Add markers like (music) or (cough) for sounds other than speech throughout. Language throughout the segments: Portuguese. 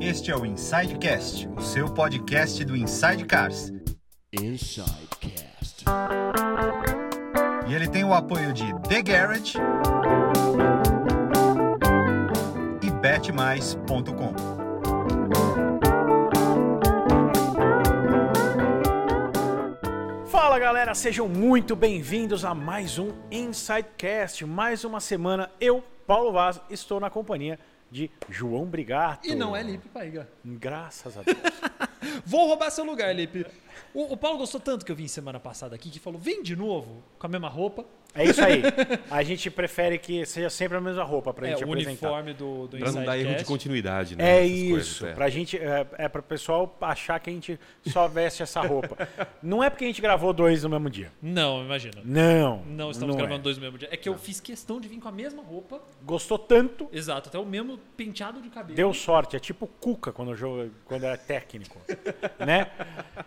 Este é o Insidecast, o seu podcast do Inside Cars. Insidecast. E ele tem o apoio de The Garage e betmais.com. Fala galera, sejam muito bem-vindos a mais um Insidecast. Mais uma semana, eu, Paulo Vaz, estou na companhia de João Brigato. E não é Lipe Paiga. Graças a Deus. Vou roubar seu lugar, Lipe. O, o Paulo gostou tanto que eu vim semana passada aqui que falou: vem de novo com a mesma roupa. É isso aí. A gente prefere que seja sempre a mesma roupa pra É, gente o apresentar. uniforme do, do Pra não dar erro de Insidecast. continuidade, né? É essas isso, coisas, é. pra gente, é, é pro pessoal achar que a gente só veste essa roupa. (laughs) Não é porque a gente gravou dois no mesmo dia. Não, imagina. Não. Não estamos é. gravando dois no mesmo dia. É que eu fiz questão de vir com a mesma roupa. Gostou tanto, Exato, até o mesmo penteado de cabelo. Deu sorte, é tipo Cuca quando, jogo, quando era técnico, (laughs) né?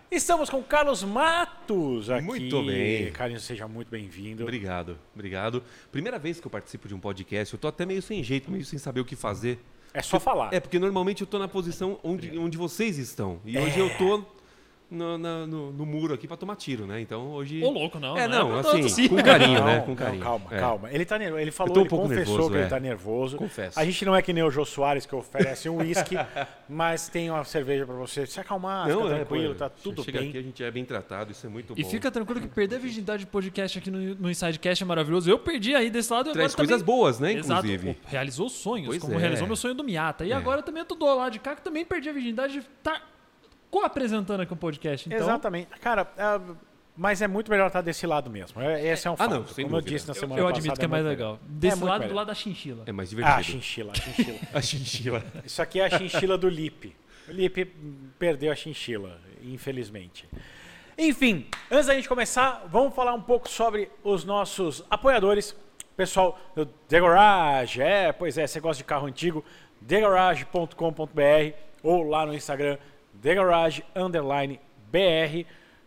Estamos com Carlos Matos aqui. Muito bem. Carlos, seja muito bem-vindo. Obrigado, obrigado. Primeira vez que eu participo de um podcast, eu tô até meio sem jeito, meio sem saber o que fazer. É só falar. É, porque normalmente eu tô na posição onde, onde vocês estão. E É. hoje eu tô no, na- no- no muro aqui pra tomar tiro, né? Então hoje. Ô, louco, não, É, né? não é não, pra assim, tanto, sim. com carinho, Não, né? Com não, carinho. calma, É. calma. Ele tá nervoso. Ele falou, Eu tô um ele pouco confessou nervoso, que ele é. tá nervoso. Confesso. A gente não é que nem o Jô Soares que oferece um uísque, (laughs) mas tem uma cerveja pra você. Se acalmar, Não, fica é, tranquilo, pô, tá tudo chega bem. aqui, a gente é bem tratado, isso é (laughs) muito E bom. fica tranquilo que perder a virgindade de podcast aqui no, no Insidecast é maravilhoso. Eu perdi aí desse lado e agora Traz coisas também... boas, né, Exato. inclusive. Pô, Realizou sonhos, Pois como é. realizou meu sonho do Miata. E agora também eu tô do lado de cá que também perdi a virgindade de estar co-apresentando aqui um podcast. Então, Exatamente. Cara, ah, mas é muito melhor estar desse lado mesmo. É- Esse é um Ah, fato. não, sem Como eu dúvida. disse na Eu- semana eu passada. admito que é mais muito legal. melhor. Desse É muito lado, do melhor. lado da chinchila. É mais Ah, divertido. chinchila, chinchila. a chinchila. Isso aqui é a chinchila do Lipe. O Lipe perdeu a chinchila, infelizmente. Enfim, antes da gente começar, vamos falar um pouco sobre os nossos apoiadores. Pessoal do The Garage, é, pois é, você gosta de carro antigo, thegarage.com.br ou lá no Instagram, thegarage_br.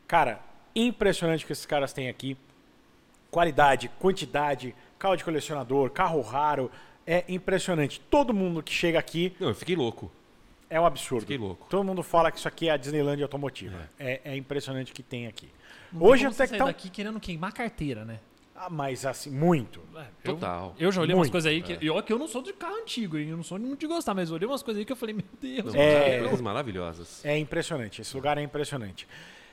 Cara, impressionante o que esses caras têm aqui qualidade, quantidade, carro de colecionador, carro raro. É impressionante. Todo mundo que chega aqui Não, eu fiquei louco. é um absurdo. Fiquei louco. Todo mundo fala que isso aqui é a Disneylandia automotiva. É, é impressionante o que tem aqui. Não tem Hoje como até você que sair tá. um- daqui querendo queimar a carteira, né? Ah, mas assim, muito. Eu- Total. Eu, já olhei umas Muito, coisas aí que. E olha que eu não sou de carro antigo, hein? Eu não sou nenhum de gostar, mas eu olhei umas coisas aí que eu falei, meu Deus. Não, cara. É. Coisas maravilhosas. É impressionante. Esse lugar é impressionante.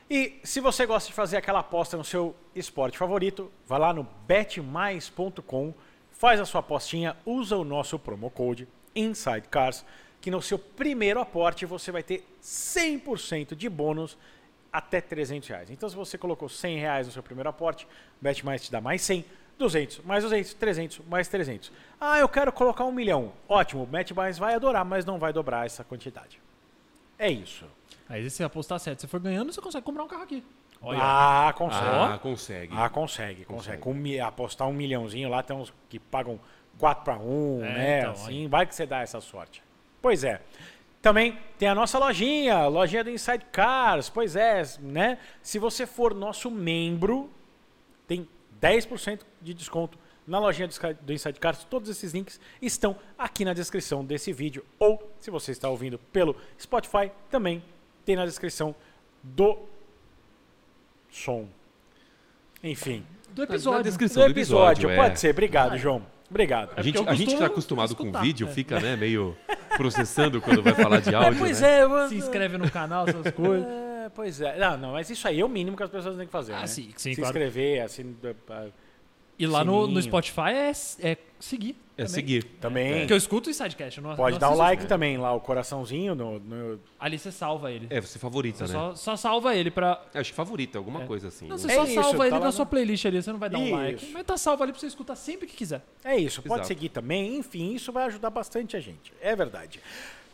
E se você gosta de fazer aquela aposta no seu esporte favorito, vá lá no betmais.com, faz a sua apostinha, usa o nosso promo code InsideCars, que no seu primeiro aporte você vai ter 100% de bônus até 300 reais. Então se você colocou 100 reais no seu primeiro aporte, o BetMais te dá mais 100, 200, mais 200, 300, mais 300. Ah, eu quero colocar um milhão. Ótimo, o BetMais vai adorar, mas não vai dobrar essa quantidade. É isso. Aí se você apostar certo, se for ganhando, você consegue comprar um carro aqui. Olha. Ah, consegue. Ah, Ah, consegue. consegue, consegue. Consegue. Com mi- apostar um milhãozinho lá, tem uns que pagam 4 para 1, É, né? então, assim, vai que você dá essa sorte. Pois é. Também tem a nossa lojinha, lojinha do Inside Cars. Pois é, né? Se você for nosso membro, tem 10% de desconto na lojinha do Sky- do Inside Cars. Todos esses links estão aqui na descrição desse vídeo. Ou, se você está ouvindo pelo Spotify, também tem na descrição do som. Enfim, do Na episódio. descrição do do episódio. é. Pode ser. Obrigado, João. Obrigado. A gente, eu a gente que tá costumo acostumado com escutar, vídeo né? fica, né, meio processando quando vai falar de áudio, pois né? é, eu... Se inscreve no canal, essas coisas. É, pois é. Não, não, mas isso aí é o mínimo que as pessoas têm que fazer. Ah, né? sim, sim, Se claro. inscrever, assim. ah, E lá no, no Sininho. Spotify é, é seguir. É também. seguir. Também. Porque eu escuto o Insidecast. eu não- Pode não dar o assisto- like também lá, o coraçãozinho no- no, Ali você salva ele. É, você favorita, Você né? só, só salva ele pra. Acho que favorita, alguma coisa assim. Não, né? você É só isso, salva tá ele lá na no- sua playlist ali, você não vai dar um like. Isso. Mas tá salvo ali pra você escutar sempre que quiser. É isso, pode Exato. seguir também. Enfim, isso vai ajudar bastante a gente. É verdade.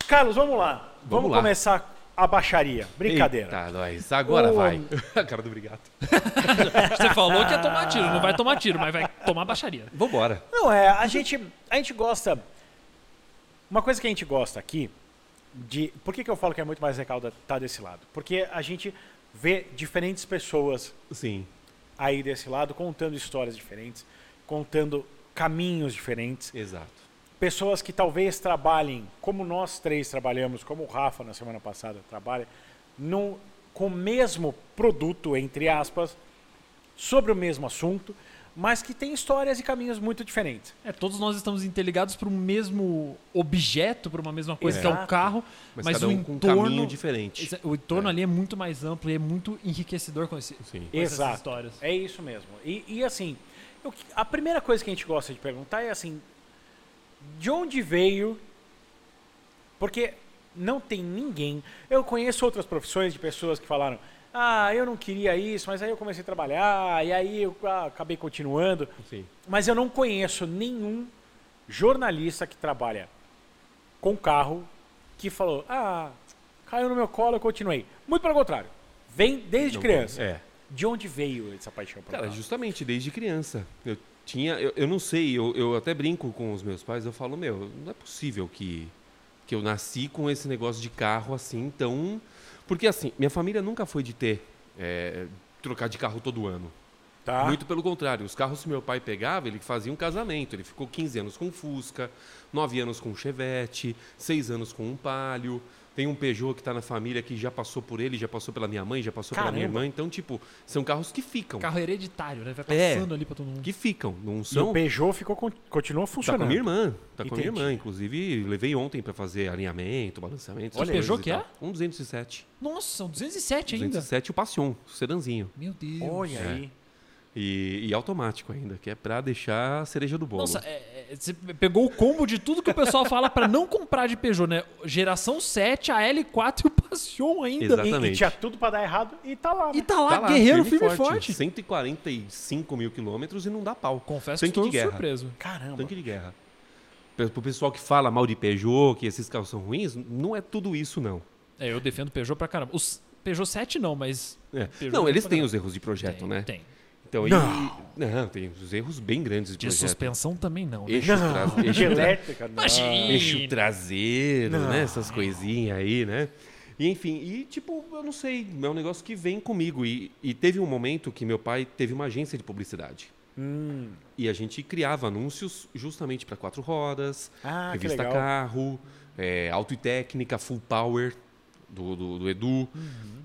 Carlos, vamos lá. Vamos, lá. começar a baixaria. é Brincadeira. Eita, nós. Agora O- vai. (laughs) A cara do brigato. Você falou que ia tomar tiro, não vai tomar tiro, mas vai tomar baixaria. Vambora. Não é, a gente, a gente gosta. Uma coisa que a gente gosta aqui de, por que, que eu falo que é muito mais legal estar desse lado? Porque a gente vê diferentes pessoas Sim. aí desse lado contando histórias diferentes, contando caminhos diferentes. Exato. pessoas que talvez trabalhem, como nós três trabalhamos, como o Rafa na semana passada trabalha, num- com o mesmo produto, entre aspas, sobre o mesmo assunto, mas que tem histórias e caminhos muito diferentes. É, todos nós estamos interligados para um mesmo objeto, para uma mesma coisa, que é o Exato. carro, mas, Mas, cada o um com um caminho entorno. diferente. Exa- O entorno ali é muito mais amplo e é muito enriquecedor com, esse, Sim. com essas histórias. É isso mesmo. E, e, assim, eu que- a primeira coisa que a gente gosta de perguntar é assim, de onde veio? Porque não tem ninguém. Eu conheço outras profissões de pessoas que falaram, ah, eu não queria isso, mas aí eu comecei a trabalhar e aí eu ah, acabei continuando. Sim. Mas eu não conheço nenhum jornalista que trabalha com carro que falou, ah, caiu no meu colo, eu continuei. Muito pelo contrário. Vem desde Não- criança. É. De onde veio essa paixão por Cara, carro? justamente desde criança. Eu tinha, eu, eu não sei, eu, eu até brinco com os meus pais, eu falo, meu, não é possível que, que eu nasci com esse negócio de carro assim tão. Porque assim, minha família nunca foi de ter, é, trocar de carro todo ano. Tá? Muito pelo contrário, os carros que meu pai pegava, ele fazia um casamento. Ele ficou 15 anos com Fusca, 9 anos com Chevette, 6 anos com um Palio. Tem um Peugeot que está na família que já passou por ele, já passou pela minha mãe, já passou pela minha Caramba. irmã. Então, tipo, são carros que ficam. Carro hereditário, né? Vai É. passando ali para todo mundo. Que ficam, não E o são. Peugeot ficou, con- continuou Tá funcionando. com a minha né? irmã, tá com a minha Entendi. irmã. Inclusive, levei ontem para fazer alinhamento, balanceamento. essas Olha aí. coisas Peugeot e que tal. Um 207. Nossa, são 207 ainda. 207 o Passion, o sedanzinho. Meu Deus. Olha É. aí. E, e automático ainda, que é para deixar a cereja do bolo. Nossa, é- é- você pegou o combo de tudo que o pessoal fala pra não comprar de Peugeot, né? Geração 7, a L4 e o Passion ainda. Exato. E, e Exatamente. tinha tudo pra dar errado e tá lá. E né? tá lá, guerreiro firme firme, e e forte. 145 mil quilômetros e não dá pau. Confesso Tanque que de estou guerra. surpreso. né, Caramba. Tanque de guerra. Pe- Pro pessoal que fala mal de Peugeot, que esses carros são ruins, não é tudo isso, não. É, eu defendo Peugeot pra caramba. Os Peugeot 7 não, mas... É. Peugeot Não, tem eles pra têm caramba. os erros de projeto, Tem, né? tem. Então, e- Não. não, tem os erros bem grandes de De projeto. suspensão também não, né? Eixo, tra- (laughs) De eixo, tra- elétrica. não. Imagina. eixo traseiro, né? Essas coisinhas aí, né? E, enfim, e tipo, eu não sei, é um negócio que vem comigo. E, e teve um momento que meu pai teve uma agência de publicidade. Hum. E a gente criava anúncios justamente para quatro rodas, Ah, que revista legal. carro, é, auto e técnica, full power do, do, do Edu. Uhum.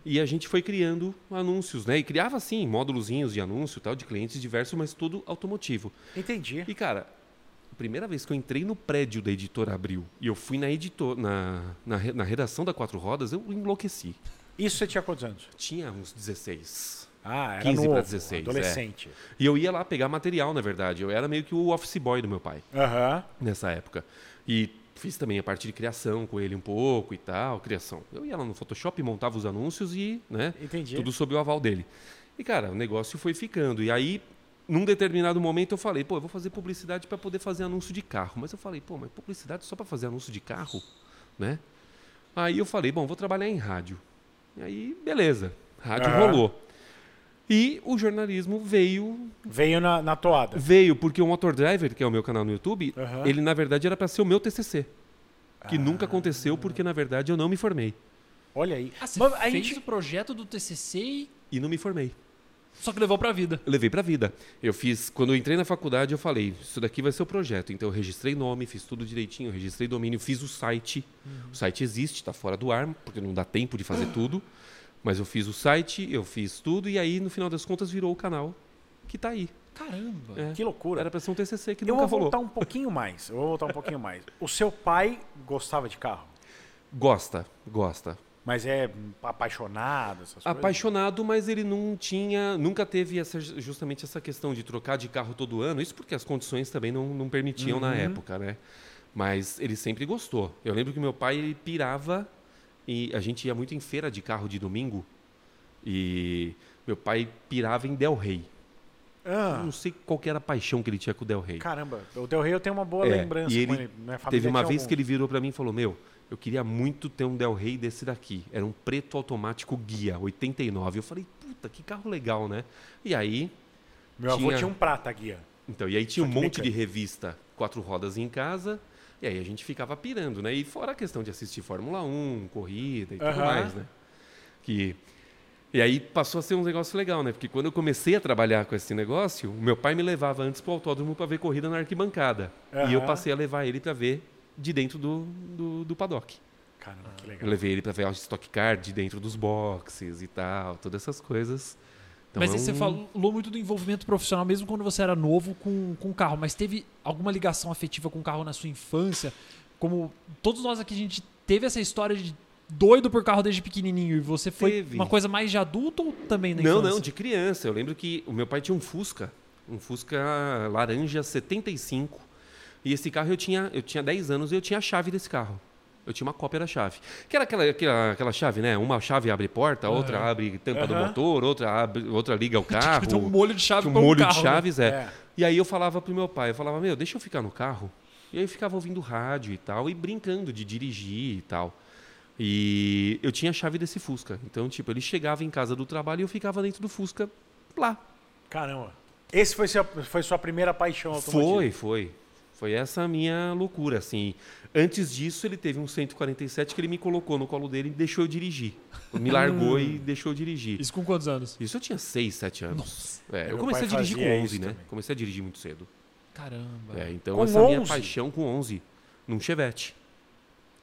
E a gente foi criando anúncios, né? E criava assim, módulozinhos de anúncio e tal, de clientes diversos, mas tudo automotivo. Entendi. E cara, a primeira vez que eu entrei no prédio da editora Abril e eu fui na editor, na, na, re- na redação da Quatro Rodas, eu enlouqueci. Isso você tinha quantos anos? Tinha uns 16. Ah, era 15 pra novo, 16, é. adolescente. E eu ia lá pegar material, na verdade. Eu era meio que o office boy do meu pai. Aham. nessa época. E fiz também a parte de criação com ele um pouco e tal, criação. Eu ia lá no Photoshop, montava os anúncios e, né, Entendi. tudo sob o aval dele. E cara, o negócio foi ficando. E aí, num determinado momento eu falei, pô, eu vou fazer publicidade para poder fazer anúncio de carro. Mas eu falei, pô, mas publicidade só para fazer anúncio de carro, né? Aí eu falei, bom, vou trabalhar em rádio. E aí, beleza. Rádio Aham. rolou. E o jornalismo veio Veio na, na toada. Veio porque o Motor Driver, que é o meu canal no YouTube, Aham. Ah. ele na verdade era pra ser o meu TCC. Que nunca aconteceu porque na verdade eu não me formei. Olha aí. Ah, você Mas a fez gente... o projeto do TCC e... E não me formei. Só que levou pra vida. Eu levei pra vida. Eu fiz, quando eu entrei na faculdade, eu falei, isso daqui vai ser o projeto. Então eu registrei nome, fiz tudo direitinho, registrei domínio, fiz o site. Uhum. O site existe, tá fora do ar, porque não dá tempo de fazer tudo. Mas eu fiz o site, eu fiz tudo e aí no final das contas virou o canal que tá aí. Caramba. É. Que loucura. Era pra ser um TCC que Eu nunca vou rolou. voltar um pouquinho mais. Eu vou voltar um pouquinho mais. O seu pai gostava de carro, um Gosta, gosta. mas é apaixonado, essas coisas. Apaixonado, mas ele não tinha, nunca teve essa, justamente essa questão de trocar de carro todo ano. Isso porque as condições também não, não permitiam Uhum. na época, né? Mas ele sempre gostou. Eu lembro que meu pai ele pirava e a gente ia muito em feira de carro de domingo e meu pai pirava em Del Rey. Eu Ah, não sei qual que era a paixão que ele tinha com o Del Rey. caramba, o Del Rey eu tenho uma boa É, lembrança. e com ele Minha família Teve uma tinha vez um- que ele virou pra mim e falou: "Meu, eu queria muito ter um Del Rey desse daqui. Era um preto automático guia 89". Eu falei: "Puta, que carro legal, né?". E aí, Meu avô tinha- tinha um prata guia. então, e aí tinha um Só que nem monte de canto. revista quatro rodas em casa. E aí a gente ficava pirando, né? um, E fora a questão de assistir Fórmula 1, corrida e tudo Aham. mais, né? Que E aí passou a ser um negócio legal, né? Porque quando eu comecei a trabalhar com esse negócio, o meu pai me levava antes pro autódromo para ver corrida na arquibancada. E eu Aham. passei a levar ele para ver de dentro do, do, do paddock. Caramba, que Eu legal. levei ele para ver a Stock Car de dentro dos boxes e tal, todas essas coisas. Então mas é aí você um- falou muito do envolvimento profissional, mesmo quando você era novo com com o carro. Mas teve alguma ligação afetiva com o carro na sua infância? Como todos nós aqui, a gente teve essa história de doido por carro desde pequenininho. E você foi Teve. uma coisa mais de adulto ou também na Não, infância? não, de criança. Eu lembro que o meu pai tinha um Fusca, um Fusca laranja 75. E esse carro eu tinha, eu tinha 10 anos e eu tinha a chave desse carro. Eu tinha uma cópia da chave. Que era aquela, aquela, aquela chave, né? Uma chave abre porta, outra abre tampa do Aham. motor, outra, abre, outra (laughs) liga o (laughs) carro. Tem um molho É. de chave Tinha um pra um molho carro, de né? chaves, é. É. E aí eu falava pro meu pai, eu falava, meu, deixa eu ficar no carro. E aí eu ficava ouvindo rádio e tal, e brincando de dirigir e tal. E eu tinha a chave desse Fusca. Então, tipo, ele chegava em casa do trabalho e eu ficava dentro do Fusca lá. Caramba. Esse foi, seu, foi sua primeira paixão automotiva. Foi, foi. Foi essa a minha loucura, assim. Antes disso, ele teve um 147 que ele me colocou no colo dele e deixou eu dirigir. Me largou e deixou eu dirigir. Isso com quantos anos? Isso eu tinha 6, 7 anos. É, Meu eu comecei a pai dirigir com fazia 11, isso né? também. Comecei a dirigir muito cedo. Caramba. É, então Com essa minha 11? paixão com 11, num Chevette.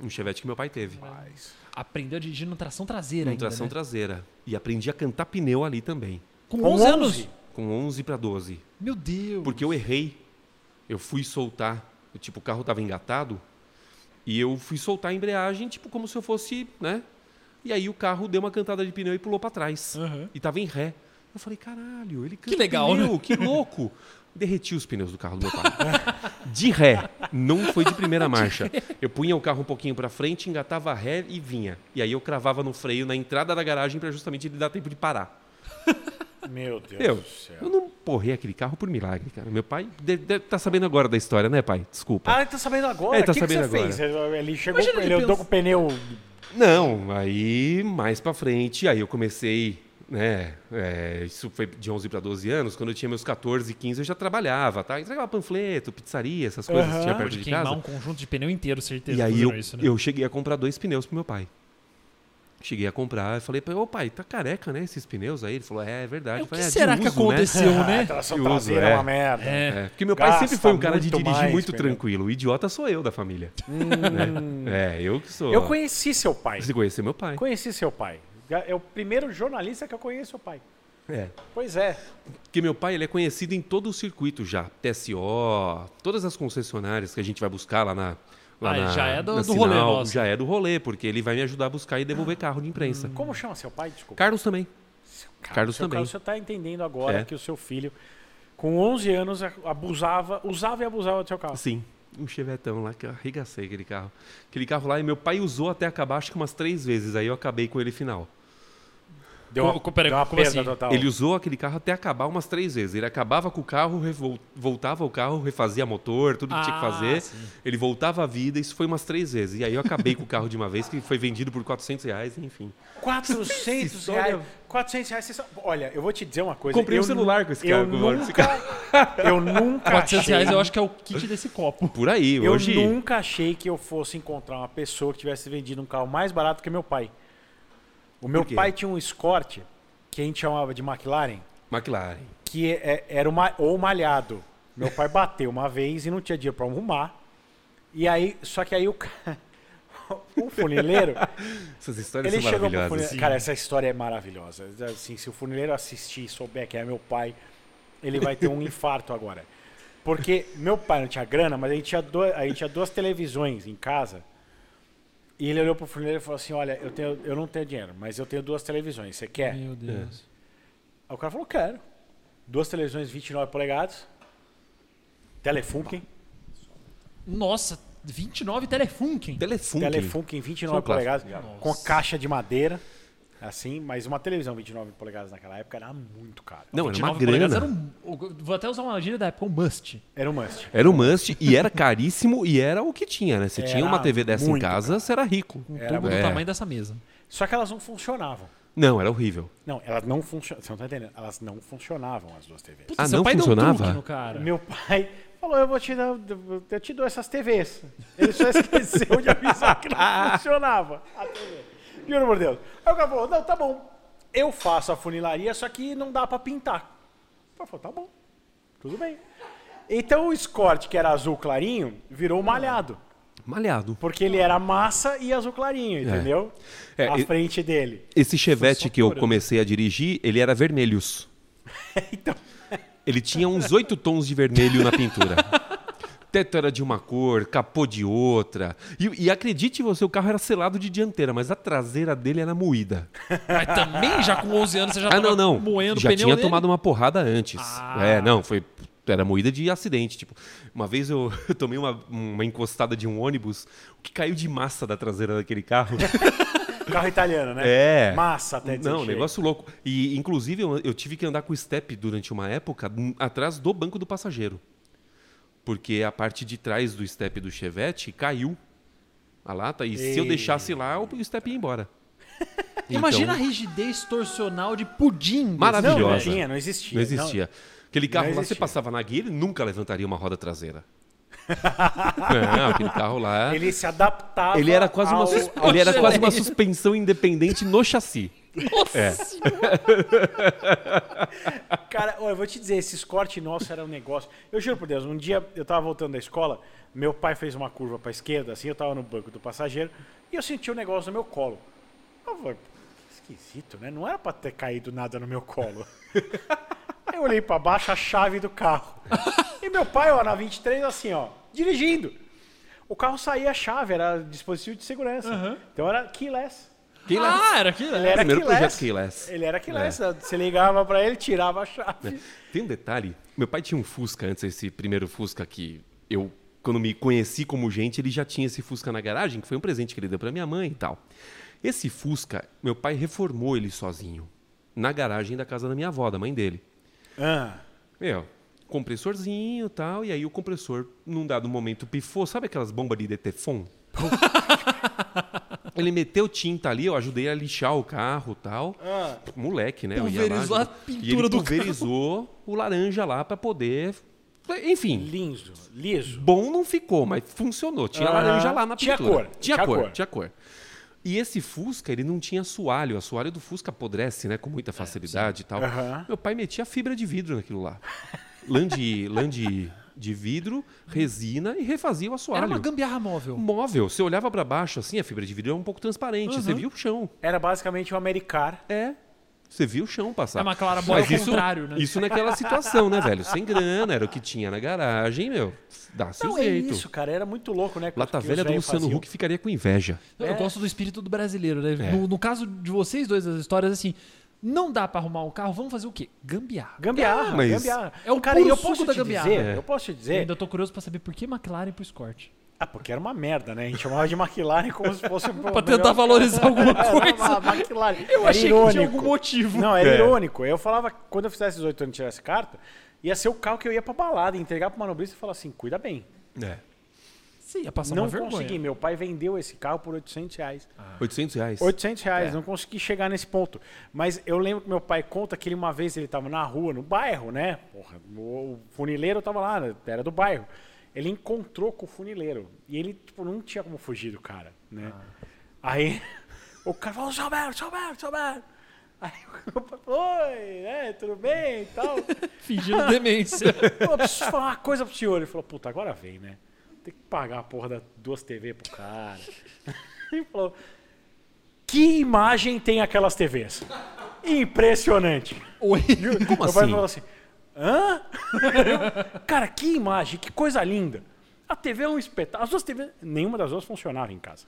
Um Chevette que meu pai teve. Mas- Aprendeu a dirigir na tração traseira Com ainda, tração né? traseira. E aprendi a cantar pneu ali também. Com Com 11 11? anos? Com 11 para 12. Meu Deus. Porque eu errei. Eu fui soltar. Eu, tipo, o carro tava engatado. E eu fui soltar a embreagem, tipo, como se eu fosse, né? E aí o carro deu uma cantada de pneu e pulou para trás. Aham. E tava em ré. Eu falei, caralho, ele canta legal, né?" pneu, que louco. Derreti os pneus do carro do meu pai. De ré, não foi (laughs) de primeira marcha. Eu punha o carro um pouquinho para frente, engatava a ré e vinha. E aí eu cravava no freio na entrada da garagem para justamente ele dar tempo de parar. Meu Deus Eu, do céu. eu não porrei aquele carro por milagre, cara. Meu pai deve, deve tá sabendo agora da história, né, pai? Desculpa. Ah, ele tá sabendo agora. É, ele tá o que, que você sabendo fez? Ele chegou, Imagina com- ele ele andou pensa- com o pneu... Não, aí mais pra frente, aí eu comecei, né? é, isso foi de 11 pra 12 anos. Quando eu tinha meus 14, 15, eu já trabalhava, tá? Entregava panfleto, pizzaria, essas coisas que Aham. tinha perto Pode de queimar casa. um conjunto de pneu inteiro, certeza. E aí fazendo eu, isso, né? eu cheguei a comprar dois pneus pro meu pai. Cheguei a comprar, eu falei pra ele, ô pai, tá careca, né? Esses pneus aí? Ele falou, é, é verdade. É, Eu o que falei, "É, de será que uso, né?" aconteceu, Ah, (laughs) né? tração Eu uso, traseira é é. uma merda. É, porque meu pai sempre Gasta foi um cara de muito dirigir mais, muito perdão. tranquilo. O idiota sou eu da família. né? É, eu que sou. Hum. Eu conheci seu pai. Você conheceu meu pai. Conheci seu pai. É o primeiro jornalista que eu conheço, seu pai. É. Pois é. Porque meu pai ele é conhecido em todo o circuito já. TSO, todas as concessionárias que a gente vai buscar lá na. Lá Ah, na- já é do- na do rolê Sinal, nosso. Ah. Já é do rolê, porque ele vai me ajudar a buscar e devolver carro de imprensa. Como chama seu pai? Desculpa. Carlos também. Cara, Carlos Hum. seu também. Carlos, você está entendendo agora É. que o seu filho, com 11 anos, a- abusava, usava e abusava do seu carro. Sim. Um chevetão lá que eu arregacei aquele carro. Aquele carro lá e meu pai usou até acabar, acho que umas três vezes. Aí eu acabei com ele final. Deu Co- co- peraí, deu uma como perda assim? total. Ele usou aquele carro até acabar umas três vezes. Ele acabava com o carro, revol- voltava o carro, refazia motor, tudo que tinha que Ah, fazer. Ele voltava à vida, isso foi umas três vezes. E aí eu acabei com o carro de uma vez, que foi vendido por 400 reais, enfim. 400 Essa história- reais. 400 é- reais. Você sabe- Olha, eu vou te dizer uma coisa. Comprei é, um eu nu- celular com esse eu cargo agora, esse Nunca, (laughs) eu nunca 400 achei, reais eu acho que é o kit desse copo. Por aí, eu hoje... nunca achei que eu fosse encontrar uma pessoa que tivesse vendido um carro mais barato que meu pai. O meu quê? pai tinha um Escort, que a gente chamava de McLaren, McLaren. que é- era uma, ou malhado. Meu pai bateu uma vez e não tinha dia pra arrumar. E aí, só que aí o ca- (laughs) o funileiro, Essas histórias ele são chegou pro maravilhosas. funileiro. Cara, essa história é maravilhosa. Assim, se o funileiro assistir e souber que é meu pai, ele vai ter (laughs) um infarto agora. Porque meu pai não tinha grana, mas a gente tinha, do- a gente tinha duas televisões em casa. E ele olhou pro funileiro e falou assim: Olha, eu, tenho, eu não tenho dinheiro, mas eu tenho duas televisões. Você quer? É. Meu Deus. Aí o cara falou, quero. Duas televisões 29 polegadas. Telefunken. Nossa, 29 Telefunken. Telefunken. Telefunken 29 Só é um clássico. polegadas. Com a caixa de madeira. Assim, mas uma televisão 29 polegadas naquela época era muito caro. Não, era uma 29 polegadas grana. era um, vou até usar uma gíria da época, um must. Era um must. Era um must e era caríssimo e era o que tinha, né? Você tinha Era uma TV dessa em muito, casa, você era Ah, rico. É. Um Era tubo do bom. tamanho dessa mesa. Só que elas não funcionavam. Não, era horrível. Não, elas não funcionavam. Você não tá entendendo? Elas não funcionavam as duas TVs. Puta, Ah, seu não pai deu um funcionava? truque no cara. Meu pai falou, eu vou te dar, eu te dou essas TVs. Ele só (laughs) esqueceu de avisar que não funcionava a TV. Juro por Deus. Aí o cara falou, não, tá bom. Eu faço a funilaria, só que não dá pra pintar. Ela falou, tá bom, tudo bem. Então o Escort, que era azul clarinho, virou um malhado. Malhado. Porque ele era massa e azul clarinho, entendeu? É, a e- frente dele. Esse Chevette que eu comecei a dirigir, ele (laughs) era vermelhos. Então, Ele tinha uns oito tons de vermelho na pintura. Teto era de uma cor, capô de outra. E, e acredite você, o carro era selado de dianteira, mas a traseira dele era moída. Mas também já com 11 anos você já ah, tava não, não. moendo Já o pneu tinha dele? tomado uma porrada antes. Ah. É, não, foi. Era moída de acidente. Tipo, uma vez eu, (laughs) eu tomei uma, uma encostada de um ônibus, o que caiu de massa da traseira daquele carro. carro italiano, né? É. Massa até dizer Não, chega. negócio louco. E, inclusive, eu, eu tive que andar com o step durante uma época hum, atrás do banco do passageiro. Porque a parte de trás do step do Chevette caiu a lata. E se eu Ei. deixasse lá, o o step ia embora. Imagina a Então, rigidez torcional de pudim. Maravilhosa. Não, não tinha, não existia. Não existia. Aquele carro lá, você existia. passava na guia, ele nunca levantaria uma roda traseira. não, aquele carro lá... Ele, Ele se adaptava. era quase uma, ao- sus- ao- ele era quase uma Chevette. suspensão independente no chassi. É. Cara, ó, eu vou te dizer, esses cortes nossos era um negócio. Eu juro por Deus, um dia eu tava voltando da escola, meu pai fez uma curva pra esquerda, assim, eu tava no banco do passageiro, e eu senti um negócio no meu colo. Eu falei, esquisito, né? Não era pra ter caído nada no meu colo. (laughs) eu olhei pra baixo a chave do carro. E meu pai, ó, na 23, assim, ó, dirigindo. O carro saía a chave, era dispositivo de segurança. Então era keyless. Quem lá? Ah, era aquilo. Ele era Primeiro keyless. projeto keyless. É. Ele era keyless. Você ligava pra ele, tirava a chave. Tem um detalhe. Meu pai tinha um Fusca antes, esse primeiro Fusca que eu, quando me conheci como gente, ele já tinha esse Fusca na garagem, que foi um presente que ele deu pra minha mãe e tal. Esse Fusca, meu pai reformou ele sozinho, na garagem da casa da minha avó, da mãe dele. É. Ah. Meu, compressorzinho e tal, e aí o compressor, num dado momento, pifou. Sabe aquelas bombas (laughs) de Detefon? ele meteu tinta ali, eu ajudei a lixar o carro e tal. Moleque, né? Eu ia lá, Ah. Pulverizou a ajuda- e pintura ele do pulverizou o laranja lá pra poder... Enfim, Liso, liso. bom não ficou, mas funcionou. Tinha Aham. laranja lá na Tinha cor, pintura. Tinha, tinha cor, cor. tinha cor. E esse Fusca, ele não tinha assoalho. O assoalho do Fusca apodrece, né? Com muita facilidade e tal. Aham. Meu pai metia fibra de vidro naquilo lá. Lã de, lã de, de vidro, resina e refazia o assoalho. Era uma gambiarra móvel. Móvel. Você olhava pra baixo, assim, a fibra de vidro era um pouco transparente. Você via o chão. Era basicamente um americar. É. Você via o chão É passar. uma Clara Boy ao contrário, né? Isso naquela situação, né, velho? Sem grana, era o que tinha na garagem, meu. Dá-se Não, um é jeito. isso, cara. Era muito louco, né? Lata que os tá velha do velhos Luciano faziam. Huck um- ficaria com inveja. Eu gosto do espírito do brasileiro, né? É. No, no caso de vocês dois, as histórias assim, não dá pra arrumar um carro, vamos fazer o quê? Gambiarra. Gambiarra, Ah, mas- gambiarra. É o cara, puro eu suco posso da te gambiarra. Dizer, É. Eu posso te Eu dizer. ainda tô curioso pra saber por que McLaren pro Escort. Ah, porque era uma merda, né? A gente chamava de McLaren como se (laughs) fosse. Pra tentar (laughs) valorizar alguma coisa. McLaren. Eu Era achei que tinha irônico. algum motivo. Não, era É. irônico. Eu falava, quando eu fizesse 18 anos e tirasse carta, ia ser o carro que eu ia pra balada, entregar pro manobrista e falar assim: cuida bem. É. Você ia passar não uma vergonha. consegui. Meu pai vendeu esse carro por 800 reais. 800 reais. 800 reais, não consegui chegar nesse ponto. Mas eu lembro que meu pai conta que ele uma vez ele estava na rua, no bairro, né? Porra, o o funileiro estava lá, né? era do bairro. Ele encontrou com o funileiro e ele tipo, não tinha como fugir do cara, né? Aí (laughs) o cara falou, seu Alberto, seu Alberto, seu Alberto. Aí o (laughs) meu pai falou, oi, né, tudo bem e tal. Fingindo (laughs) demência. Eu preciso falar uma coisa pro senhor. Ele falou, puta, agora vem, né? Tem que pagar a porra das duas TV pro cara. (laughs) Ele falou, que imagem tem aquelas TVs? Impressionante. (laughs) Oi. Como Meu pai assim? falou assim, hã? (laughs) Eu, cara, que imagem, que coisa linda. A TV é um espetáculo. As duas TVs, nenhuma das duas funcionava em casa.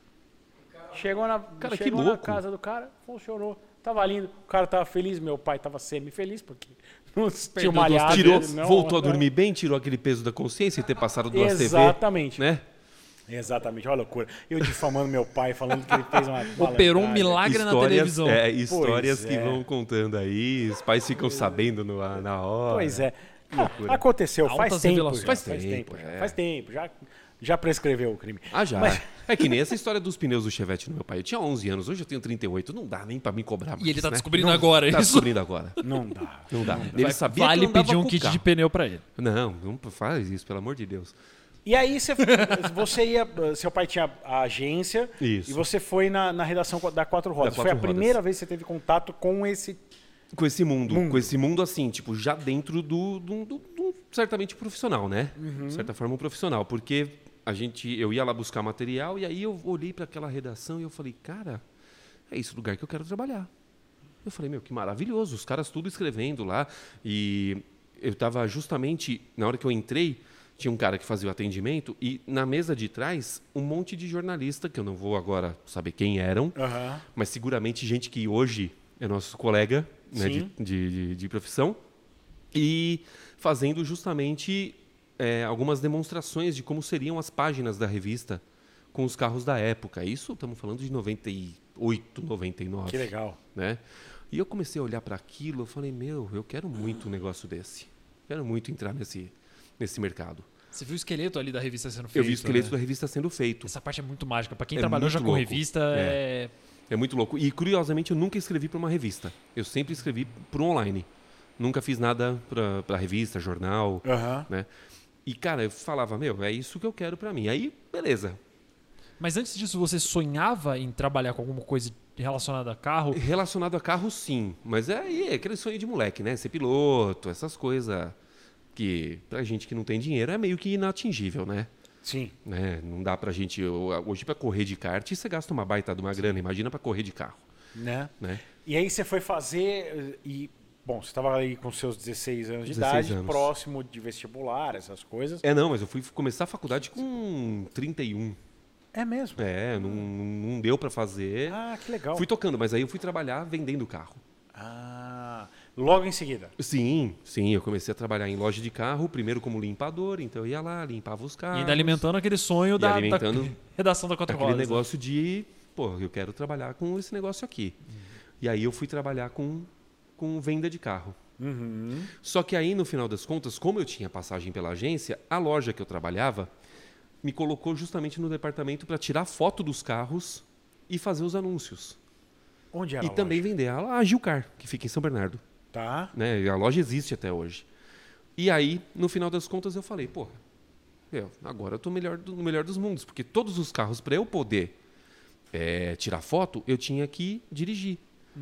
Chegou na, Cara, que chegou na louco. casa do cara, funcionou. Tava lindo, o cara tava feliz, meu pai tava semi-feliz, porque (laughs) não tinha duas malhado. Tirou, ele não- voltou a não- dormir bem, tirou aquele peso da consciência e ter passado duas TV. Exatamente. Né? Exatamente, olha a loucura. Eu difamando meu pai, falando que ele fez (laughs) uma. Operou um malandragem. milagre na televisão. É, histórias Pois que é. vão contando aí, os pais ficam é. sabendo no, na hora. Pois é. loucura. Ah, aconteceu, faz Altas tempo, revelações. já, Faz faz tempo, tempo. já, é. Faz tempo, já, já prescreveu o crime. Ah, já. (laughs) Mas- É que nem essa história dos pneus do Chevette no meu pai. Eu tinha 11 anos, hoje eu tenho 38, não dá nem pra me cobrar mais, E ele tá né? descobrindo Não- agora tá isso. descobrindo agora. Não dá. Não dá. Ele sabia vale que eu andava pedir um com o kit de carro. pneu pra ele. Não, não faz isso, pelo amor de Deus. E aí você, você ia. Seu pai tinha a agência Isso. e você foi na, na redação da Quatro Rodas. Da foi a Quatro Rodas. primeira vez que você teve contato com esse. Com esse mundo, Mundo. com esse mundo assim, tipo, já dentro do, do, do- do- certamente profissional, né? De certa forma, um profissional, porque a gente, eu ia lá buscar material e aí eu olhei para aquela redação e eu falei, cara, é esse lugar que eu quero trabalhar. Eu falei, meu, que maravilhoso, os caras tudo escrevendo lá. E eu estava justamente, na hora que eu entrei, tinha um cara que fazia o atendimento e na mesa de trás, um monte de jornalista, que eu não vou agora saber quem eram, mas seguramente gente que hoje é nosso colega né, de, Sim. de- de- de profissão, e fazendo justamente é, algumas demonstrações de como seriam as páginas da revista com os carros da época. Isso estamos falando de 98, 99. Que legal. Né? E eu comecei a olhar para aquilo, eu falei, meu, eu quero muito um negócio desse. Quero muito entrar nesse, nesse mercado. Você viu o esqueleto ali da revista sendo feito? eu vi o esqueleto né? da revista sendo feito. Essa parte é muito mágica. Pra quem É trabalhou muito já com louco. revista, é. É. É muito louco. E curiosamente, eu nunca escrevi para uma revista. Eu sempre escrevi para online. Nunca fiz nada para revista, jornal, Aham. né? E cara, eu falava, meu, é isso que eu quero para mim. Aí, beleza. Mas antes disso, você sonhava em trabalhar com alguma coisa relacionada a carro? Relacionado a carro, sim. Mas aí é aquele sonho de moleque, né? Ser piloto, essas coisas que pra gente que não tem dinheiro é meio que inatingível, né? Sim. né? Não dá pra gente. Hoje, pra correr de kart, você gasta uma baita de uma grana. Imagina pra correr de carro, Né? né? E aí você foi fazer. eh, E, bom, você estava aí com seus 16 anos de 16 idade, anos. próximo de vestibular, essas coisas. É, não, mas eu fui começar a faculdade com 31. É mesmo. É, não, não deu pra fazer. Ah, que legal. Fui tocando, mas aí eu fui trabalhar vendendo carro. Ah, logo em seguida. Sim, sim, eu comecei a trabalhar em loja de carro, primeiro como limpador, então eu ia lá, limpava os carros. E ainda alimentando aquele sonho da, (laughs) da alimentando redação da Quatro aquele Rodas. né? negócio de, pô, eu quero trabalhar com esse negócio aqui. Uhum. E aí eu fui trabalhar com, com venda de carro. Uhum. Só que aí, no final das contas, como eu tinha passagem pela agência, a loja que eu trabalhava me colocou justamente no departamento para tirar foto dos carros e fazer os anúncios. Onde era? e a também vender a, a Gilcar, que fica em São Bernardo. loja? Tá. Né? A loja existe até hoje. E aí, no final das contas, eu falei, porra, eu, agora eu tô melhor do- no melhor dos mundos, porque todos os carros, para eu poder eh, tirar foto, eu tinha que dirigir.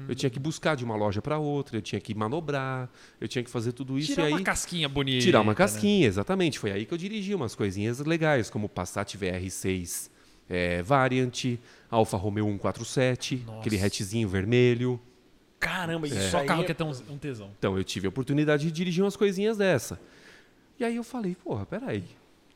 Eu tinha Uhum. que buscar de uma loja para outra, eu tinha que manobrar, eu tinha que fazer tudo isso. Tirar e uma aí, casquinha bonita. Tirar uma né? casquinha, exatamente. Foi aí que eu dirigi umas coisinhas legais, como Passat VR6 eh, Variant, Alfa Romeo 147, Nossa. aquele hatchzinho vermelho. Caramba, isso Só aí. carro é- que é tão, um tesão. Então, eu tive a oportunidade de dirigir umas coisinhas dessa. E aí eu falei, porra, peraí.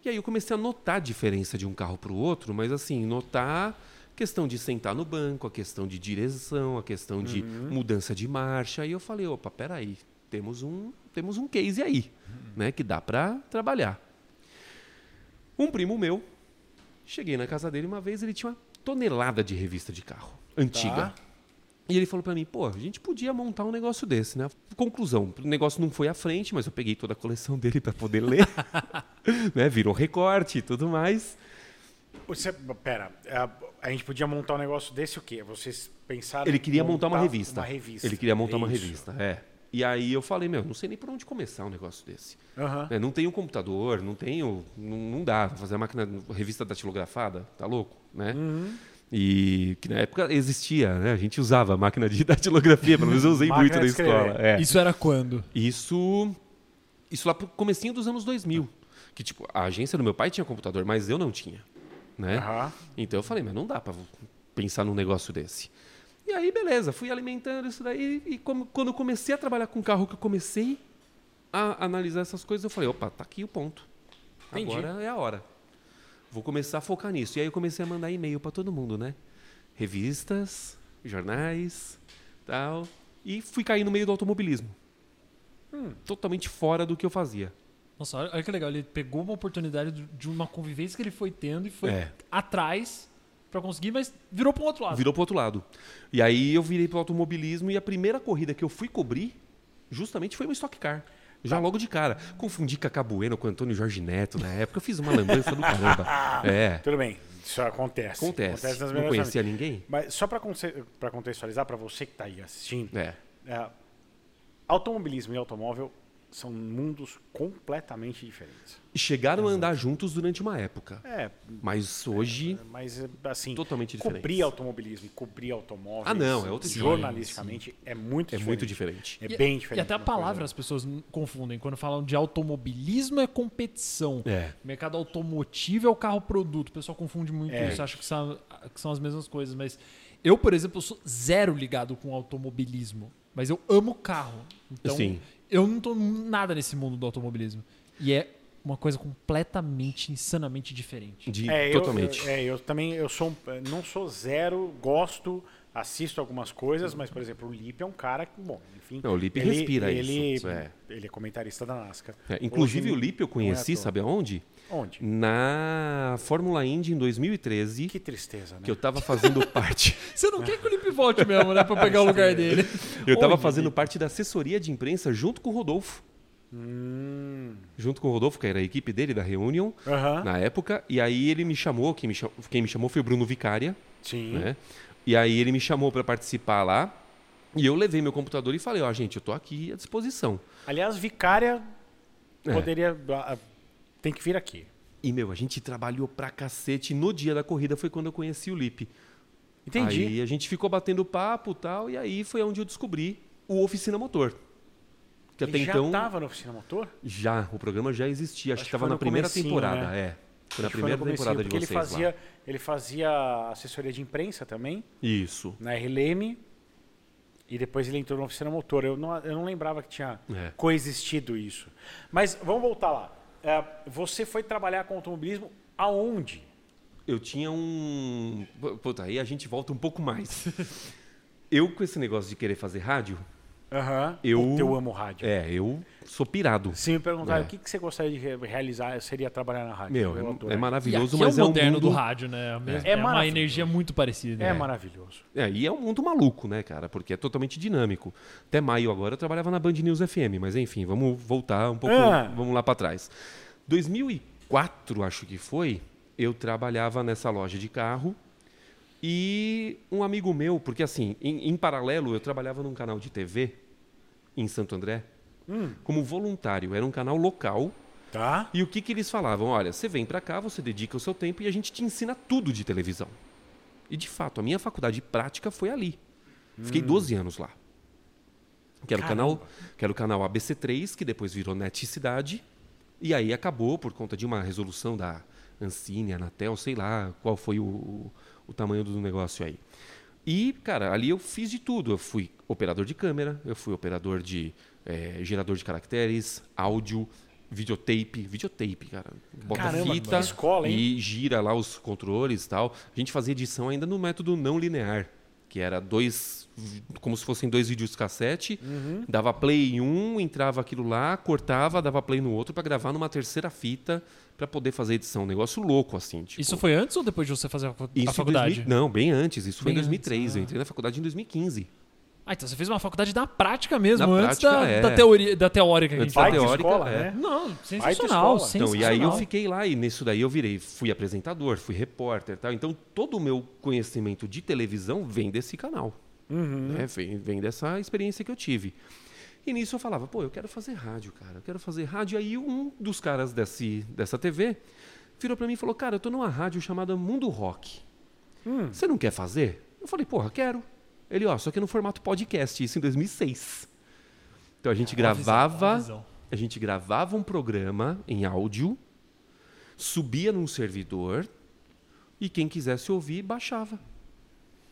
E aí eu comecei a notar a diferença de um carro para o outro, mas assim, notar a questão de sentar no banco, a questão de direção, a questão de mudança de marcha. Aí eu falei, opa, peraí, temos um, temos um case aí, né, que dá para trabalhar. Um primo meu, cheguei na casa dele uma vez, ele tinha uma tonelada de revista de carro, antiga. Tá. E ele falou pra mim, pô, a gente podia montar um negócio desse, né? Conclusão, o negócio não foi à frente, mas eu peguei toda a coleção (laughs) dele pra poder ler, né? Virou recorte e tudo mais. Você, pera, a, a gente podia montar um negócio desse o quê? Vocês pensaram. Ele em queria montar, uma revista. Uma revista. Ele queria montar uma Isso. revista, é. E aí eu falei, meu, não sei nem por onde começar um negócio desse. Aham. né? Não tenho computador, não tenho. Não, não dá. Fazer a máquina, revista datilografada, tá louco, né? Uhum. E que na época existia, né? A gente usava a máquina de (laughs) datilografia, pelo menos eu usei Máquina muito na de escrever. escola. É. Isso era quando? Isso isso lá pro comecinho dos anos 2000, que tipo, a agência do meu pai tinha computador, mas eu não tinha, né? Aham. Então eu falei, mas não dá pra pensar num negócio desse. E aí, beleza, fui alimentando isso daí e como- quando eu comecei a trabalhar com carro que eu comecei a analisar essas coisas, eu falei, opa, tá aqui o ponto. Entendi. Agora é a hora. Vou começar a focar nisso. E aí eu comecei a mandar e-mail pra todo mundo, né? Revistas, jornais, tal. E fui cair no meio do automobilismo. Totalmente fora do que eu fazia. Nossa, olha, olha que legal. Ele pegou uma oportunidade do- de uma convivência que ele foi tendo e foi É. atrás pra conseguir, mas virou pra um outro lado. Virou pro outro lado. E aí eu virei pro automobilismo e a primeira corrida que eu fui cobrir justamente foi uma Stock Car. Já Tá. logo de cara. Confundi com a Cabueno, com o Antônio Jorge Neto na época. Eu fiz uma lambança (laughs) do caramba. É. Tudo bem, isso acontece. Acontece. nas Não melhores conhecia famílias. ninguém? Mas só para tá contextualizar, para você que está aí assistindo, É. é, automobilismo e automóvel são mundos completamente diferentes. E chegaram a andar juntos durante uma época. É, Mas hoje. mas assim, Totalmente cobrir diferentes. automobilismo e cobrir automóveis Ah, não, é outra história, jornalisticamente é muito É diferente. muito diferente. É E- bem diferente. E até a uma coisa palavra as pessoas n- confundem. Quando falam de automobilismo é competição. É. Mercado automotivo é o carro-produto. O pessoal confunde muito É. isso, acha que são, que são as mesmas coisas. Mas eu, por exemplo, sou zero ligado com automobilismo. Mas eu amo carro. Então Sim. eu não tô nada nesse mundo do automobilismo. E é uma coisa completamente, insanamente diferente. De, É, eu- totalmente. Eu, é, eu também eu sou um- não sou zero, gosto, assisto algumas coisas, mas por exemplo, o Lipe é um cara que, bom, enfim, Não, o Lipe ele- respira isso, ele, isso é. ele é comentarista da NASCAR. É, inclusive Hoje, o Lipe eu não conheci, é à toa. sabe aonde? Onde? Na Fórmula Indy em 2013, Que que, tristeza, né? eu (laughs) tava fazendo parte. Você não quer que o Lipe volte mesmo, né? Pra pegar (laughs) o lugar dele. Eu tava Onde, fazendo Lipe? parte da assessoria de imprensa junto com o Rodolfo. Hum, Junto com o Rodolfo, que era a equipe dele da Reunion aham, na época. E aí ele me chamou, quem me chamou, quem me chamou foi o Bruno Vicária. sim. né? E aí ele me chamou pra participar lá. E eu levei meu computador e falei, ó, gente, eu tô aqui à disposição. Aliás, Vicária É. poderia ah, ah, tem que vir aqui. E, meu, a gente trabalhou pra cacete. No dia da corrida foi quando eu conheci o Lipe. Entendi. Aí a gente ficou batendo papo e tal, e aí foi onde eu descobri o Oficina Motor. Que até Ele já tá então. tava na oficina motor? Já, o programa já existia. Acho, Acho que que tava foi na no primeira comecinho, temporada, né? é. Foi na Acho que foi no primeira comecinho, temporada de porque vocês ele fazia, lá. ele fazia assessoria de imprensa também. Isso. na RLM e depois ele entrou na oficina motor. Eu não, eu não lembrava que tinha É. coexistido isso. Mas vamos voltar lá. É, você foi trabalhar com automobilismo aonde? Eu tinha um. Puta, aí a gente volta um pouco mais. (laughs) eu, com esse negócio de querer fazer rádio, Aham. Eu- Puta, eu amo rádio. é, eu sou pirado. Se me perguntarem É. o que, que você gostaria de re- realizar, seria trabalhar na rádio. Meu, Eu é- adoro. é, E maravilhoso, aqui mas é o um moderno do mundo- rádio, né? É É, uma maravilhoso. energia muito parecida. É né? maravilhoso. É, e é um mundo maluco, né, cara? Porque é totalmente dinâmico. Até maio agora eu trabalhava na Band News FM, mas enfim, vamos voltar um pouco, Ah. vamos lá pra trás. 2004, acho que foi, eu trabalhava nessa loja de carro e um amigo meu, porque assim, em, em paralelo eu trabalhava num canal de TV em Santo André como voluntário, era um canal local. Tá? E o que, que eles falavam? Olha, você vem pra cá, você dedica o seu tempo e a gente te ensina tudo de televisão. E de fato, a minha faculdade prática foi ali. Fiquei Hum. 12 anos lá. Que era, o canal, que era o canal ABC3, que depois virou Net Cidade. E aí acabou por conta de uma resolução da Ancine, Anatel, sei lá qual foi o, o tamanho do negócio aí. E, cara, ali eu fiz de tudo. Eu fui operador de câmera, eu fui operador de eh, gerador de caracteres, áudio, videotape. Videotape, cara. Bota Caramba, fita que escola, hein? e gira lá os controles e tal. A gente fazia edição ainda no método não linear, que era dois, vi- como se fossem dois vídeos cassete, Uhum. dava play em um, entrava aquilo lá, cortava, dava play no outro pra gravar numa terceira fita pra poder fazer edição. Um negócio louco, assim. Tipo, Isso foi antes ou depois de você fazer a, fa- a isso em faculdade? 2000 não, bem antes. Isso foi em Bem antes, 2003. ah. Eu entrei na faculdade em 2015. Ah, então você fez uma faculdade da prática mesmo, Na antes prática, da, é. da teoria, da teórica que a gente Vai Antes da fala. de teórica, escola, é. né? Não, escola. sensacional, sensacional. Então, e aí eu fiquei lá e nisso daí eu virei, fui apresentador, fui repórter, tal. Então todo o meu conhecimento de televisão vem desse canal, né? Vem, vem dessa experiência que eu tive. E nisso eu falava, pô, eu quero fazer rádio, cara, eu quero fazer rádio. Aí um dos caras desse, dessa TV virou pra mim e falou, cara, eu tô numa rádio chamada Mundo Rock. Você não quer fazer? Eu falei, porra, quero. Ele, ó, só que no formato podcast, isso em 2006. Então a É, gente gravava, a gente gravava um programa em áudio, subia num servidor e quem quisesse ouvir baixava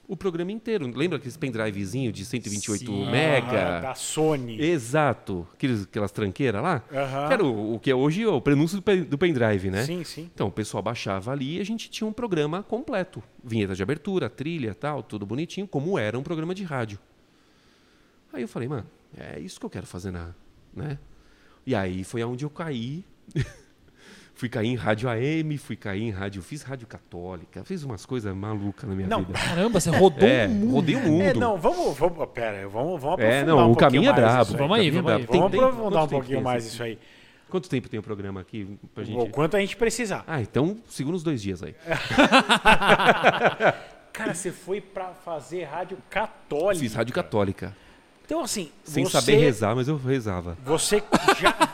o programa inteiro. Lembra aqueles pendrivezinho de 128 Sim. mega? Ah, da Sony. Exato, aqueles, aquelas tranqueiras lá. Aham. Que era o, o que é hoje o prenúncio do, pen- do pendrive, né? Sim, sim. Então o pessoal baixava ali e a gente tinha um programa completo. Vinheta de abertura, trilha tal, tudo bonitinho, como era um programa de rádio. Aí eu falei, mano, é isso que eu quero fazer na. né? E aí foi aonde eu caí. (laughs) fui cair em rádio AM, fui cair em rádio. Fiz rádio católica, fiz umas coisas malucas na minha Não, (laughs) vida. Caramba, você rodou É, um mundo. rodei o mundo. É, não, vamos, vamos, pera, vamos, vamos aprofundar É, não, um o caminho é pouquinho mais brabo. isso aí. Vamos aí, o caminho é vamos brabo. aí. Tem- Vamos tem- aprofundar um quanto tempo pouquinho tem mais esse- isso aí. Quanto tempo tem o programa aqui pra gente? O quanto a gente precisar. Ah, então segura uns dois dias aí. É. Cara, você foi pra fazer rádio católica. Fiz rádio católica. Então, assim, Sem você, saber rezar, mas eu rezava. (laughs) Você já.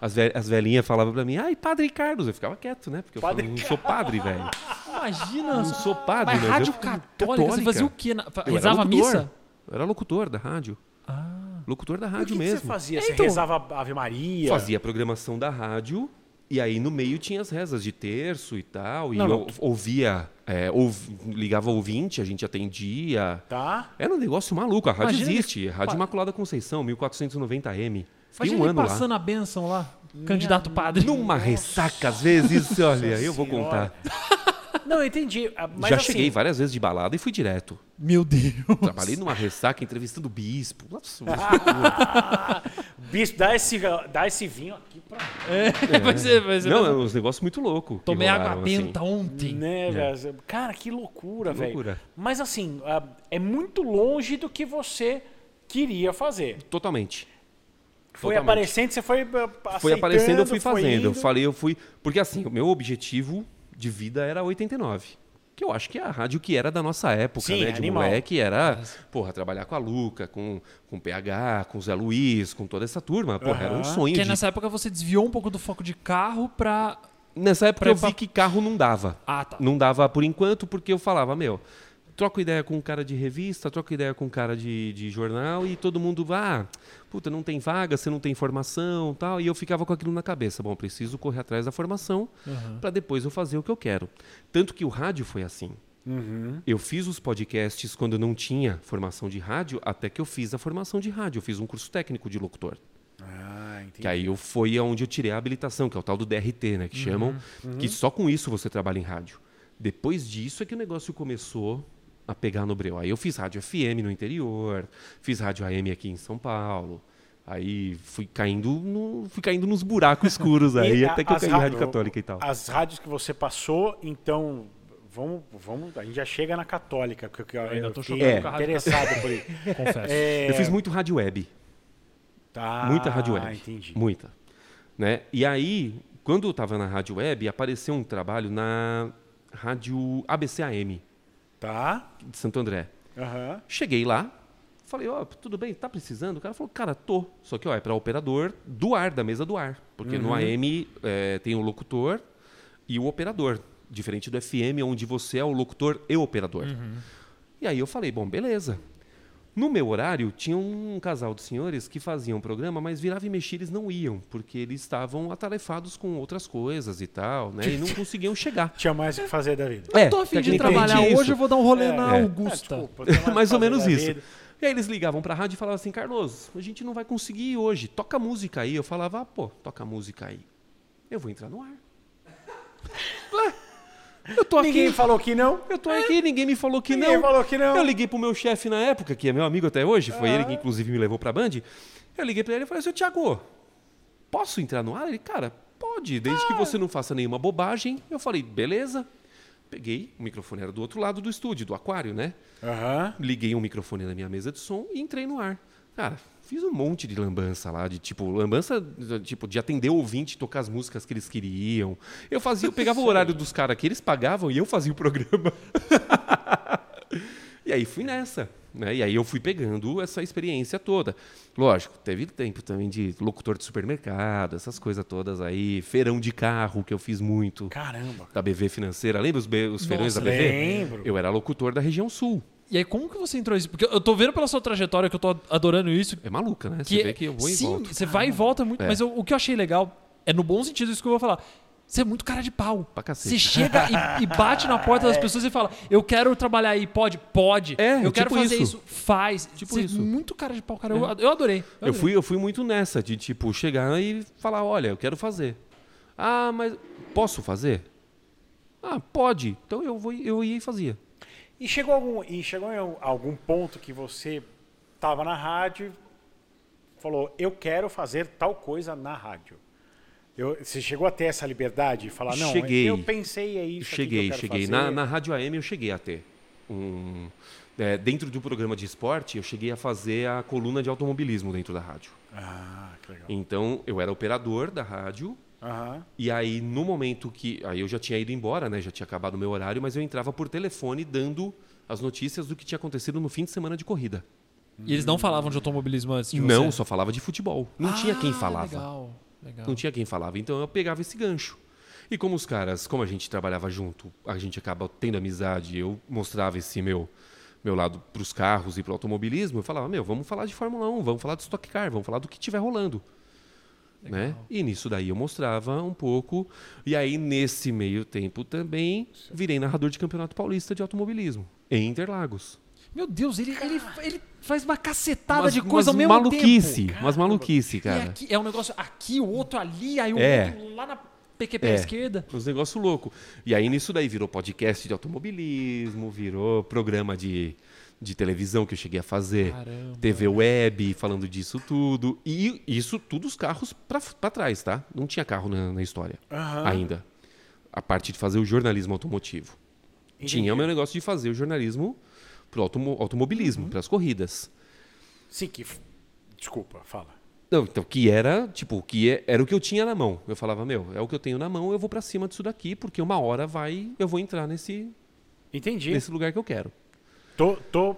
As, ve- as velhinhas falavam pra mim, ai, Padre Carlos. Eu ficava quieto, né? Porque eu Padre falava, não sou padre, velho. Imagina. Não sou padre, Mas mas eu rádio fui católica, você fazia o quê? Na- fa- Eu Rezava era locutor. missa? Ah. Eu era locutor da rádio. Locutor da O que, rádio que mesmo. você fazia? É, Você então- rezava Ave Maria? Fazia a programação da rádio e aí no meio tinha as rezas de terço e tal. E Não, não. eu ouvia, é, ouv- ligava ouvinte, a gente atendia. Tá? Era um negócio maluco. A rádio Imagina ele- existe. Rádio Pa- Imaculada Conceição, 1490M. Fiquei Imagina um ele ano lá. passando a bênção lá, candidato padre. Numa ressaca, às vezes, olha, eu vou Senhora. contar. Não, eu entendi. ah, Mas Já assim, cheguei várias vezes de balada e fui direto. Meu Deus. Trabalhei numa ressaca entrevistando o bispo. Nossa, Ah, Bispo, dá esse, dá esse vinho aqui pra mim. É, (laughs) vai ser, vai ser. não, é uns negócios muito loucos. que Tomei rolaram, água assim. benta ontem. Né, velho? Cara, que loucura, Que velho. loucura. Mas assim, ah, é muito longe do que você queria fazer. Totalmente. Foi Totalmente. aparecendo, você foi ah, Foi aceitando, aparecendo, eu fui foi fazendo. Eu indo. falei, eu fui. Porque assim, o meu objetivo de vida era 89. Que eu acho que é a rádio que era da nossa época, Sim, né? De animal. moleque era, porra, trabalhar com a Luca, com, com o PH, com o Zé Luiz, com toda essa turma. Porra, era Aham. um sonho. Porque de- nessa época você desviou um pouco do foco de carro pra. Nessa época Pra- eu vi que carro não dava. Ah, tá. Não dava por enquanto, porque eu falava, meu, troco ideia com um cara de revista, troco ideia com um cara de, de jornal e todo mundo, ah, puta, não tem vaga, você não tem formação tal. E eu ficava com aquilo na cabeça. Bom, preciso correr atrás da formação pra depois eu fazer o que eu quero. Tanto que o rádio foi assim. Eu fiz os podcasts quando eu não tinha formação de rádio, até que eu fiz a formação de rádio. Eu fiz um curso técnico de locutor. Ah, entendi. Que aí eu foi onde eu tirei a habilitação, que é o tal do DRT, né? Que Uhum, chamam. Que só com isso você trabalha em rádio. Depois disso é que o negócio começou a pegar no breu. Aí eu fiz rádio FM no interior, fiz rádio AM aqui em São Paulo. Aí fui caindo, no, fui caindo nos buracos escuros aí, (laughs) é E até que eu as caí em ra- Ah, rádio católica e tal. As rádios que você passou, então. Vamos, vamos, a gente já chega na católica, que que eu ainda eu tô fiquei chocado com a rádio interessado por isso. (laughs) É, Confesso. Eu fiz muito rádio web. Tá, Muita rádio web. entendi. Muita. Né? E aí, quando eu tava na rádio web, apareceu um trabalho na rádio ABCAM Tá. de Santo André. Aham. Cheguei lá, falei, ó, tudo bem, tá precisando? O cara falou, cara, tô. Só que, ó, é pra operador do ar, da mesa do ar. Porque no AM é, tem o locutor e o operador. Diferente do FM, onde você é o locutor e o operador. E aí eu falei, bom, beleza. No meu horário, tinha um casal de senhores que faziam um programa, mas virava e mexia eles não iam, porque eles estavam atarefados com outras coisas e tal, né? E não conseguiam chegar. Tinha mais o que fazer da vida. É, Tô a fim de tecnicamente trabalhar é isso. hoje, eu vou dar um rolê É, na é. Augusta. Ah, (laughs) desculpa, (laughs) tem Mais ou o que fazer menos da isso. vida. E aí eles ligavam pra rádio e falavam assim, Carlos, a gente não vai conseguir hoje, toca música aí. Eu falava, ah, pô, toca música aí. Eu vou entrar no ar. Ué, eu tô aqui, Ninguém falou que não. eu tô aqui, ninguém me falou que Ninguém não. falou que não. Eu liguei pro meu chefe na época, que é meu amigo até hoje, foi ele que inclusive me levou pra Band. Eu liguei pra ele e falei, seu Thiago, posso entrar no ar? Ele, cara, pode, desde que você não faça nenhuma bobagem. Eu falei, beleza. Peguei, o microfone era do outro lado do estúdio, do aquário, né? Aham. liguei um microfone na minha mesa de som e entrei no ar. Cara, fiz um monte de lambança lá, de tipo, lambança de, tipo, de atender o ouvinte, tocar as músicas que eles queriam. Eu fazia, eu pegava o horário dos caras que eles pagavam e eu fazia o programa. (laughs) e aí fui nessa. Né? E aí eu fui pegando essa experiência toda. Lógico, teve tempo também de locutor de supermercado, essas coisas todas aí, feirão de carro que eu fiz muito. Caramba. Da BV financeira, lembra os, be- os feirões Nossa, da BV? lembro. Eu era locutor da região sul. E aí, como que você entrou nisso? Porque eu tô vendo pela sua trajetória que eu tô adorando isso. É maluca, né? Que você vê que eu vou e sim, volto. você vai e volta muito. É. Mas eu- o que eu achei legal é no bom sentido isso que eu vou falar. Você é muito cara de pau. Pra cacete. Você chega e, e bate na porta das pessoas e fala: Eu quero trabalhar aí, pode? Pode. É, eu quero tipo fazer isso. isso. Faz. Tipo você isso. é muito cara de pau, cara. Eu, eu adorei. Eu adorei. fui, eu fui muito nessa, de tipo, chegar e falar, olha, eu quero fazer. Ah, mas posso fazer? Ah, pode. Então eu, vou, eu ia e fazia. E chegou algum, e chegou em algum ponto que você estava na rádio, falou, eu quero fazer tal coisa na rádio. Eu, você chegou a ter essa liberdade de falar, não, Cheguei. eu pensei é Eu isso aqui que eu cheguei, quero cheguei. fazer. é Na, na Rádio AM eu cheguei a ter. Um, é, dentro do programa de esporte, eu cheguei a fazer a coluna de automobilismo dentro da rádio. Ah, que legal. Então, eu era operador da rádio, Aham. E aí, no momento que. Aí eu já tinha ido embora, né? Já tinha acabado o meu horário, mas eu entrava por telefone dando as notícias do que tinha acontecido no fim de semana de corrida. E eles não falavam de automobilismo antes de Não, você? só falava de futebol. Não tinha quem Ah, falava. Legal, legal. Não tinha quem falava. Então eu pegava esse gancho. E como os caras, como a gente trabalhava junto, a gente acaba tendo amizade, eu mostrava esse meu meu lado para os carros e para o automobilismo, eu falava, meu, vamos falar de Fórmula 1, vamos falar de Stock Car, vamos falar do que tiver rolando. Né? E nisso daí eu mostrava um pouco. E aí, nesse meio tempo também, virei narrador de Campeonato Paulista de Automobilismo, em Interlagos. Meu Deus, ele, ele, ele faz uma cacetada Umas- de coisa ao umas mesmo maluquice, tempo. Mas maluquice, E cara. aqui, é um negócio aqui, o outro ali, aí o É. outro lá na PQP É. esquerda. Uns negócios loucos. E aí nisso daí virou podcast de automobilismo, virou programa de, de televisão que eu cheguei a fazer. Caramba. TV web, falando disso tudo. E isso tudo os carros pra, pra trás, tá? Não tinha carro na, na história Aham. ainda. A parte de fazer o jornalismo automotivo. Tinha o meu negócio de fazer o jornalismo pro automo automobilismo, pras corridas. Sim, que. f- Desculpa, fala. Não, então, que era, tipo, que é- era o que eu tinha na mão. Eu falava, meu, é o que eu tenho na mão, eu vou pra cima disso daqui, porque uma hora vai, eu vou entrar nesse, Entendi. nesse lugar que eu quero. Tô, tô,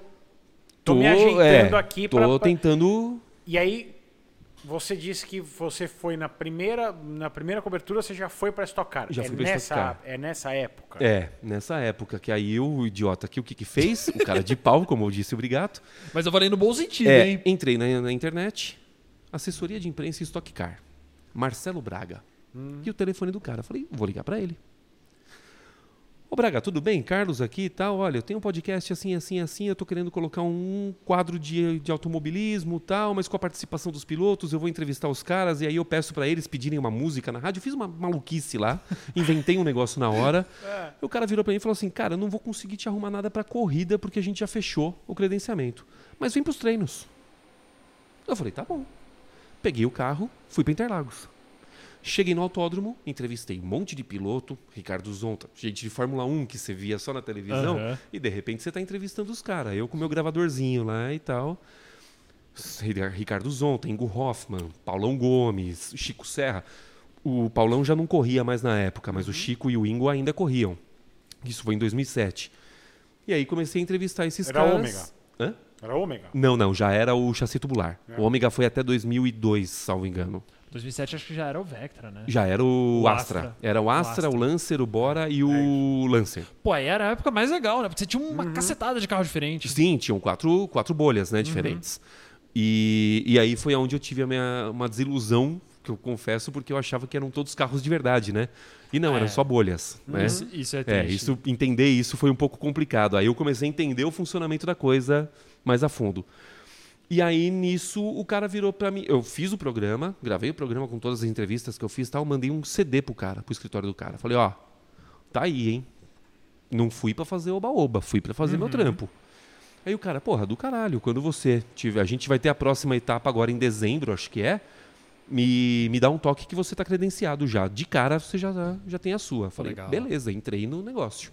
tô, me ajeitando é, aqui tô pra. pra- tentando... E aí, você disse que você foi na primeira, na primeira cobertura, você já foi pra estocar. Já é fui pra nessa, Stock É nessa época. É, nessa época, que aí o idiota aqui, o que que fez? O cara de pau, como eu disse, o Brigato. Mas eu falei no bom sentido, É, hein? entrei na, na internet, assessoria de imprensa e Stock Car. Marcelo Braga. E o telefone do cara. Falei, vou ligar pra ele. Ô Braga, tudo bem? Carlos aqui e tal. Olha, eu tenho um podcast assim, assim, assim. Eu tô querendo colocar um quadro de, de automobilismo e tal, mas com a participação dos pilotos, eu vou entrevistar os caras e aí eu peço pra eles pedirem uma música na rádio. Eu fiz uma maluquice lá, inventei um negócio na hora. E o cara virou pra mim e falou assim: Cara, eu não vou conseguir te arrumar nada pra corrida porque a gente já fechou o credenciamento. Mas vem pros treinos. Eu falei: Tá bom. Peguei o carro, fui pra Interlagos. Cheguei no autódromo, entrevistei um monte de piloto, Ricardo Zonta, gente de Fórmula 1 que você via só na televisão, Aham. e de repente você tá entrevistando os caras. Eu com meu gravadorzinho lá e tal. Ricardo Zonta, Ingo Hoffman, Paulão Gomes, Chico Serra. O Paulão já não corria mais na época, mas o Chico e o Ingo ainda corriam. Isso foi em 2007. E aí comecei a entrevistar esses Era caras. Ômega. Hã? Era ômega. Não, não, já era o chassi tubular. O Ômega foi até 2002, salvo engano. 2007 acho que já era o Vectra, né? Já era o, O Astra. Astra. Era o Astra, o, Lancer, o Bora e o Lancer. Pô, aí era a época mais legal, né? Porque você tinha uma cacetada de carro diferente. Sim, tinham quatro, quatro bolhas, né, diferentes. E, e aí foi onde eu tive a minha, uma desilusão, que eu confesso, porque eu achava que eram todos carros de verdade, né? E não, eram É. só bolhas, né? Isso, isso é É, triste. isso, entender isso foi um pouco complicado. Aí eu comecei a entender o funcionamento da coisa mais a fundo. E aí nisso o cara virou pra mim. Eu fiz o programa, gravei o programa com todas as entrevistas que eu fiz e tal, mandei um CD pro cara, pro escritório do cara. Falei, ó, tá aí, hein? Não fui pra fazer oba-oba, fui pra fazer meu Uhum. trampo. Aí o cara, porra, do caralho, quando você tiver. A gente vai ter a próxima etapa agora em dezembro, acho que é. Me, me dá um toque que você tá credenciado já. De cara você já, já tem a sua. Falei, Legal. beleza, entrei no negócio.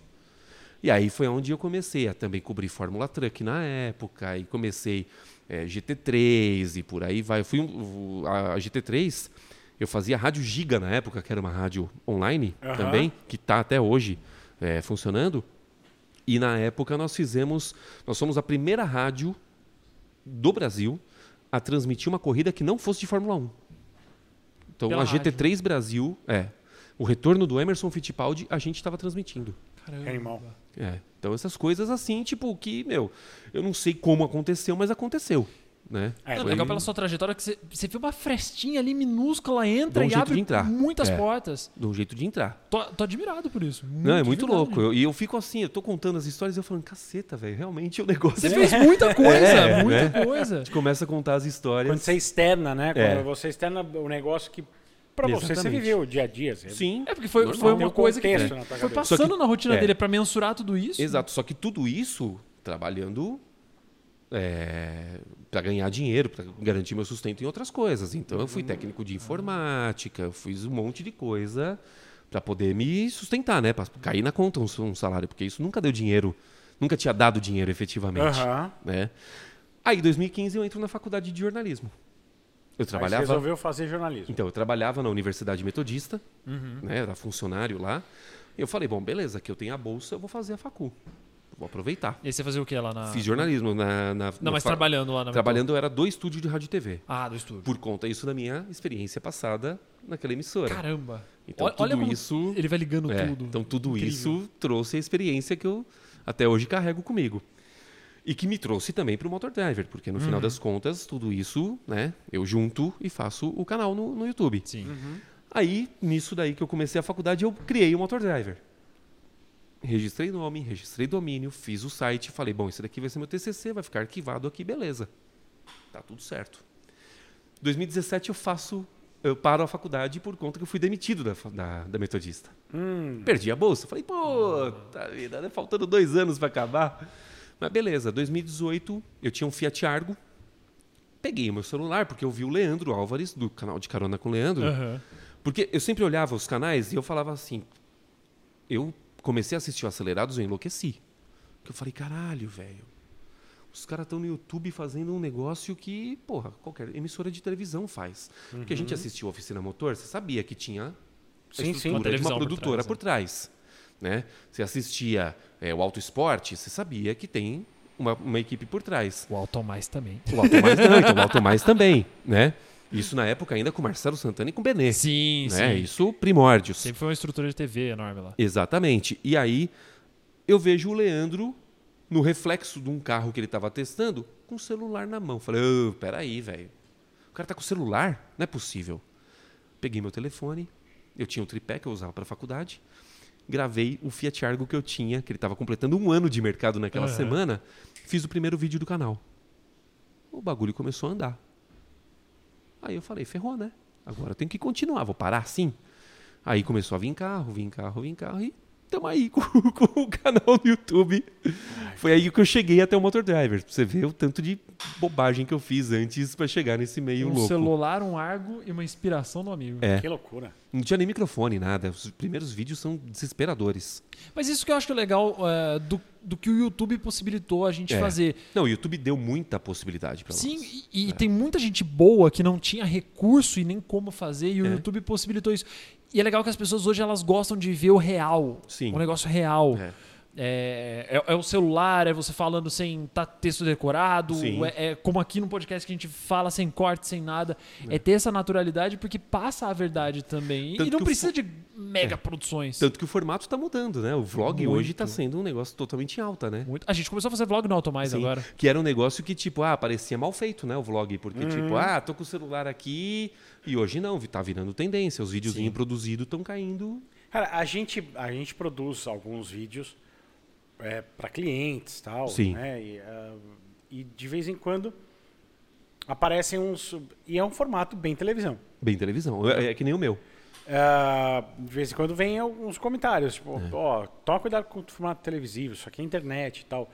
E aí foi onde eu comecei a também cobrir Fórmula Truck na época, e comecei eh, GT3 e por aí vai. Eu fui um- o- a, a GT3, eu fazia rádio Giga na época, que era uma rádio online Aham. também, que tá até hoje eh, funcionando. E na época nós fizemos, nós somos a primeira rádio do Brasil a transmitir uma corrida que não fosse de Fórmula 1. Então Pela a GT3 Brasil, é, o retorno do Emerson Fittipaldi a gente estava transmitindo. Caramba. Animal. É, então essas coisas assim, tipo, que, meu, eu não sei como aconteceu, mas aconteceu, né? É, Não, Foi- legal pela sua trajetória que você, você vê uma frestinha ali minúscula, entra Dá um e jeito abre de entrar. muitas É. portas. Deu um jeito de entrar. Tô, tô admirado por isso. não, é muito verdade. louco. Eu- E eu, fico assim, eu tô contando as histórias e eu falando, caceta, velho, realmente o (laughs) negócio... Você fez muita coisa, (laughs) É, muita coisa. A gente começa a contar as histórias. Quando você externa, né? É. Quando você externa o negócio que. Pra você, você Exatamente. viveu o dia a dia. Você... Sim. É porque foi, Normal. foi Tem uma um coisa que contexto foi, na tua foi cabeça. passando na rotina é. dele pra mensurar tudo né? isso. Exato, só que tudo isso trabalhando é, para ganhar dinheiro, para garantir meu sustento em outras coisas. Então eu fui Uhum. técnico de informática, eu fiz um monte de coisa para poder me sustentar, né? Para cair na conta um, um salário, porque isso nunca deu dinheiro, nunca tinha dado dinheiro efetivamente, Aham. né? Aí em 2015 eu entro na faculdade de jornalismo. Eu Trabalhava... trabalhava resolveu fazer jornalismo. então, eu trabalhava na Universidade Metodista, Uhum. né, era funcionário lá. Eu falei, bom, beleza, que eu tenho a bolsa, eu vou fazer a facu. vou aproveitar. E aí você fazia o que lá na. Fiz jornalismo na. na Ah, tá. Não, na mas fa- trabalhando lá na. Trabalhando era do estúdio de rádio e TV. Ah, do estúdio. Por conta isso da minha experiência passada naquela emissora. Caramba. Então, olha, tudo olha como isso- Ele vai ligando É, tudo. Então tudo Incrível. isso trouxe a experiência que eu até hoje carrego comigo. E que me trouxe também para o Motor Driver, porque no Uhum. final das contas, tudo isso, né, eu junto e faço o canal no, no YouTube. Sim. Uhum. Aí, nisso daí que eu comecei a faculdade, eu criei o Motor Driver. Registrei nome, registrei domínio, fiz o site, falei, bom, isso daqui vai ser meu TCC, vai ficar arquivado aqui, beleza. Tá tudo certo. 2017 eu faço, eu paro a faculdade por conta que eu fui demitido da, fa- da, da Metodista. Perdi a bolsa. Falei, pô, tá vida, né? faltando dois anos para acabar. Mas beleza, 2018 eu tinha um Fiat Argo, peguei o meu celular porque eu vi o Leandro Álvares, do canal de Carona com o Leandro, Aham. porque eu sempre olhava os canais e eu falava assim. Eu comecei a assistir o Acelerados e eu enlouqueci. Porque eu falei, caralho, velho. Os caras estão no YouTube fazendo um negócio que, porra, qualquer emissora de televisão faz. Porque a gente Uhum. assistiu a Oficina Motor, você sabia que tinha a Sim, sim. estrutura Uma de televisão uma por produtora trás, é. por trás. né? Você assistia é, o Auto Esporte, você sabia que tem uma- uma equipe por trás. O Alton Mais também. O Automais não, então o Automais também, né? Isso na época ainda com Marcelo Santana e com Benê. Sim, né? sim. Isso primórdios. Sempre foi uma estrutura de TV enorme lá. Exatamente. E aí eu vejo o Leandro no reflexo de um carro que ele estava testando com o celular na mão. Falei, "Ô, peraí, velho. O cara tá com o celular? Não é possível. Peguei meu telefone, eu tinha um tripé que eu usava para faculdade, gravei o Fiat Argo que eu tinha, que ele estava completando um ano de mercado naquela Aham. semana, fiz o primeiro vídeo do canal. O bagulho começou a andar. Aí eu falei, ferrou, né? Agora eu tenho que continuar, vou parar assim? Aí começou a vir carro, vir carro, vir carro e tamo aí (laughs) com, com o canal no YouTube. Foi aí que eu cheguei até o Motor Driver. Pra você ver o tanto de bobagem que eu fiz antes pra chegar nesse meio um louco. celular, um argo e uma inspiração do amigo. É. Que loucura. Não tinha nem microfone, nada. Os primeiros vídeos são desesperadores. Mas isso que eu acho que é legal é, do, do que o YouTube possibilitou a gente É. fazer. Não, o YouTube deu muita possibilidade pra Sim, nós. e, e tem muita gente boa que não tinha recurso e nem como fazer, e o É. YouTube possibilitou isso. E é legal que as pessoas hoje elas gostam de ver o real, Sim. o negócio real. É. É, é- é o celular, é você falando sem tá texto decorado, Sim. é, é como aqui no podcast que a gente fala sem corte, sem nada. É, ter essa naturalidade porque passa a verdade também. E- Tanto e não que o É. precisa de mega produções. Tanto que o formato tá mudando, né? O vlog hoje tá sendo um negócio totalmente em alta, né? Muito. A gente começou a fazer vlog no Auto Mais Sim, agora. Que era um negócio que, tipo, ah, parecia mal feito, né? O vlog. Porque, tipo, Uhum. ah, tô com o celular aqui. E hoje não, tá virando tendência. Os videozinhos produzidos estão caindo. Cara, a gente, a gente produz alguns vídeos é, para clientes tal, Sim. né? E, ah, e de vez em quando aparecem uns. E é um formato bem televisão. Bem televisão. É, é que nem o meu. Ah, de vez em quando vem alguns comentários, tipo, ó, toma cuidado com o formato televisivo, isso aqui é internet e tal.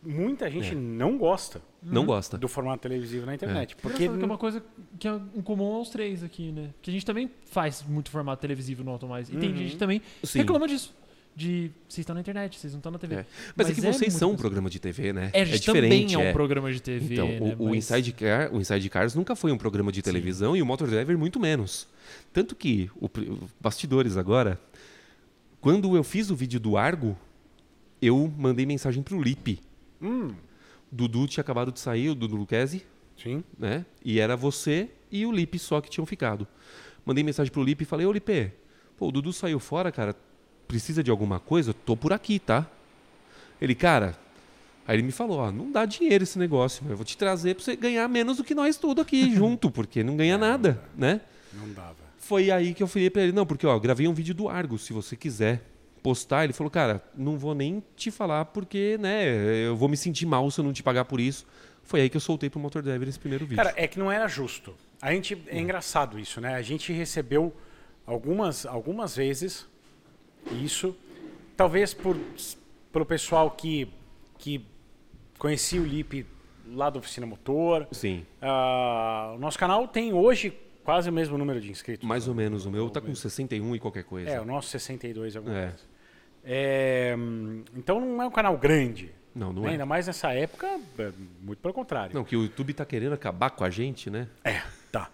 Muita gente não gosta Uhum. Não gosta. do formato televisivo na internet. Porque Engraçado que é uma coisa que é em comum aos três aqui, né? Porque a gente também faz muito formato televisivo no Automais. E tem gente que também Uhum. Sim. reclama disso. De vocês estão na internet, vocês não estão na TV. É. Mas, é que vocês muito são um mais- programa de TV, né? É, a gente também é um programa de TV. Então, né? o, o Mas- Inside Car, o Inside Cars nunca foi um programa de televisão e o Motor Driver muito menos. Tanto que, o, pri- o bastidores agora, quando eu fiz o vídeo do Argo, eu mandei mensagem pro Lipe. Dudu tinha acabado de sair, o Dudu Luquezzi, Sim. né? E era você e o Lipe só que tinham ficado. Mandei mensagem pro Lipe e falei, ô Lipe, pô, o Dudu saiu fora, cara, precisa de alguma coisa? Tô por aqui, tá? Ele, cara, aí ele me falou, ó, não dá dinheiro esse negócio, eu vou te trazer pra você ganhar menos do que nós tudo aqui junto, porque não ganha nada, né? Não dava. Foi aí que eu falei pra ele, não, porque ó, gravei um vídeo do Argo, se você quiser postar, ele falou, cara, não vou nem te falar porque, né, eu vou me sentir mal se eu não te pagar por isso. Foi aí que eu soltei pro Motor Driver esse primeiro vídeo. Cara, é que não era justo. A gente Hum. é engraçado isso, né? A gente recebeu algumas algumas vezes isso, talvez por pelo pessoal que que conhecia o Lipe lá da oficina motor. Sim. Ah, o nosso canal tem hoje quase o mesmo número de inscritos. Mais ou menos. O meu tá com 61 e qualquer coisa. É, o nosso 62 alguma É. coisa. É, hum, então não é um canal grande. Não, não né? é. Ainda mais nessa época, é, muito pelo contrário. Não, que o YouTube tá querendo acabar com a gente, né? É, (laughs) tá.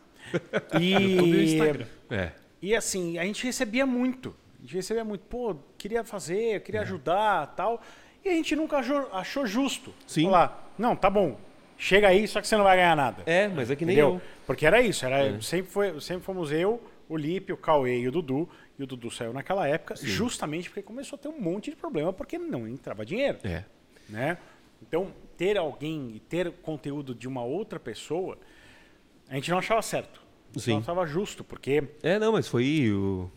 E, YouTube e o Instagram. É. E É. assim, a gente recebia muito. A gente recebia muito. Pô, queria fazer, queria ajudar tal. E a gente nunca achou, achou justo. Sim. Falar, não, tá bom, chega aí, só que você não vai ganhar nada. É, mas é que nem Entendeu? eu. É. Porque era isso, era, sempre, foi, sempre fomos eu, o Lipe, o Cauê e o Dudu. E o Dudu saiu naquela época justamente porque começou a ter um monte de problema porque não entrava dinheiro. É. né? Então, ter alguém e ter conteúdo de uma outra pessoa, a gente não achava certo. A gente Sim. Não achava justo, porque É, não, mas foi. O,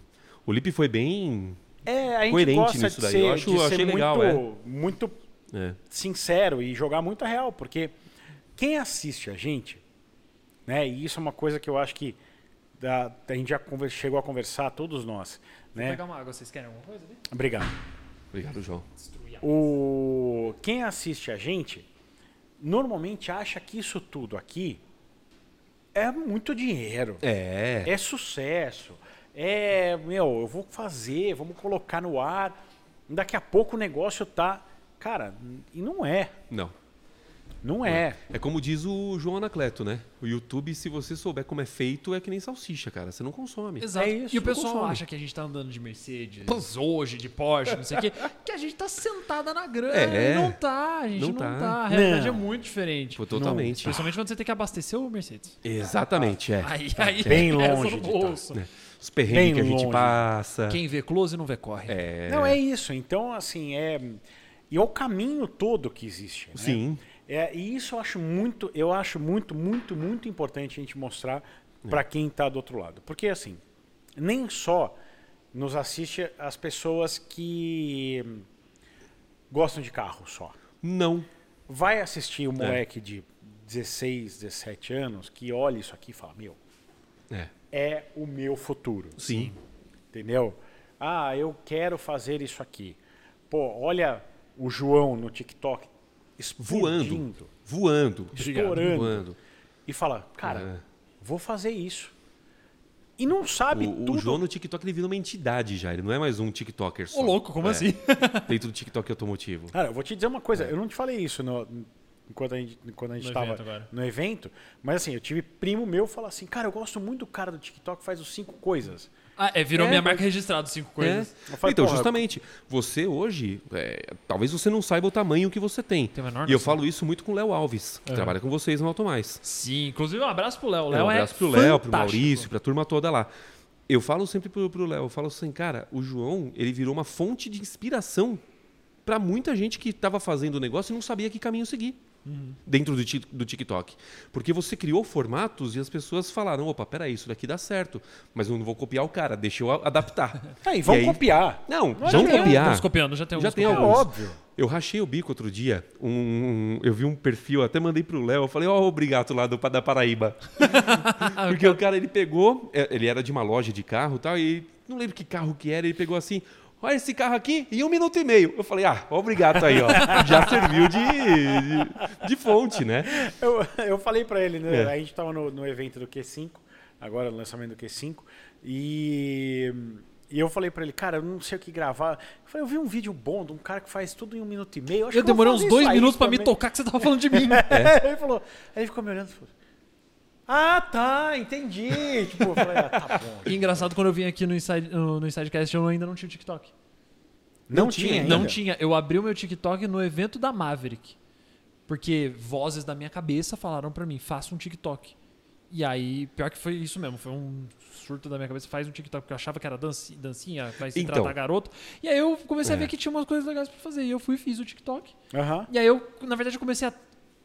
o Lipe foi bem. é, a gente Coerente gosta nisso de daí. ser, Eu acho- de eu ser achei muito, legal, muito É. sincero e jogar muito a real, porque quem assiste a gente, né? E isso é uma coisa que eu acho que da- a gente já conver- chegou a conversar, todos nós, é. Vou né? pegar uma água, vocês querem alguma coisa? ali? Obrigado. Obrigado, João. O quem assiste a gente normalmente acha que isso tudo aqui é muito dinheiro, É. é, sucesso, é meu, eu vou fazer, vamos colocar no ar. Daqui a pouco o negócio tá, cara, e não é, Não. não é. É como diz o João Anacleto, né? O YouTube, se você souber como é feito, é que nem salsicha, cara. Você não consome. Exato. É isso, e o pessoal consome. acha que a gente tá andando de Mercedes hoje, de Porsche, não sei o quê, que a gente tá sentada na grana. É. E não tá, a gente não, Não tá. tá. A realidade Não. é muito diferente. Pô, Tipo, totalmente. Principalmente quando você tem que abastecer o Mercedes. Exatamente, é. Aí, aí Bem pesa longe no de tá. bolso. Os perrengues Bem que a gente longe. passa. Quem vê close não vê corre. É. Não é isso. Então, assim, é e é o caminho todo que existe, né? Sim. É, e isso eu acho muito, eu acho muito, muito, muito importante a gente mostrar É. para quem está do outro lado. Porque assim, nem só nos assiste as pessoas que hum, gostam de carro só. Não. Vai assistir o É. moleque de 16, 17 anos que olha isso aqui e fala: "Meu, É. é o meu futuro". Sim. Entendeu? Ah, eu quero fazer isso aqui. Pô, olha o João no TikTok explodindo. Voando. Voando. Estourando. Voando. É. e fala, cara, vou fazer isso. E não sabe O, o tudo. João no TikTok ele vira uma entidade já. Ele não é mais um TikToker só. Ô, louco, como É. assim? Dentro do (laughs) TikTok automotivo. Cara, eu vou te dizer uma coisa, eu não te falei isso no- enquanto a gente, enquanto a gente É. No tava evento agora. no evento, mas assim, eu tive primo meu falar assim, cara, eu gosto muito do cara do TikTok, faz os cinco coisas. Ah, é, virou É, minha mas- marca registrada, cinco É. coisas. Eu falei, então, porra, justamente, você hoje, é, talvez você não saiba o tamanho que você tem. Tem a menor e eu noção. É. falo isso muito com o Léo Alves, que trabalha com vocês no Automais. Sim, inclusive um abraço pro Léo. O Léo um é abraço pro Léo, pro fantástico. Maurício, pra turma toda lá. Eu falo sempre pro, pro Léo, eu falo assim, cara, o João, ele virou uma fonte de inspiração pra muita gente que tava fazendo o negócio e não sabia que caminho seguir Uhum. dentro do, ti- do TikTok. Porque você criou formatos e as pessoas falaram, opa, peraí, isso daqui dá certo, mas eu não vou copiar o cara, deixa eu a- adaptar. Tá (laughs) aí, vamos E aí- copiar. Não, adianta. vão copiar. Estamos copiando, já tem alguns Já tem copiando. alguns. óbvio. Eu rachei o bico outro dia. Um, um- eu vi um perfil, até mandei pro Léo. Eu falei, ó, o Brigato lá do, da Paraíba. (laughs) Porque o cara, ele pegou... é, Ele era de uma loja de carro e tal. E não lembro que carro que era. Ele pegou assim... Olha esse carro aqui em um minuto e meio. Eu falei, ah, ó o Brigato aí, ó. Já serviu de, de, de fonte, né? (laughs) Eu, eu falei pra ele, né? É. A gente tava no, no evento do Q5, agora no lançamento do Q5, e, e eu falei pra ele, cara, eu não sei o que gravar. Eu falei, eu vi um vídeo bom de um cara que faz tudo em um minuto e meio. acho Eu que vou demorei fazer uns isso dois aí minutos pra me também." (laughs) tocar que você tava falando de mim. (laughs) Ele falou, aí ele ficou me olhando e falou, ah, tá, entendi. (laughs) tipo, eu falei, ah, tá bom. E engraçado, quando eu vim aqui no, Inside, no, no Insidecast, eu ainda não tinha o TikTok. Não, tinha tinha, ainda. Não tinha. Eu abri o meu TikTok no evento da Maverick. Porque vozes da minha cabeça falaram pra mim, faça um TikTok. E aí, pior que foi isso mesmo, foi um surto da minha cabeça, faz um TikTok, porque eu achava que era danci- dancinha, vai se Então. tratar garoto. E aí eu comecei a É. ver que tinha umas coisas legais pra fazer. E eu fui e fiz o TikTok. Aham. E aí eu, na verdade, eu comecei a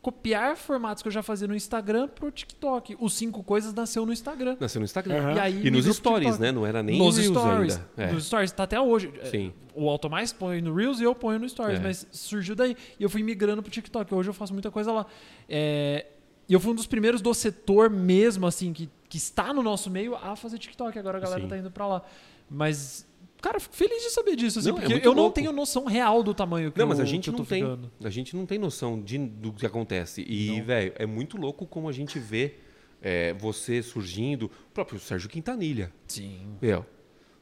copiar formatos que eu já fazia no Instagram pro TikTok. Os cinco coisas nasceu no Instagram. Nasceu no Instagram. Aham. E, aí, E nos migrou pro stories, TikTok. né? Não era nem nos Reels stories. ainda. É. Nos stories, tá até hoje. É, Sim. O Automais põe no Reels e eu ponho no Stories, É. mas surgiu daí. E eu fui migrando pro TikTok. Hoje eu faço muita coisa lá. É, E eu fui um dos primeiros do setor mesmo, assim, que, que está no nosso meio a fazer TikTok. Agora a galera Sim. tá indo pra lá. Mas, cara, eu fico feliz de saber disso, assim, Não, é porque muito eu não louco. tenho noção real do tamanho que Não, mas eu, a que gente eu tô não tem. ficando. A gente não tem noção de, do que acontece. E, velho, é muito louco como a gente vê é, você surgindo. O próprio Sérgio Quintanilha. Sim. Meu,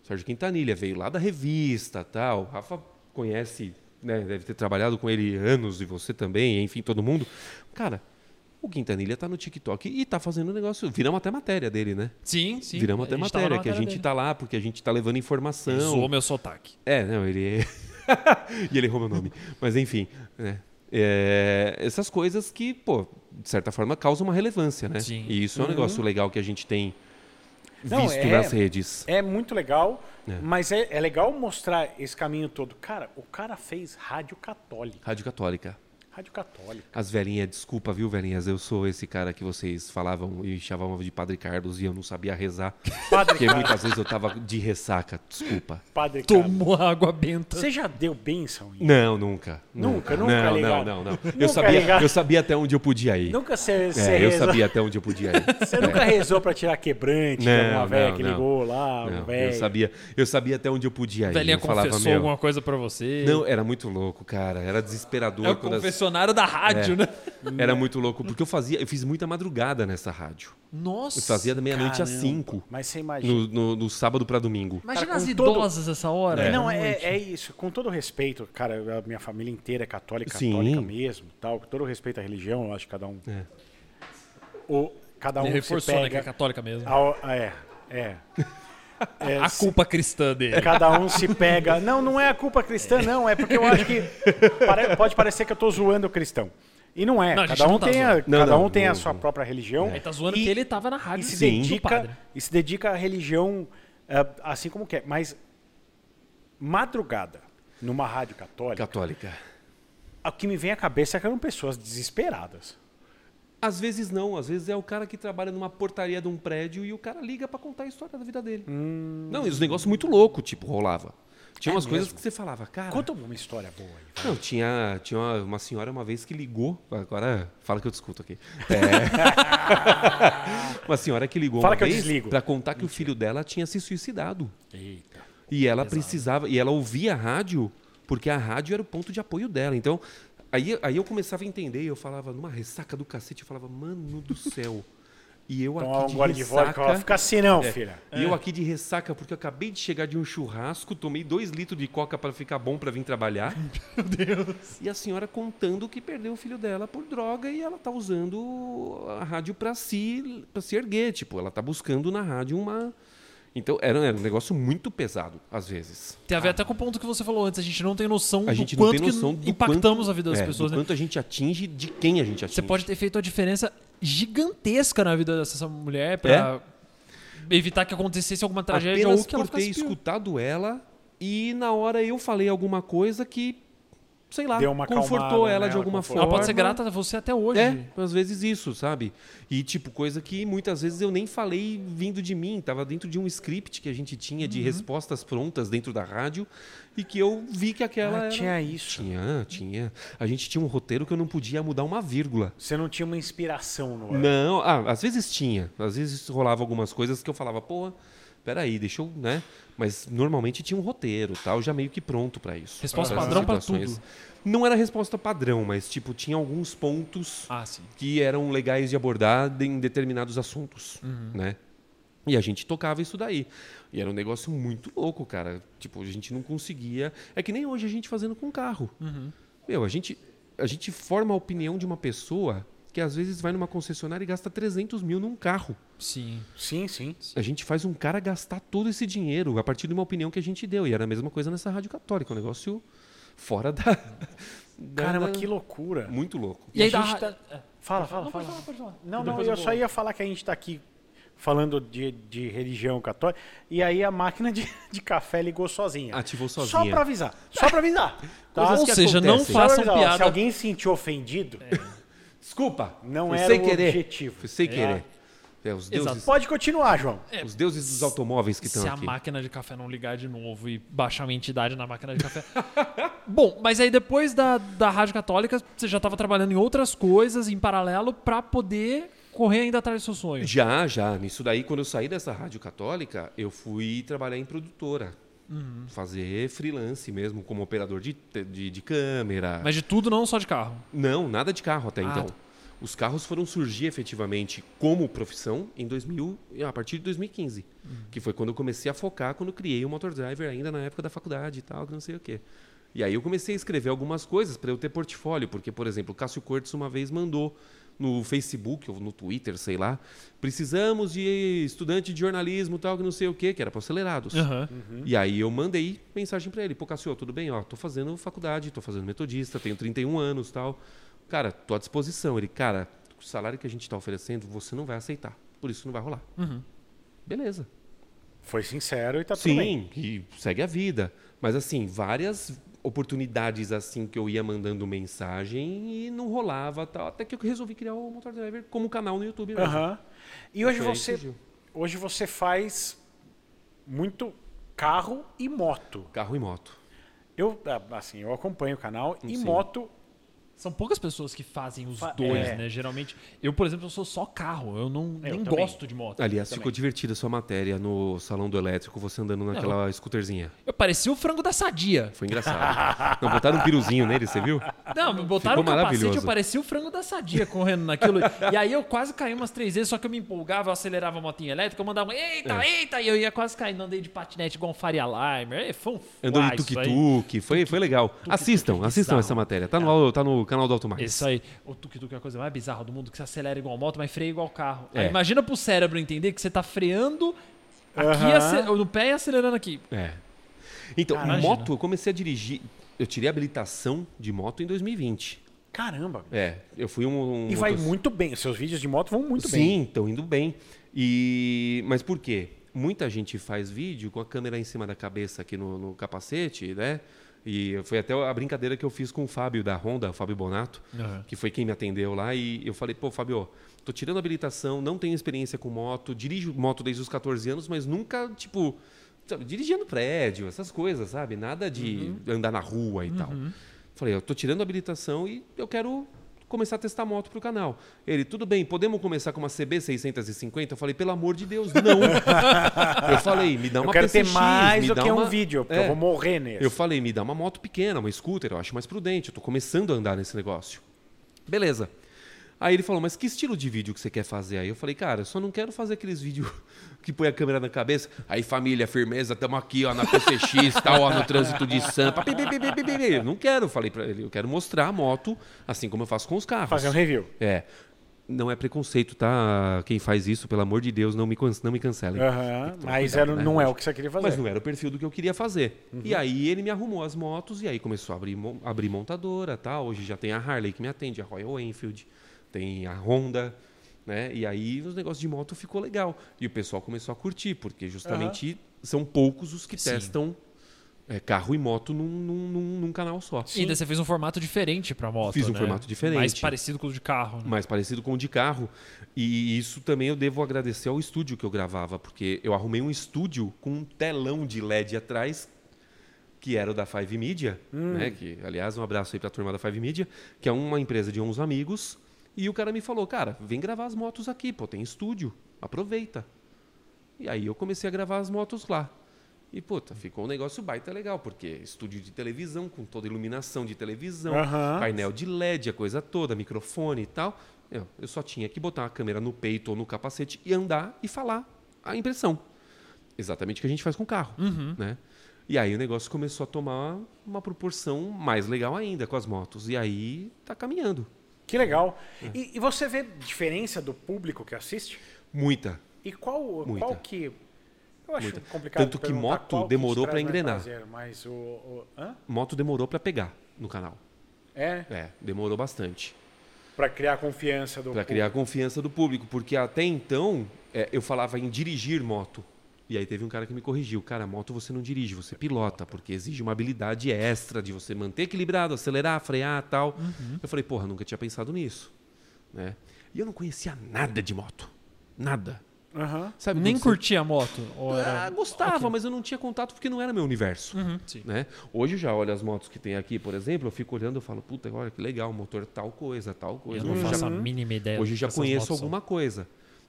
Sérgio Quintanilha veio lá da revista tal. Rafa conhece, né? Deve ter trabalhado com ele anos e você também, enfim, todo mundo. Cara, o Quintanilha tá no TikTok e tá fazendo um negócio. Viramos até matéria dele, né? Sim, sim. Viramos A até gente tá tava matéria, na que a gente dele. tá lá porque a gente tá levando informação. Zoou meu sotaque. É, (laughs) não, ele. e ele errou meu nome. Mas enfim, né? É, essas coisas que, pô, de certa forma causam uma relevância, né? Sim. E isso é um negócio legal que a gente tem Não, visto é- nas redes. É muito legal, mas é, é legal mostrar esse caminho todo. Cara, o cara fez rádio católica. Rádio Católica. Rádio católica. As velhinhas, desculpa, viu, velhinhas? Eu sou esse cara que vocês falavam e chamavam de Padre Carlos e eu não sabia rezar. Padre Porque Carlos. muitas vezes eu tava de ressaca, desculpa. Padre Carlos. Tomou a água benta. Você já deu bênção? Ian? Não, nunca. Nunca, nunca Não, ligado. não, não, não. Nunca Eu sabia, ligado. eu sabia até onde eu podia ir. Nunca você você É, eu rezou. sabia até onde eu podia ir. Você nunca rezou pra tirar quebrante de Não, alguma velha não, que não. ligou lá, Não, um eu velho. sabia, eu sabia até onde eu podia ir. Velhinha eu falava, confessou meu, alguma coisa pra você. Não, era muito louco, cara. Era desesperador. é o quando as- confessionário da rádio, É. né? Era muito louco, porque eu fazia, eu fiz muita madrugada nessa rádio. Nossa. Eu fazia da meia-noite às Caramba. cinco. Mas você imagina. No, no- no sábado pra domingo. Imagina Cara, as com todo- idosas essa hora. Não, é, noite. é isso. Com todo respeito, cara, a minha família inteira é católica, Sim. católica mesmo, tal. Com todo respeito à religião, eu acho que cada um. É. O, cada um se Ele reforçou, né, que é pega. católica mesmo. ao- é, é. É, A se- culpa é cristã dele. Cada um se pega. Não, não é a culpa cristã, não. É porque eu acho que pare- pode parecer que eu tô zoando o cristão. E não é. Não, a gente cada um não tá tem, a, zoando. Não, cada não, um tem a não, sua própria religião. Ele tá zoando E- que ele tava na e rádio se do dedica padre. e se dedica à religião ah, assim como quer mas madrugada numa rádio católica Católica. o que me vem à cabeça é que eram pessoas desesperadas Às vezes não, às vezes é o cara que trabalha numa portaria de um prédio e o cara liga pra contar a história da vida dele. Hum. Não, e os negócios muito loucos, tipo, rolava. É Tinha umas coisas que você falava, cara. conta uma história boa aí. Não, tinha, tinha uma, uma senhora uma vez que ligou. Agora fala que eu discuto aqui. É. (laughs) uma senhora que ligou Fala uma que eu vez desligo. pra contar que o filho dela tinha se suicidado. E ela precisava, e ela ouvia a rádio, porque a rádio era o ponto de apoio dela. Então, aí, aí eu começava a entender, e eu falava, numa ressaca do cacete, eu falava, mano do céu. E eu Tomar aqui um de gole de vodka, ela ressaca. É. fica assim não, filha. E É. eu aqui de ressaca, porque eu acabei de chegar de um churrasco, tomei dois litros de coca pra ficar bom pra (laughs) vir trabalhar. Meu Deus. E a senhora contando que perdeu o filho dela por droga e ela tá usando a rádio pra se, pra se erguer. Tipo, ela tá buscando na rádio uma. Então, era, era um negócio muito pesado, às vezes. Tem a ver até com o ponto que você falou antes. A gente não tem noção A gente do não quanto tem noção que do impactamos quanto- a vida das é, pessoas. Do né? quanto a gente atinge, de quem a gente atinge. Você pode ter feito uma diferença gigantesca na vida dessa mulher É? pra evitar que acontecesse alguma tragédia apenas ou que por ela ter ficasse pior. escutado ela e na hora eu falei alguma coisa que sei lá Deu uma confortou acalmada ela nela, de alguma confortou. forma Ela pode ser grata a você até hoje. é às vezes isso sabe e tipo coisa que muitas vezes eu nem falei vindo de mim tava dentro de um script que a gente tinha Uhum. de respostas prontas dentro da rádio e que eu vi que aquela Ah, era... tinha isso tinha tinha a gente tinha um roteiro que eu não podia mudar uma vírgula você não tinha uma inspiração no ar. não, ah, às vezes tinha. Às vezes rolava algumas coisas que eu falava, pô, peraí, deixa eu, né? Mas normalmente tinha um roteiro tal, já meio que pronto pra isso. Resposta Pra essas padrão pra situações. tudo. Não era resposta padrão, mas tipo, tinha alguns pontos Ah, sim. que eram legais de abordar de- em determinados assuntos, Uhum. né? E a gente tocava isso daí. E era um negócio muito louco, cara. Tipo, a gente não conseguia. É que nem hoje a gente fazendo com carro. Uhum. Meu, a gente, a gente forma a opinião de uma pessoa que às vezes vai numa concessionária e gasta 300 mil num carro. Sim. Sim, sim. A gente faz um cara gastar todo esse dinheiro a partir de uma opinião que a gente deu. E era a mesma coisa nessa rádio católica. Um negócio fora da. (laughs) da- Caramba, da- que loucura. Muito louco. E aí a dá- gente tá- Fala, fala, fala. Não, não, eu só ia falar que a gente está aqui falando de, de religião católica, e aí a máquina de, de café ligou sozinha. Ativou Só sozinha. pra avisar. Só pra avisar. tá? (laughs) Coisas Ou que seja, não acontecem. Só pra façam avisar, ó, Se piada. alguém se sentiu ofendido, Desculpa. não foi era sem o querer. objetivo. Foi sem É. querer. É, os, Exato. deuses, pode continuar, João. os deuses dos automóveis que estão Se a aqui. máquina de café não ligar de novo e baixar minha entidade na máquina de café. (laughs) Bom, mas aí depois da, da Rádio Católica, você já estava trabalhando em outras coisas em paralelo pra poder correr ainda atrás do seu sonho. Já, já. Nisso daí, quando eu saí dessa rádio católica, eu fui trabalhar em produtora. Fazer freelance mesmo, como operador de, te- de, de câmera. Mas de tudo, não só de carro. Não, nada de carro até Ah, então. tá. Os carros foram surgir efetivamente como profissão em 2000, a partir de 2015, Uhum. que foi quando eu comecei a focar, quando eu criei o Motor Driver ainda na época da faculdade e tal, que não sei o quê. E aí eu comecei a escrever algumas coisas para eu ter portfólio, porque por exemplo, o Cássio Cortes uma vez mandou no Facebook ou no Twitter, sei lá. Precisamos de estudante de jornalismo tal, que não sei o quê, que era para acelerados. Aham. Uhum. E aí eu mandei mensagem para ele. Pô, Cassio, tudo bem? Ó, tô fazendo faculdade, tô fazendo metodista, tenho 31 anos tal. Cara, tô à disposição. Ele, cara, o salário que a gente tá oferecendo, você não vai aceitar. Por isso não vai rolar. Beleza. Foi sincero e Uhum. tá tudo bem. Sim, e segue a vida. Mas assim, várias oportunidades assim que eu ia mandando mensagem e não rolava tal. Até que eu resolvi criar o Motor Driver como um canal no YouTube. mesmo. Aham. E hoje Foi aí que você, surgiu. hoje você faz muito carro e moto. Carro e moto. Eu, ah, assim, eu acompanho o canal e Sim. moto. São poucas pessoas que fazem os Fa- dois, é. né? Geralmente, eu, por exemplo, eu sou só carro. Eu não Eu nem também. gosto de moto. Aliás, Também. assim, ficou divertida a sua matéria no Salão do Elétrico, você andando naquela scooterzinha. Eu parecia o frango da sadia. Foi engraçado. não, botaram um piruzinho nele, você viu? Não, me botaram o capacete, Ficou eu maravilhoso. parecia o frango da sadia correndo naquilo. e aí eu quase caí umas três vezes, só que eu me empolgava, eu acelerava a motinha elétrica, eu mandava um eita, É. eita, e eu ia quase caindo, andei de patinete igual um Faria Limer. É, Foi um Andou de fly isso aí. tuk-tuk, foi, foi legal. Assistam, assistam bizarro. essa matéria. Tá no, tá no canal do Automar. Isso aí. O tuk-tuk é a coisa mais bizarra do mundo, que você acelera igual moto, mas freia igual carro. Aí É. imagina pro cérebro entender que você tá freando aqui, Aham. ace- no pé e acelerando aqui. É. Então, Caralho. moto, eu comecei a dirigir. Eu tirei a habilitação de moto em 2020. Caramba. É, eu fui um. um E vai motos- muito bem. Os seus vídeos de moto vão muito bem. Sim, estão indo bem. E mas por quê? Muita gente faz vídeo com a câmera em cima da cabeça aqui no, no capacete, né? E foi até a brincadeira que eu fiz com o Fábio da Honda, o Fábio Bonato, Aham. que foi quem me atendeu lá. E eu falei, pô, Fábio, tô tirando habilitação, não tenho experiência com moto, dirijo moto desde os 14 anos, mas nunca, tipo, sabe, dirigindo prédio, essas coisas, sabe? Nada de Uhum. andar na rua e tal. Falei, eu tô tirando a habilitação e eu quero começar a testar moto pro canal. Ele, tudo bem, podemos começar com uma CB 650? Eu falei, pelo amor de (laughs) Deus, não. eu falei, me dá Eu uma quero ter PCX, mais me do dá que um uma- vídeo, porque É. eu vou morrer nesse. Eu falei, me dá uma moto pequena, uma scooter, eu acho mais prudente, eu tô começando a andar nesse negócio. Beleza. Aí ele falou, mas que estilo de vídeo que você quer fazer? Aí eu falei, cara, eu só não quero fazer aqueles vídeos (laughs) que põe a câmera na cabeça. Aí, família, firmeza, tamo aqui, ó, na PCX, (laughs) tal, ó, no trânsito de Sampa. Pi, pi, pi, pi, pi, pi, pi. Eu Não quero, falei pra ele, eu quero mostrar a moto, assim como eu faço com os carros. Fazer um review. É. Não é preconceito, tá? Quem faz isso, pelo amor de Deus, não me, can- não me É. cancelem. Aham, mas cuidado, era- né? não é o que você queria fazer. Uhum. Mas não era o perfil do que eu queria fazer. E aí ele me arrumou as motos e aí começou a abrir, mon- abrir montadora, tá? Hoje já tem a Harley que me atende, a Royal Enfield, tem a Honda, né? E aí os negócios de moto ficou legal. E o pessoal começou a curtir, porque justamente são poucos os que Sim. testam é, carro e moto num, num- num- num canal só. E ainda você fez um formato diferente pra moto. Fiz um né? formato diferente. Mais parecido com o de carro. Né? mais parecido com o de carro. E isso também eu devo agradecer ao estúdio que eu gravava, porque eu arrumei um estúdio com um telão de LED atrás, que era o da Five Media, né? Que, aliás, um abraço aí pra turma da Five Media, que é uma empresa de uns amigos. E o cara me falou, cara, vem gravar as motos aqui, pô, tem estúdio, aproveita. E aí eu comecei a gravar as motos lá. E, puta, ficou um negócio baita legal, porque estúdio de televisão, com toda iluminação de televisão, Aham. painel de LED, a coisa toda, microfone e tal. Eu, eu só tinha que botar a câmera no peito ou no capacete e andar e falar a impressão. Exatamente o que a gente faz com o carro, né? E aí o negócio começou a tomar uma proporção mais legal ainda com as motos. E aí tá caminhando. Que legal. É. E, e você vê diferença do público que assiste? Muita. E qual, Muita. qual que. Eu acho Muita. complicado. Tanto que perguntar moto qual que te demorou traz pra mais engrenar. prazer, mas o. o- hã? Moto demorou pra pegar no canal. É, É, demorou bastante. pra criar a confiança do. Pra criar a confiança do público, porque até então é, eu falava em dirigir moto. E aí teve um cara que me corrigiu. Cara, moto você não dirige, você pilota, porque exige uma habilidade extra de você manter equilibrado, acelerar, frear tal. Uhum. Eu falei, porra, nunca tinha pensado nisso. Né? E eu não conhecia nada de moto. Nada. público. Aham. Sabe, Nem quando você- curtia a moto. Ou era... Uhum. Ah, gostava, mas eu não tinha contato porque não era meu universo. Sim. né? Hoje eu já olho as motos que tem aqui, por exemplo, eu fico olhando e falo, puta, olha que legal, motor tal coisa, tal coisa. Eu não Hoje Hum, já faço a mínima ideia. Hoje eu do já que essas conheço motos são. alguma coisa.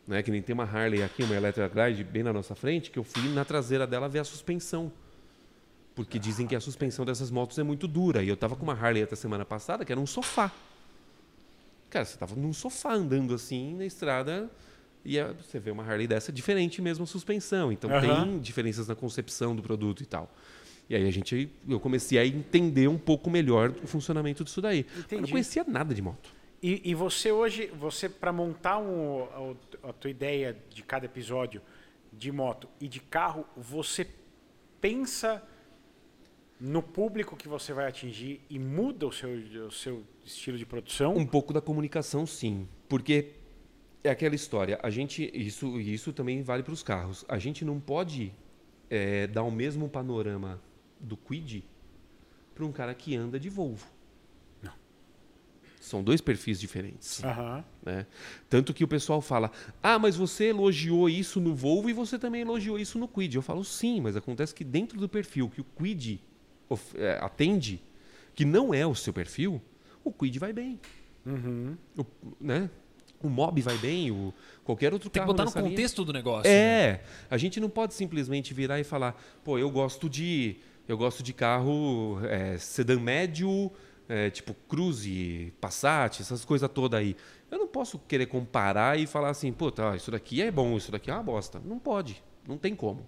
Né? Que nem tem uma Harley aqui, uma Electra Glide, bem na nossa frente, que eu fui na traseira dela ver a suspensão. Porque dizem que a suspensão dessas motos é muito dura. E eu tava com uma Harley até semana passada, que era um sofá. Cara, você tava num sofá andando assim na estrada e é- você vê uma Harley dessa diferente mesmo a suspensão. Então Aham. tem diferenças na concepção do produto e tal. E aí a gente, eu comecei a entender um pouco melhor o funcionamento disso daí. Mas Eu Entendi. não conhecia nada de moto. E, e você hoje, você para montar um, a, a tua ideia de cada episódio de moto e de carro, você pensa no público que você vai atingir e muda o seu, o seu estilo de produção? Um pouco da comunicação, sim. Porque é aquela história. A gente isso isso também vale para os carros. A gente não pode é, dar o mesmo panorama do Quid para um cara que anda de Volvo. Não. São dois perfis diferentes. Aham. né? Tanto que o pessoal fala: ah, mas você elogiou isso no Volvo e você também elogiou isso no Quid. Eu falo: sim, mas acontece que dentro do perfil que o Quid of- eh, atende, que não é o seu perfil, o Quid vai bem. Uhum. O, né? o Mob vai bem, o qualquer outro Tem que carro botar no nessa linha. contexto do negócio. né? É, a gente não pode simplesmente virar e falar, pô, eu gosto de, eu gosto de carro é, sedã médio, é, tipo Cruze, Passat, essas coisas todas aí. Eu não posso querer comparar e falar assim, pô, tá, isso daqui é bom, isso daqui é uma bosta. Não pode, não tem como.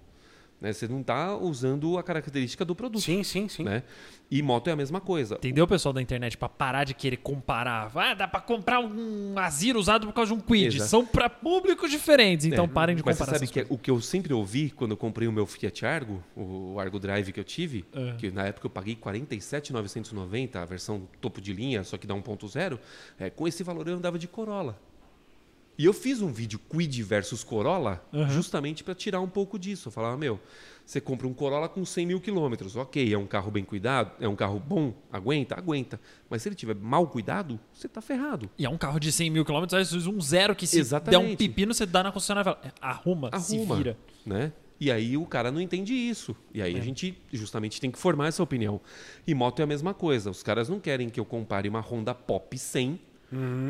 Né? Você não está usando a característica do produto, Sim, sim, sim. né? E moto é a mesma coisa. Entendeu, pessoal da internet? Pra parar de querer comparar. Ah, dá pra comprar um Azir usado por causa de um Quid. Exato. São pra públicos diferentes, então É, parem de mas comparar. Você sabe essas que é- o que eu sempre ouvi quando eu comprei o meu Fiat Argo, o Argo Drive que eu tive, É. que na época eu paguei 47,990, a versão topo de linha, só que dá 1.0, é, com esse valor eu andava de Corolla. E eu fiz um vídeo Quid versus Corolla justamente para tirar um pouco disso. Eu falava, meu, você compra um Corolla com 100 mil quilômetros, ok, é um carro bem cuidado, é um carro bom, aguenta, aguenta. Mas se ele tiver mal cuidado, você tá ferrado. E é um carro de 100 mil quilômetros, às vezes um zero que se der um Exatamente. pepino, você dá na concessionária e fala, "É, arruma, se arruma, vira. né? E aí o cara não entende isso. E aí a gente justamente tem que formar essa opinião. E moto é a mesma coisa. Os caras não querem que eu compare uma Honda Pop 100,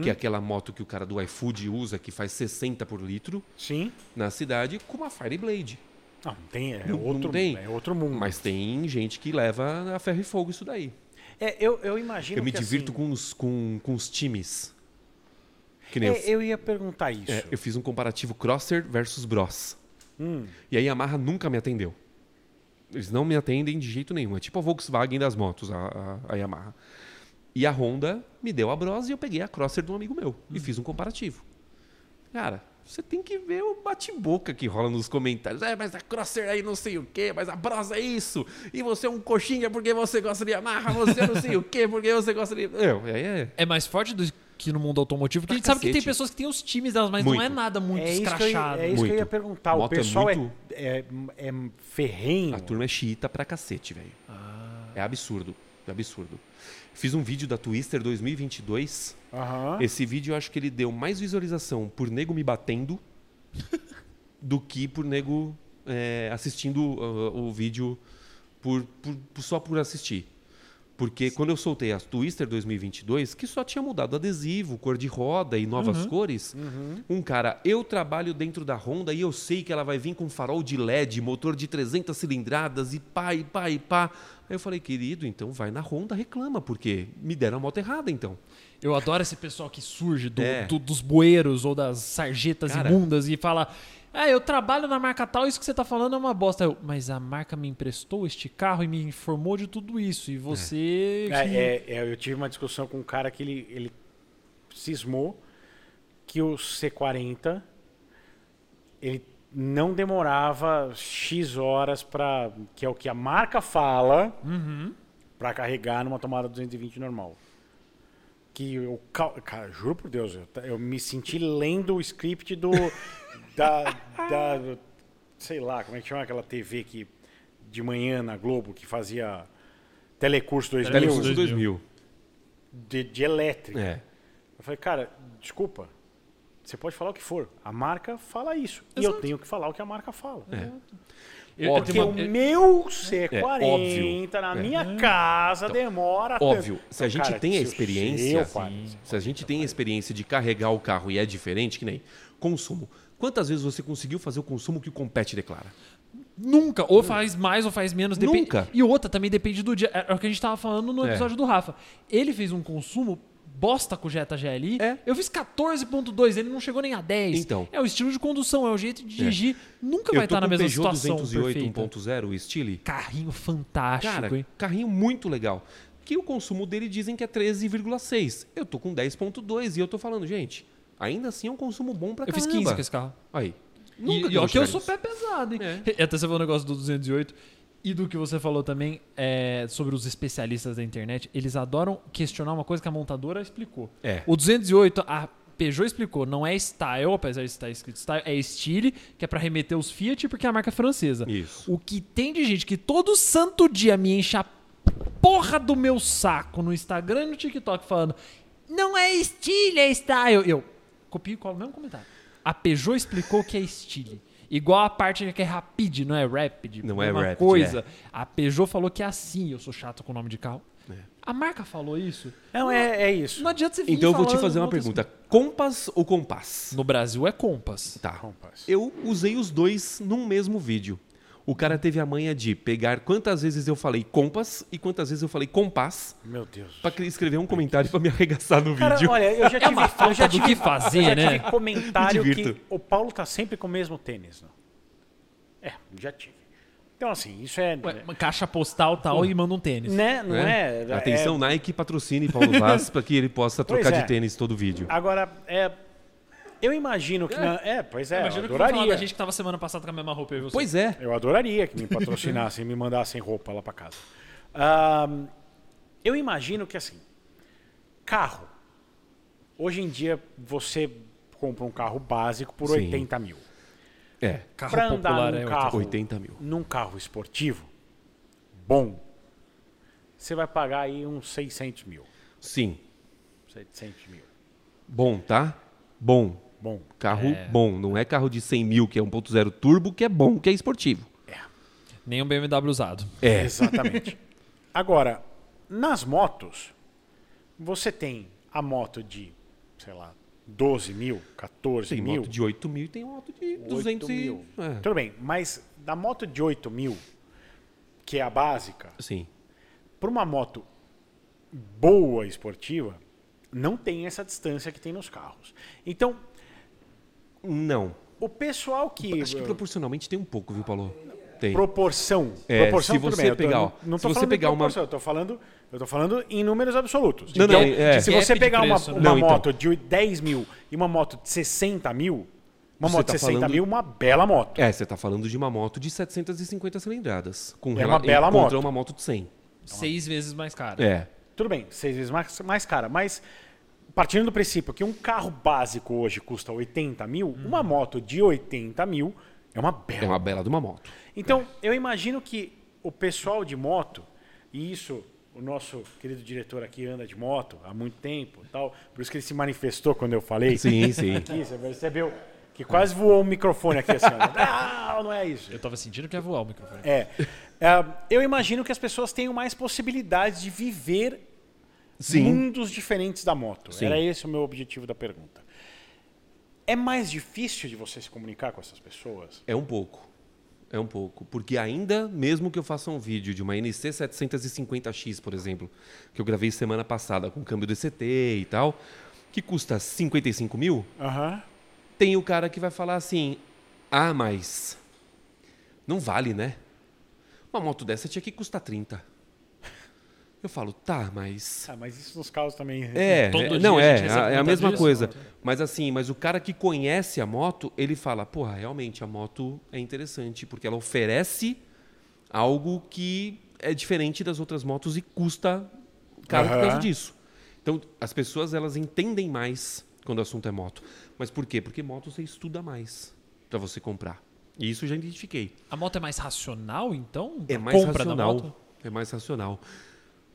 que é aquela moto que o cara do iFood usa, que faz 60 por litro, Sim. na cidade, com uma Fireblade. Não, não tem, é Não- não outro, tem. é outro mundo. Mas tem gente que leva a ferro e fogo isso daí. É, eu, eu imagino eu me que, divirto assim, com, os, com, com os times. Que nem eu, É, eu ia perguntar isso. é, eu fiz um comparativo Crosser versus Bros. Hum, E a Yamaha nunca me atendeu. Eles não me atendem de jeito nenhum. É tipo a Volkswagen das motos, a, a- a Yamaha. E a Honda me deu a Bros e eu peguei a Crosser de um amigo meu e fiz um comparativo. Cara, você tem que ver o bate-boca que rola nos comentários. É, mas a Crosser aí não sei o quê, mas a Bros é isso. E você é um coxinha porque você gosta de Yamaha, você não sei o quê porque você gosta de... (laughs) Eu, é, é. É mais forte do que no mundo automotivo, porque Pra a gente sabe que tem cacete. pessoas que têm os times delas, mas não é Muito. nada muito é isso, que eu, escrachado. é isso que eu ia Muito. perguntar. O Moto é pessoal é, muito- é, é ferrenho. A turma é xiita pra cacete, velho. É absurdo. É absurdo. Fiz um vídeo da Twister 2022. Aham. Esse vídeo eu acho que ele deu mais visualização por nego me batendo do que por nego é, assistindo uh, o vídeo por- por- por- só por assistir. Porque quando eu soltei a Twister 2022, que só tinha mudado adesivo, cor de roda e novas cores, um cara, eu trabalho dentro da Honda e eu sei que ela vai vir com farol de LED, motor de 300 cilindradas e pá, e pá, e pá. Aí eu falei, querido, então vai na Honda, reclama, porque me deram a moto errada, então. Eu adoro esse pessoal que surge do- É. do- dos bueiros ou das sarjetas Cara. imundas e fala: Ah, eu trabalho na marca tal, isso que você tá falando é uma bosta. Eu, Mas a marca me emprestou este carro e me informou de tudo isso. E você. É, que- é, é, eu tive uma discussão com um cara que ele, ele cismou que o C40 ele não demorava X horas para que é o que a marca fala pra para carregar numa tomada 220 normal. Que eu, cal- cara, juro por Deus, eu, ta- eu me senti lendo o script do (laughs) da, da- sei lá, como é que chama aquela TV que de manhã na Globo que fazia Telecurso 2000, Telecurso Curso 2000. de, de elétrica. É. Eu falei, cara, desculpa, você pode falar o que for. A marca fala isso. E eu tenho que falar o que a marca fala. Eu- eu Óbvio. Porque tenho o uma- meu C40 É, óbvio. na minha casa demora tanto. Óbvio, se a Então, gente cara, tem a se o experiência, seu fala- se a gente tem a experiência de carregar o carro e é diferente, que nem consumo. Quantas vezes você conseguiu fazer o consumo que o compete declara? Nunca. Ou faz mais ou faz menos. depende- Nunca. E outra também depende do dia. É o que a gente tava falando no É. episódio do Rafa. Ele fez um consumo bosta com o Jetta GLI. É. Eu fiz 14.2, ele não chegou nem a 10. Então. É o estilo de condução, é o jeito de dirigir. Nunca vai Eu tô estar é tá na com o mesma Peugeot situação 208 perfeita. 1.0, o Stile. Carrinho fantástico, Cara, hein? carrinho muito legal. que o consumo dele dizem que é 13,6. Eu tô com 10,2 e eu tô falando, gente, ainda assim é um consumo bom pra Eu fiz caramba. 15 com esse carro. Aí. E- Nunca É. e ó, vou que eu chegar sou nisso. pé pesado, hein? Até você falou o negócio do 208 e do que você falou também é, sobre os especialistas da internet. Eles adoram questionar uma coisa que a montadora explicou. É. O 208, a Peugeot explicou, não é style, apesar de estar escrito style, é estile, que é pra remeter os Fiat porque é a marca francesa. Isso. O que tem de gente que todo santo dia me enche a porra do meu saco no Instagram e no TikTok falando não é estilo, é style. Eu copio e colo o mesmo comentário. A Peugeot explicou que é estilo. Igual a parte que é rapid, não é rapid. Não é uma rapid, coisa. A Peugeot falou que é assim. Eu sou chato com o nome de carro. É. A marca falou isso. Não, é, é isso. Não adianta você vir Então eu vou te falando fazer uma outras- pergunta. Compass ou Compass? No Brasil é Compass. Tá. Compass. Eu usei os dois num mesmo vídeo. O cara teve a manha de pegar quantas vezes eu falei Compass e quantas vezes eu falei Compass Meu Deus. pra cri- escrever um comentário pra me arregaçar no Cara, vídeo. olha, eu já É tive, uma eu já falta do tive, que eu já fazer, tive né? comentário Me que divirto. o Paulo tá sempre com o mesmo tênis. Não? É, já tive. Então, assim, isso é. Ué, uma caixa postal tal e manda um tênis. né? Não é? né? Atenção, Nike patrocine Paulo Vaz pra que ele possa Pois trocar é. de tênis todo vídeo. é- agora, é, eu imagino que. na- É, pois é, eu Imagina que eu falar adoraria. da gente que tava semana passada com a mesma roupa. eu e você. Pois é. Eu adoraria que me patrocinassem e me mandassem roupa lá pra casa. Ahn, eu imagino que assim, carro. Hoje em dia você compra um carro básico por Sim. 80 mil. É. Carro Pra andar popular num é carro, 80 mil. num carro esportivo bom, você vai pagar aí uns 600 mil. Sim. 700 mil. Bom, tá? Bom. Bom, Carro bom. Não é carro de 100 mil, que é 1.0 turbo, que é bom, que é esportivo. Nem um BMW usado. É. Exatamente. Agora, nas motos, você tem a moto de, sei lá, 12 mil, 14 Tem mil, moto Um de 8 mil e tem moto de 8 200 e... mil. É. Tudo bem, mas da moto de 8 mil, que é a básica, Sim. para uma moto boa esportiva, não tem essa distância que tem nos carros. Então, Não. o pessoal que. Acho que proporcionalmente tem um pouco, viu, Paulo? Tem. Proporção. É, proporção se tudo você bem, eu tô- pegar, não- ó, não se tô você falando pegar de uma- proporção, eu tô falando, eu tô falando em números absolutos. Não, não, Então, é. Se Gap você de pegar uma, preço, né? uma Não, então. moto de 10 mil e uma moto de 60 mil, uma Você moto tá de 60 falando- mil, uma bela moto. É, você tá falando de uma moto de 750 cilindradas. Com É rela- uma bela contra moto. uma moto de 100. Seis vezes mais caro. É. Tudo bem, seis vezes mais, mais cara, mas partindo do princípio que um carro básico hoje custa 80 mil, Hum. uma moto de 80 mil é uma bela. É uma bela de uma moto. Então, eu imagino que o pessoal de moto, e isso o nosso querido diretor aqui anda de moto há muito tempo e tal, por isso que ele se manifestou quando eu falei. Sim, sim. (laughs) Aqui, você percebeu que quase voou o microfone aqui assim. (laughs) ó. Não, não é isso. Eu tava sentindo que ia voar o microfone. É. É, eu imagino que as pessoas tenham mais possibilidades de viver Sim. mundos diferentes da moto. Sim. Era esse o meu objetivo da pergunta. É mais difícil de você se comunicar com essas pessoas? É um pouco. É um pouco. Porque ainda, mesmo que eu faça um vídeo de uma NC 750X, por exemplo, que eu gravei semana passada com câmbio DCT e tal, que custa 55 mil, Aham. tem o cara que vai falar assim: ah, mas não vale, né? Uma moto dessa tinha que custar 30. Eu falo, tá, mas. Ah, mas isso nos carros também. É, Todo é- dia não a é, gente recebe a- é muita a mesma disso. né? coisa. Mas assim, mas o cara que conhece a moto, ele fala, porra, realmente a moto é interessante porque ela oferece algo que é diferente das outras motos e custa caro por causa Aham. disso. Então, as pessoas elas entendem mais quando o assunto é moto. Mas por quê? Porque moto você estuda mais pra você comprar. E isso eu já identifiquei. A moto é mais racional, então? É A mais compra da racional. moto? É mais racional.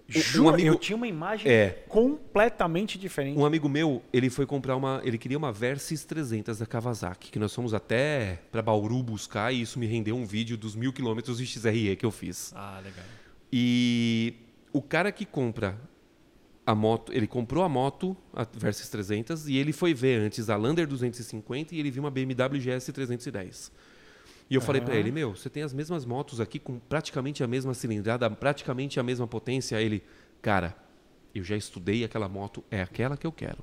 Um- Jura? um amigo- Eu tinha uma imagem É. completamente diferente. Um amigo meu, ele foi comprar uma, ele queria uma Versys 300 da Kawasaki, que nós fomos até pra Bauru buscar e isso me rendeu um vídeo dos mil quilômetros de XRE que eu fiz. Ah, legal. E o cara que compra a moto, ele comprou a moto, a Versys 300, e ele foi ver antes a Lander 250 e ele viu uma BMW GS 310. E eu falei pra ele, meu, você tem as mesmas motos aqui com praticamente a mesma cilindrada, praticamente a mesma potência. Ele, cara, eu já estudei aquela moto, é aquela que eu quero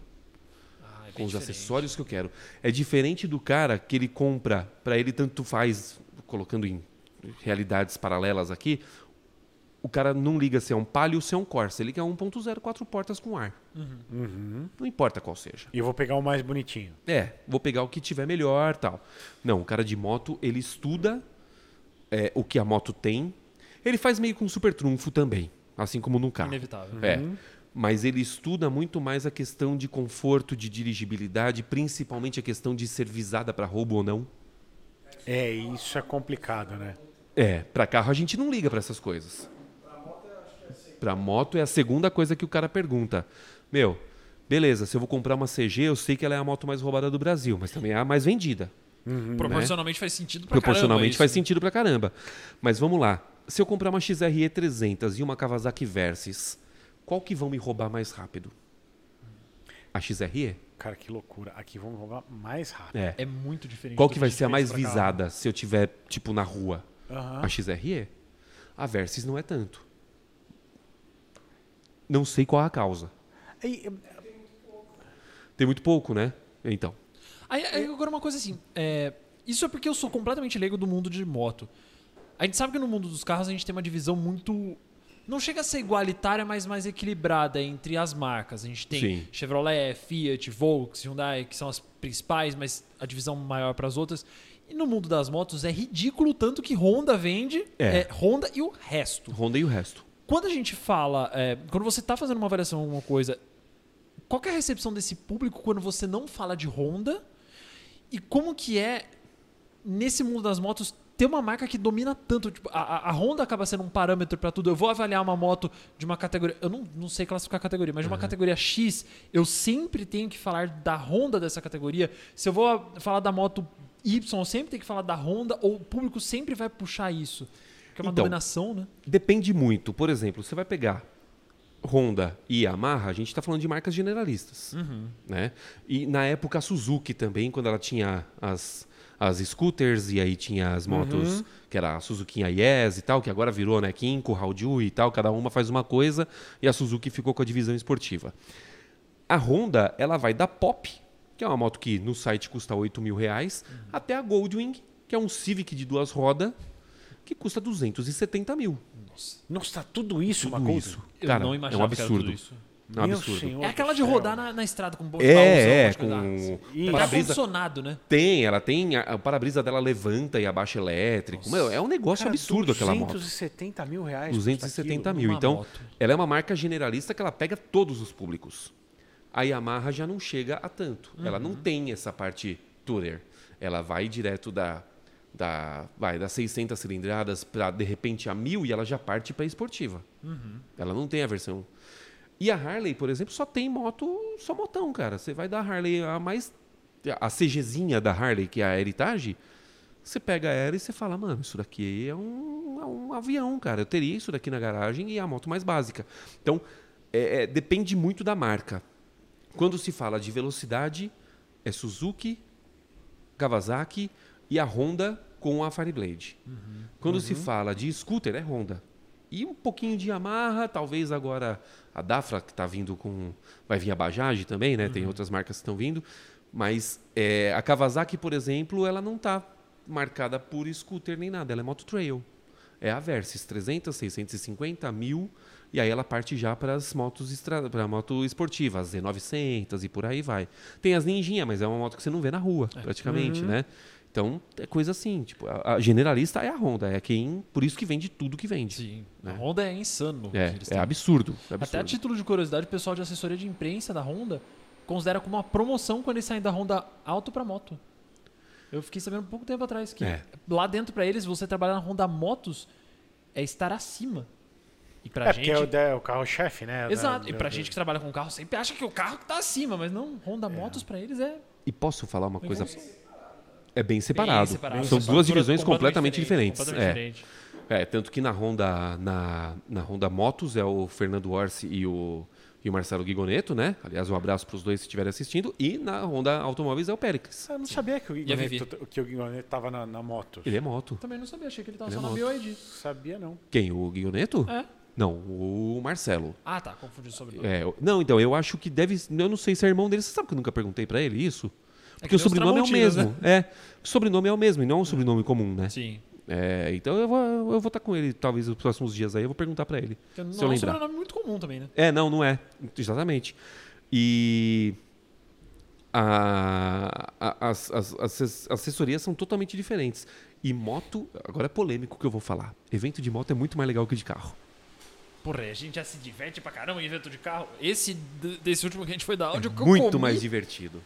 Ah, é bem com os diferente. acessórios que eu quero. É diferente do cara que ele compra, pra ele tanto faz, colocando em realidades paralelas aqui, o cara não liga se é um Palio ou se é um Corsa. Ele quer um 1.0, quatro portas com ar. Uhum. Não importa qual seja. E eu vou pegar o mais bonitinho. É, vou pegar o que tiver melhor tal. Não, o cara de moto, ele estuda é, o que a moto tem. Ele faz meio com um super trunfo também, assim como no carro. Inevitável. É. Mas ele estuda muito mais a questão de conforto, de dirigibilidade, principalmente a questão de ser visada para roubo ou não. É, isso é complicado, né? É, para carro a gente não liga para essas coisas. Para moto é a segunda coisa que o cara pergunta. Meu, beleza, se eu vou comprar uma CG, eu sei que ela é a moto mais roubada do Brasil, mas também é a mais vendida. Proporcionalmente faz sentido pra Né? Proporcionalmente caramba faz isso. sentido pra caramba. Mas vamos lá. Se eu comprar uma XRE 300 e uma Kawasaki Versys, qual que vão me roubar mais rápido? A XRE? Cara, que loucura. Aqui vamos roubar mais rápido. É. É muito diferente. Qual do que vai ser a gente mais fez pra cá. visada se eu tiver, tipo, na rua? Aham. A XRE? A Versys não é tanto. Não sei qual é a causa. E, Tem muito pouco, né? Então. Aí, aí agora uma coisa assim, é, isso é porque eu sou completamente leigo do mundo de moto. A gente sabe que no mundo dos carros a gente tem uma divisão muito não chega a ser igualitária, mas mais equilibrada entre as marcas. A gente tem Sim. Chevrolet, Fiat, Volkswagen, Hyundai, que são as principais, mas a divisão maior para as outras. E no mundo das motos é ridículo o tanto que Honda vende, É. é, Honda e o resto. Honda e o resto. Quando a gente fala, é, quando você está fazendo uma avaliação de alguma coisa, qual que é a recepção desse público quando você não fala de Honda? E como que é, nesse mundo das motos, ter uma marca que domina tanto? Tipo, a, a- a Honda acaba sendo um parâmetro para tudo. Eu vou avaliar uma moto de uma categoria, eu não, não sei classificar a categoria, mas de uma categoria X, eu sempre tenho que falar da Honda dessa categoria. Se eu vou a- falar da moto Y, eu sempre tenho que falar da Honda, ou o público sempre vai puxar isso. Porque é uma Então, dominação, né? Depende muito. Por exemplo, você vai pegar Honda e Yamaha, a gente está falando de marcas generalistas. Né? E na época a Suzuki também, quando ela tinha as, as scooters e aí tinha as motos, que era a Suzuki Yes e tal, que agora virou né, Kinko, Hauju e tal, cada uma faz uma coisa, e a Suzuki ficou com a divisão esportiva. A Honda, ela vai da Pop, que é uma moto que no site custa 8 mil reais, até a Goldwing, que é um Civic de duas rodas, que custa 270 mil. nossa, tá tudo isso, uma Tudo coisa. isso. Cara, é um absurdo. É um Meu absurdo. senhor É aquela do de céu. rodar na, na estrada com o É, é, baúzão, um acho com que dá. o Tá para-brisa. funcionado, né? Tem, ela tem, a- o para-brisa dela levanta e abaixa elétrico. Meu, é um negócio Cara, absurdo aquela moto. 270 mil reais. custa 270 aquilo. mil. numa Então, moto. ela é uma marca generalista que ela pega todos os públicos. A Yamaha já não chega a tanto. Ela Uhum. não tem essa parte tourer. Ela vai direto da da vai das 600 cilindradas para de repente a 1000 e ela já parte para esportiva. Uhum. Ela não tem a versão. E a Harley, por exemplo, só tem moto, só motão, cara. Você vai da Harley a mais a CGzinha da Harley, que é a Heritage, você pega ela e você fala, mano, isso daqui é um, é um avião, cara. Eu teria isso daqui na garagem e é a moto mais básica. Então, é- é, depende muito da marca. Quando se fala de velocidade, é Suzuki, Kawasaki e a Honda com a Fireblade. Quando se fala de scooter, é Honda. E um pouquinho de Yamaha, talvez agora a Dafra, que está vindo com. Vai vir a Bajaj também, né? Tem outras marcas que estão vindo. Mas é, a Kawasaki, por exemplo, ela não está marcada por scooter nem nada, ela é moto trail. É a Versys 300, 650, 1000, e aí ela parte já para as motos estra... para moto esportiva, as Z900 e por aí vai. Tem as Ninjinha, mas é uma moto que você não vê na rua, praticamente, né? Então, é coisa assim, tipo, a, a generalista é a Honda, é quem, por isso que vende tudo que vende. Sim. É. A Honda é insano. É, Eles é têm. absurdo, Até é a absurdo. título de curiosidade, o pessoal de assessoria de imprensa da Honda considera como uma promoção quando eles saem da Honda alto pra moto. Eu fiquei sabendo um pouco tempo atrás que É. lá dentro pra eles, você trabalhar na Honda Motos é estar acima. E pra É porque gente... é o, da- é o carro-chefe, né? Exato. Da- E pra da- gente que trabalha com carro, sempre acha que o carro que tá acima, mas não, Honda Motos pra eles é E posso falar uma uma coisa? evolução. É bem separado. separado. São Bem separado. duas divisões Completamente completamente, diferentes. diferente, é. completamente É, tanto que na Honda, na, na Honda Motos é o Fernando Orsi e o, e o Marcelo Guigoneto, né? Aliás, um abraço para os dois se estiverem assistindo. E na Honda Automóveis é o Péricles. Ah, Eu não sabia que o Igor Vivi. que o Guigoneto tava na, na moto. Ele é moto. Também não sabia, achei que ele tava Ele só é na moto. BioID. Sabia não. Quem? O Guigoneto? É. Não, o Marcelo. Ah, tá, confundi sobre É, eu- não, então, eu acho que deve. Eu não sei se é irmão dele. Você sabe que eu nunca perguntei para ele isso? que Porque nem o os sobrenome é o Tramontinos, mesmo. É. O sobrenome é o mesmo e não é um sobrenome comum, né? Sim. É, então eu vou eu vou estar com ele, talvez nos próximos dias aí, eu vou perguntar pra ele. Porque não se eu é um lembrar. sobrenome muito comum também, né? É, não, não é. Exatamente. E a- a- as, as- as assessorias são totalmente diferentes. E moto, agora é polêmico o que eu vou falar. Evento de moto é muito mais legal que de carro. Porra, a gente já se diverte pra caramba em evento de carro. Esse d- desse último que a gente foi da áudio que eu muito comi, mais divertido.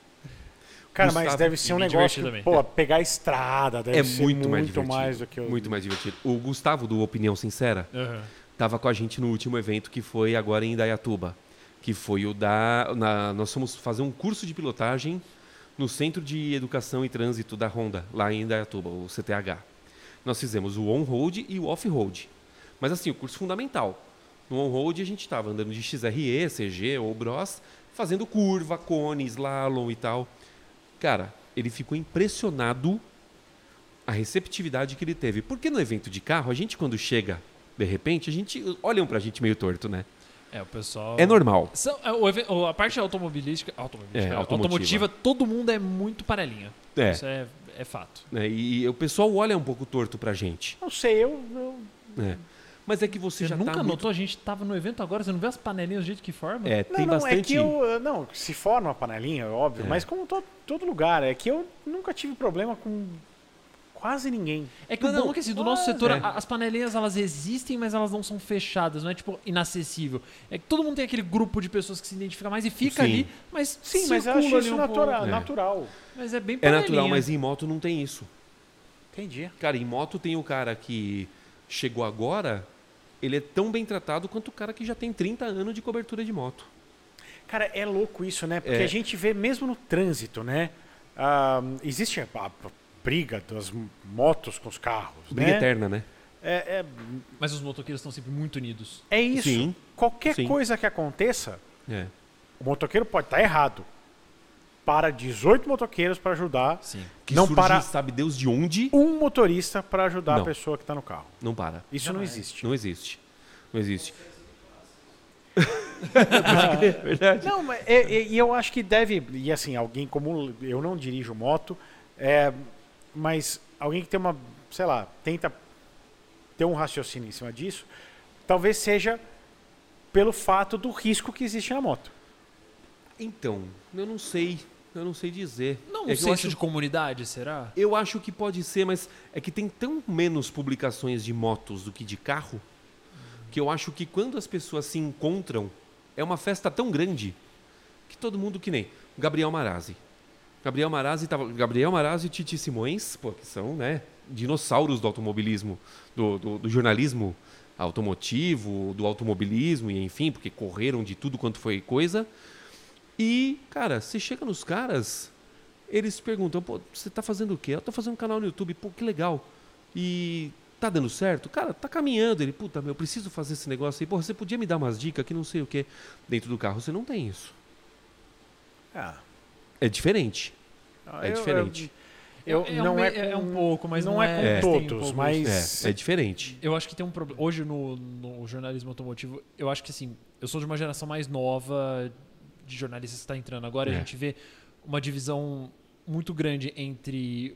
Cara, mas Gustavo, deve ser e um me negócio. divertir Que, pô, também. pegar a estrada deve é ser muito, mais divertido. do que o. Muito mais divertido. O Gustavo, do Opinião Sincera, Aham. tava com a gente no último evento que foi agora em Indaiatuba, que foi o da na- nós fomos fazer um curso de pilotagem no Centro de Educação e Trânsito da Honda, lá em Indaiatuba, o CTH. Nós fizemos o on-road e o off-road. Mas assim, o curso fundamental. No on-road a gente estava andando de XRE, CG ou Bros, fazendo curva, cone, slalom e tal. Cara, ele ficou impressionado a receptividade que ele teve. Porque no evento de carro, a gente quando chega, de repente, a gente olham pra gente meio torto, né? É, o pessoal. É normal. São- é, o even- o- a parte automobilística, automobilística É, automotiva. automotiva. todo mundo é muito panelinha. É. Isso é, é fato. né? E, e o pessoal olha um pouco torto pra gente. Não sei, eu. eu- né? Mas é que você Você já nunca tá muito... notou? A gente tava no evento agora, você não vê as panelinhas do jeito que forma? É, Não, tem não, bastante. é que eu. eh, Não, se forma uma panelinha, é óbvio, mas como to- todo lugar, é que eu nunca tive problema com quase ninguém. É que o Não, bom é que assim, do nosso ah, setor, é. a- as panelinhas elas existem, mas elas não são fechadas, não é tipo inacessível. É que todo mundo tem aquele grupo de pessoas que se identifica mais e fica Sim. ali, mas Sim, circula mas eu acho ali isso um natura- pouco. É. natural. Mas é bem É panelinha. natural, mas em moto não tem isso. Entendi. Cara, em moto tem o cara que chegou agora, ele é tão bem tratado quanto o cara que já tem 30 anos de cobertura de moto. Cara, é louco isso, né? Porque É. a gente vê mesmo no trânsito, né? Ah, existe a, a briga das m- motos com os carros, Briga né? eterna, né? É, é, Mas os motoqueiros estão sempre muito unidos. é isso. Sim, Qualquer sim. coisa que aconteça, É. o motoqueiro pode estar errado. Para 18 motoqueiros para ajudar, Sim. Que Não surge, para- sabe Deus de onde? um motorista para ajudar a Não. pessoa que está no carro. Não para. Isso não existe. Não existe. Não (laughs) existe. Pode crer, verdade. Não, mas é- é- e eu acho que deve. E assim, alguém como. Eu não dirijo moto, é, mas alguém que tem uma. Sei lá, tenta ter um raciocínio em cima disso, talvez seja pelo fato do risco que existe na moto. Então, eu não sei. Eu não sei dizer. Não, é um que eu, senso acho, de comunidade, será? eu acho que pode ser, mas é que tem tão menos publicações de motos do que de carro que eu acho que quando as pessoas se encontram, é uma festa tão grande que todo mundo que nem. Gabriel Marazzi. Gabriel Marazzi tava. Gabriel Marazzi e Titi Simões, pô, que são, né? Dinossauros do automobilismo, do, do, do jornalismo automotivo, do automobilismo, e enfim, porque correram de tudo quanto foi coisa. E, cara, você chega nos caras, eles perguntam, pô, você tá fazendo o quê? Eu tô fazendo um canal no YouTube, pô, que legal. E tá dando certo? Cara, tá caminhando. Ele, puta, meu, eu preciso fazer esse negócio aí. Porra, você podia me dar umas dicas que não sei o quê. Dentro do carro você não tem isso. É diferente. É Eu- diferente. Eu, É- é um não é, meio- é com- um pouco, mas não, não é com é. Tem um todos, pouco mas. É, é diferente. Eu acho que tem um problema. Hoje, no, no jornalismo automotivo, eu acho que assim, eu sou de uma geração mais nova de jornalistas que está entrando agora. e É. A gente vê uma divisão muito grande entre.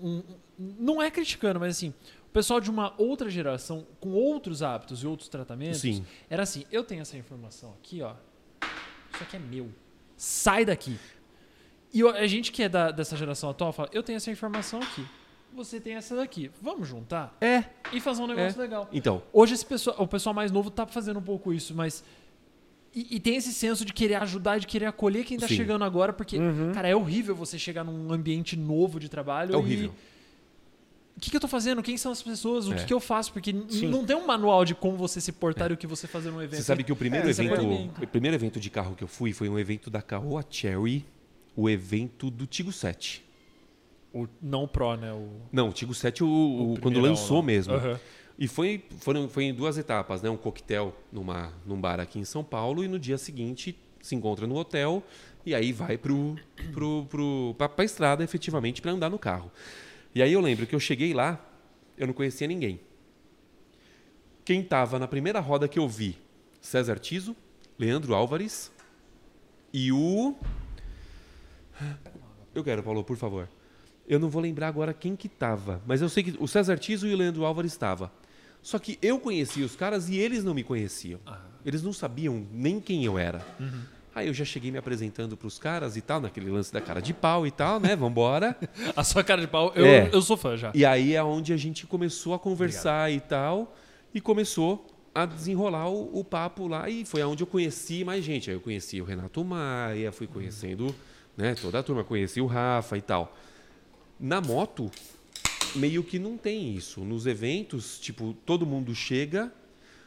um- não é criticando, mas assim, o pessoal de uma outra geração com outros hábitos e outros tratamentos. Sim. Era assim: eu tenho essa informação aqui, ó. Isso aqui é meu. Sai daqui. E eu- a gente que é da- dessa geração atual fala: eu tenho essa informação aqui. Você tem essa daqui. Vamos juntar? É. e fazer um negócio legal. Então, Hoje esse pessoal, o pessoal mais novo tá fazendo um pouco isso, mas. E, e tem esse senso de querer ajudar, de querer acolher quem tá Sim. Uhum. chegando agora, porque, cara, é horrível você chegar num ambiente novo de trabalho. é horrível. e O que, que eu tô fazendo? Quem são as pessoas? O É. que, que eu faço? Porque n- Sim. não tem um manual de como você se portar e o que você fazer num evento. Você sabe que o primeiro É, esse evento, acolhimento. o primeiro evento de carro que eu fui foi um evento da Caoa Cherry, o evento do Tigo 7. O não pro, né? O... Não, o Tigo 7 o, o- quando primeirão lançou lá. mesmo. Aham. E foi, foram, foi em duas etapas, né? Um coquetel numa, num bar aqui em São Paulo e no dia seguinte se encontra no hotel e aí vai pro, pro, pro, pra, pra estrada efetivamente para andar no carro. E aí eu lembro que eu cheguei lá, eu não conhecia ninguém. Quem tava na primeira roda que eu vi? César Tiso, Leandro Álvares e o. Eu quero, Paulo, por favor. Eu não vou lembrar agora quem que tava, mas eu sei que o César Tiso e o Leandro Álvares estava. Só que eu conhecia os caras e eles não me conheciam. Eles não sabiam nem quem eu era. Aí eu já cheguei me apresentando pros caras e tal, naquele lance da cara de pau e tal, né? Vambora. (laughs) A sua cara de pau, eu, É. eu sou fã já. E aí é onde a gente começou a conversar e tal, e começou a desenrolar o, o papo lá, e foi aonde eu conheci mais gente. Aí eu conheci o Renato Maia, fui conhecendo né, toda a turma, conheci o Rafa e tal. Na moto, meio que não tem isso. Nos eventos, tipo, todo mundo chega,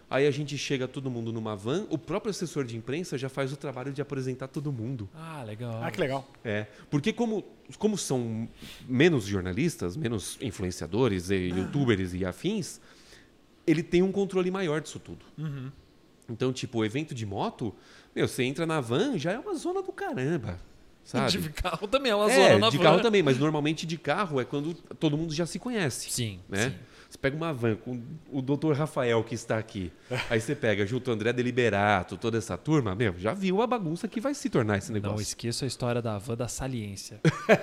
aí a gente chega todo mundo numa van, o próprio assessor de imprensa já faz o trabalho de apresentar todo mundo. Ah, legal. (laughs) Ah, que legal. É, porque como, como são menos jornalistas, menos influenciadores, e Ah. youtubers e afins, ele tem um controle maior disso tudo. Uhum. Então, tipo, o evento de moto, meu, você entra na van, já é uma zona do caramba, sabe? (laughs) De carro também, é uma é, zona na de van. carro também, mas normalmente de carro é quando todo mundo já se conhece. Sim, né? sim. Você pega uma van com o doutor Rafael que (laughs) está aqui. Aí você pega junto o André Deliberato, toda essa turma, meu, já viu a bagunça que vai se tornar esse negócio. Não esqueça a história da van da saliência.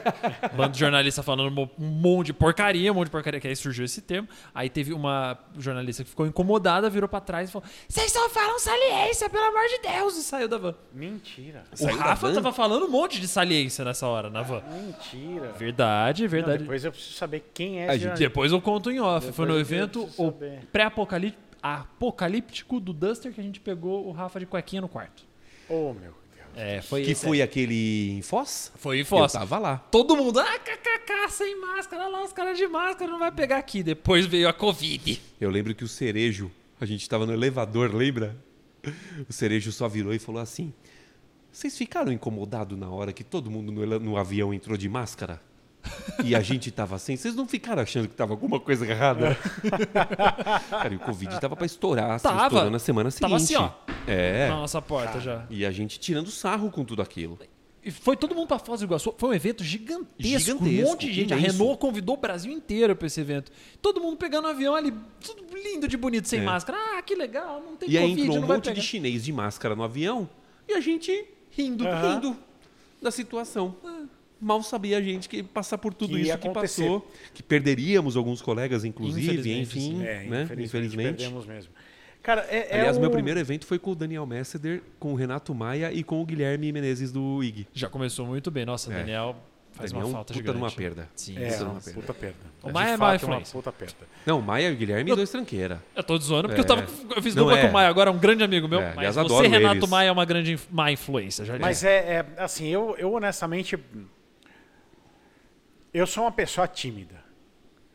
(laughs) Bando de jornalista falando mo- um monte de porcaria, um monte de porcaria, que aí surgiu esse termo. Aí teve uma jornalista que ficou incomodada, virou pra trás e falou: Vocês só falam saliência, pelo amor de Deus! E saiu da van. Mentira. O Saiu da Rafa van? tava falando um monte de saliência nessa hora na van. Mentira. Verdade, Não, verdade. depois... depois eu preciso saber quem é A esse gente- jornalista. eu conto em off. Foi no eu preciso evento o saber. pré-apocalíptico apocalíptico do Duster que a gente pegou o Rafa de cuequinha no quarto. Oh, meu Deus. É, foi Que esse- foi aquele em Foz? Foi em Foz. Eu tava lá. Todo mundo, ah, kkk, sem máscara, olha lá os caras de máscara, não vai pegar aqui. Depois veio a Covid. Eu lembro que o Cerejo, a gente tava no elevador, lembra? O Cerejo só virou e falou assim: Vocês ficaram incomodados na hora que todo mundo no, ela- no avião entrou de máscara? E a gente tava sem. Vocês não ficaram achando que tava alguma coisa errada? Cara, e o Covid tava pra estourar, assim, É. Tava. estourou na semana seguinte. Tava assim, ó. É. Na nossa porta já. E a gente tirando sarro com tudo aquilo. E foi todo mundo pra Foz do Iguaçu. Foi um evento gigantesco. um Gigantesco, monte de gente. A imenso. Renault convidou o Brasil inteiro pra esse evento. Todo mundo pegando um avião ali, tudo lindo de bonito, sem máscara. Ah, que legal, não tem É. E aí Covid, entrou um não vai monte pegar. de chinês de máscara no avião e a gente rindo, Aham. rindo da situação. Ah. Mal sabia a gente que passar por tudo Que isso ia que acontecer. passou, que perderíamos alguns colegas, inclusive, Infelizmente, enfim, sim. né? Infelizmente. É, perdemos mesmo. Cara, é, é Aliás, o... meu primeiro evento foi com o Daniel Messeder, com o Renato Maia e com o Guilherme Menezes do IG. Já começou muito bem. Nossa, É. Daniel faz Daniel, uma falta puta gigante. numa perda. Sim, É, sim. uma né? puta perda. O De Maia é fato, Maia é uma Flores. puta perda. Não, Maia, Guilherme e dois tranqueira. Eu tô zoando porque É. eu, tava, eu fiz Não, dupla com é. o Maia agora, um grande amigo meu. É, mas aliás, você, adoro Renato eles. Maia, é uma grande inf- má influência. Já Mas é, é, assim, eu, eu honestamente. Eu sou uma pessoa tímida.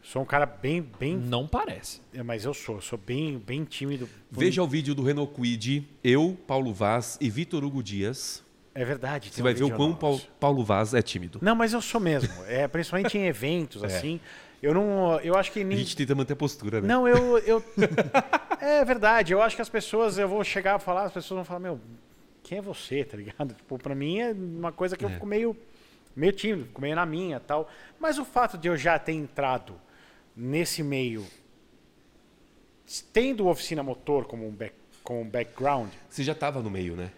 Sou um cara bem, bem. Não parece. é, Mas eu sou, sou bem, bem tímido. Hum. Veja o vídeo do Renault Quid, eu, Paulo Vaz e Vitor Hugo Dias. É verdade. Você vai ver o quão Paulo Pau- Paulo Vaz é tímido. Não, mas eu sou mesmo. É, principalmente em (laughs) eventos, assim. Eu não. Eu acho que É. A nem. gente tenta manter a postura, né? Não, eu, eu. (laughs) É verdade. Eu acho que as pessoas. Eu vou chegar a falar, as pessoas vão falar, meu, quem é você, tá ligado? (laughs) Tipo, pra mim é uma coisa que eu fico meio. Meio tímido, fico meio na minha tal. Mas o fato de eu já ter entrado nesse meio. Tendo oficina motor como um, back, como um background, Você já tava no meio, né?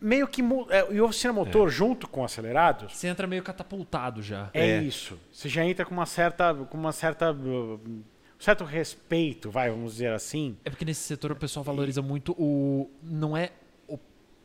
meio que. mu- é, E oficina motor junto com acelerados. Você entra meio catapultado já. É, É. isso. Você já entra com uma certa, com uma certa, uh, um certo respeito, vai, vamos dizer assim. É porque nesse setor o pessoal valoriza muito o. Não é o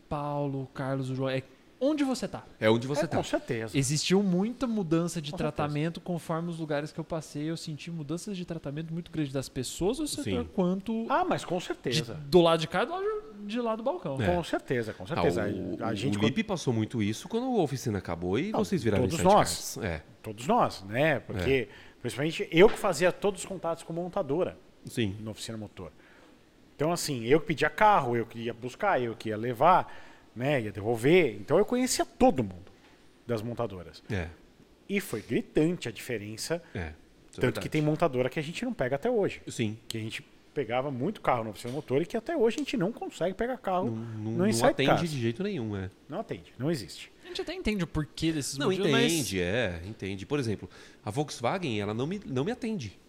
Paulo, o Carlos, o João. É onde você tá. É onde você É, tá. Com certeza. Existiu muita mudança de tratamento conforme os lugares que eu passei. Eu senti mudanças de tratamento muito grandes das pessoas do setor, Sim. quanto Ah, mas com de- certeza. do lado de cá e do lado de lá do balcão. É. Com certeza, com Ah, certeza. o a, a gente, o Lipe passou muito isso quando a oficina acabou e vocês viraram todos sidecars. É, todos nós, né? Porque, principalmente, eu que fazia todos os contatos com montadora sim. na oficina motor. Então, assim, eu que pedia carro, eu que ia buscar, eu que ia levar, né? Ia devolver. Então, eu conhecia todo mundo das montadoras. É, E foi gritante a diferença. é. Isso é tanto que verdade. tem montadora que a gente não pega até hoje. Sim. que a gente pegava muito carro na oficina motor e que até hoje a gente não consegue pegar carro Não, não, no não Inside atende Cars. de jeito nenhum, é. Não atende, não existe. A gente até entende o porquê desses Não, motivos, mas- entende, é, entende. Por exemplo, a Volkswagen, ela não me, não me atende.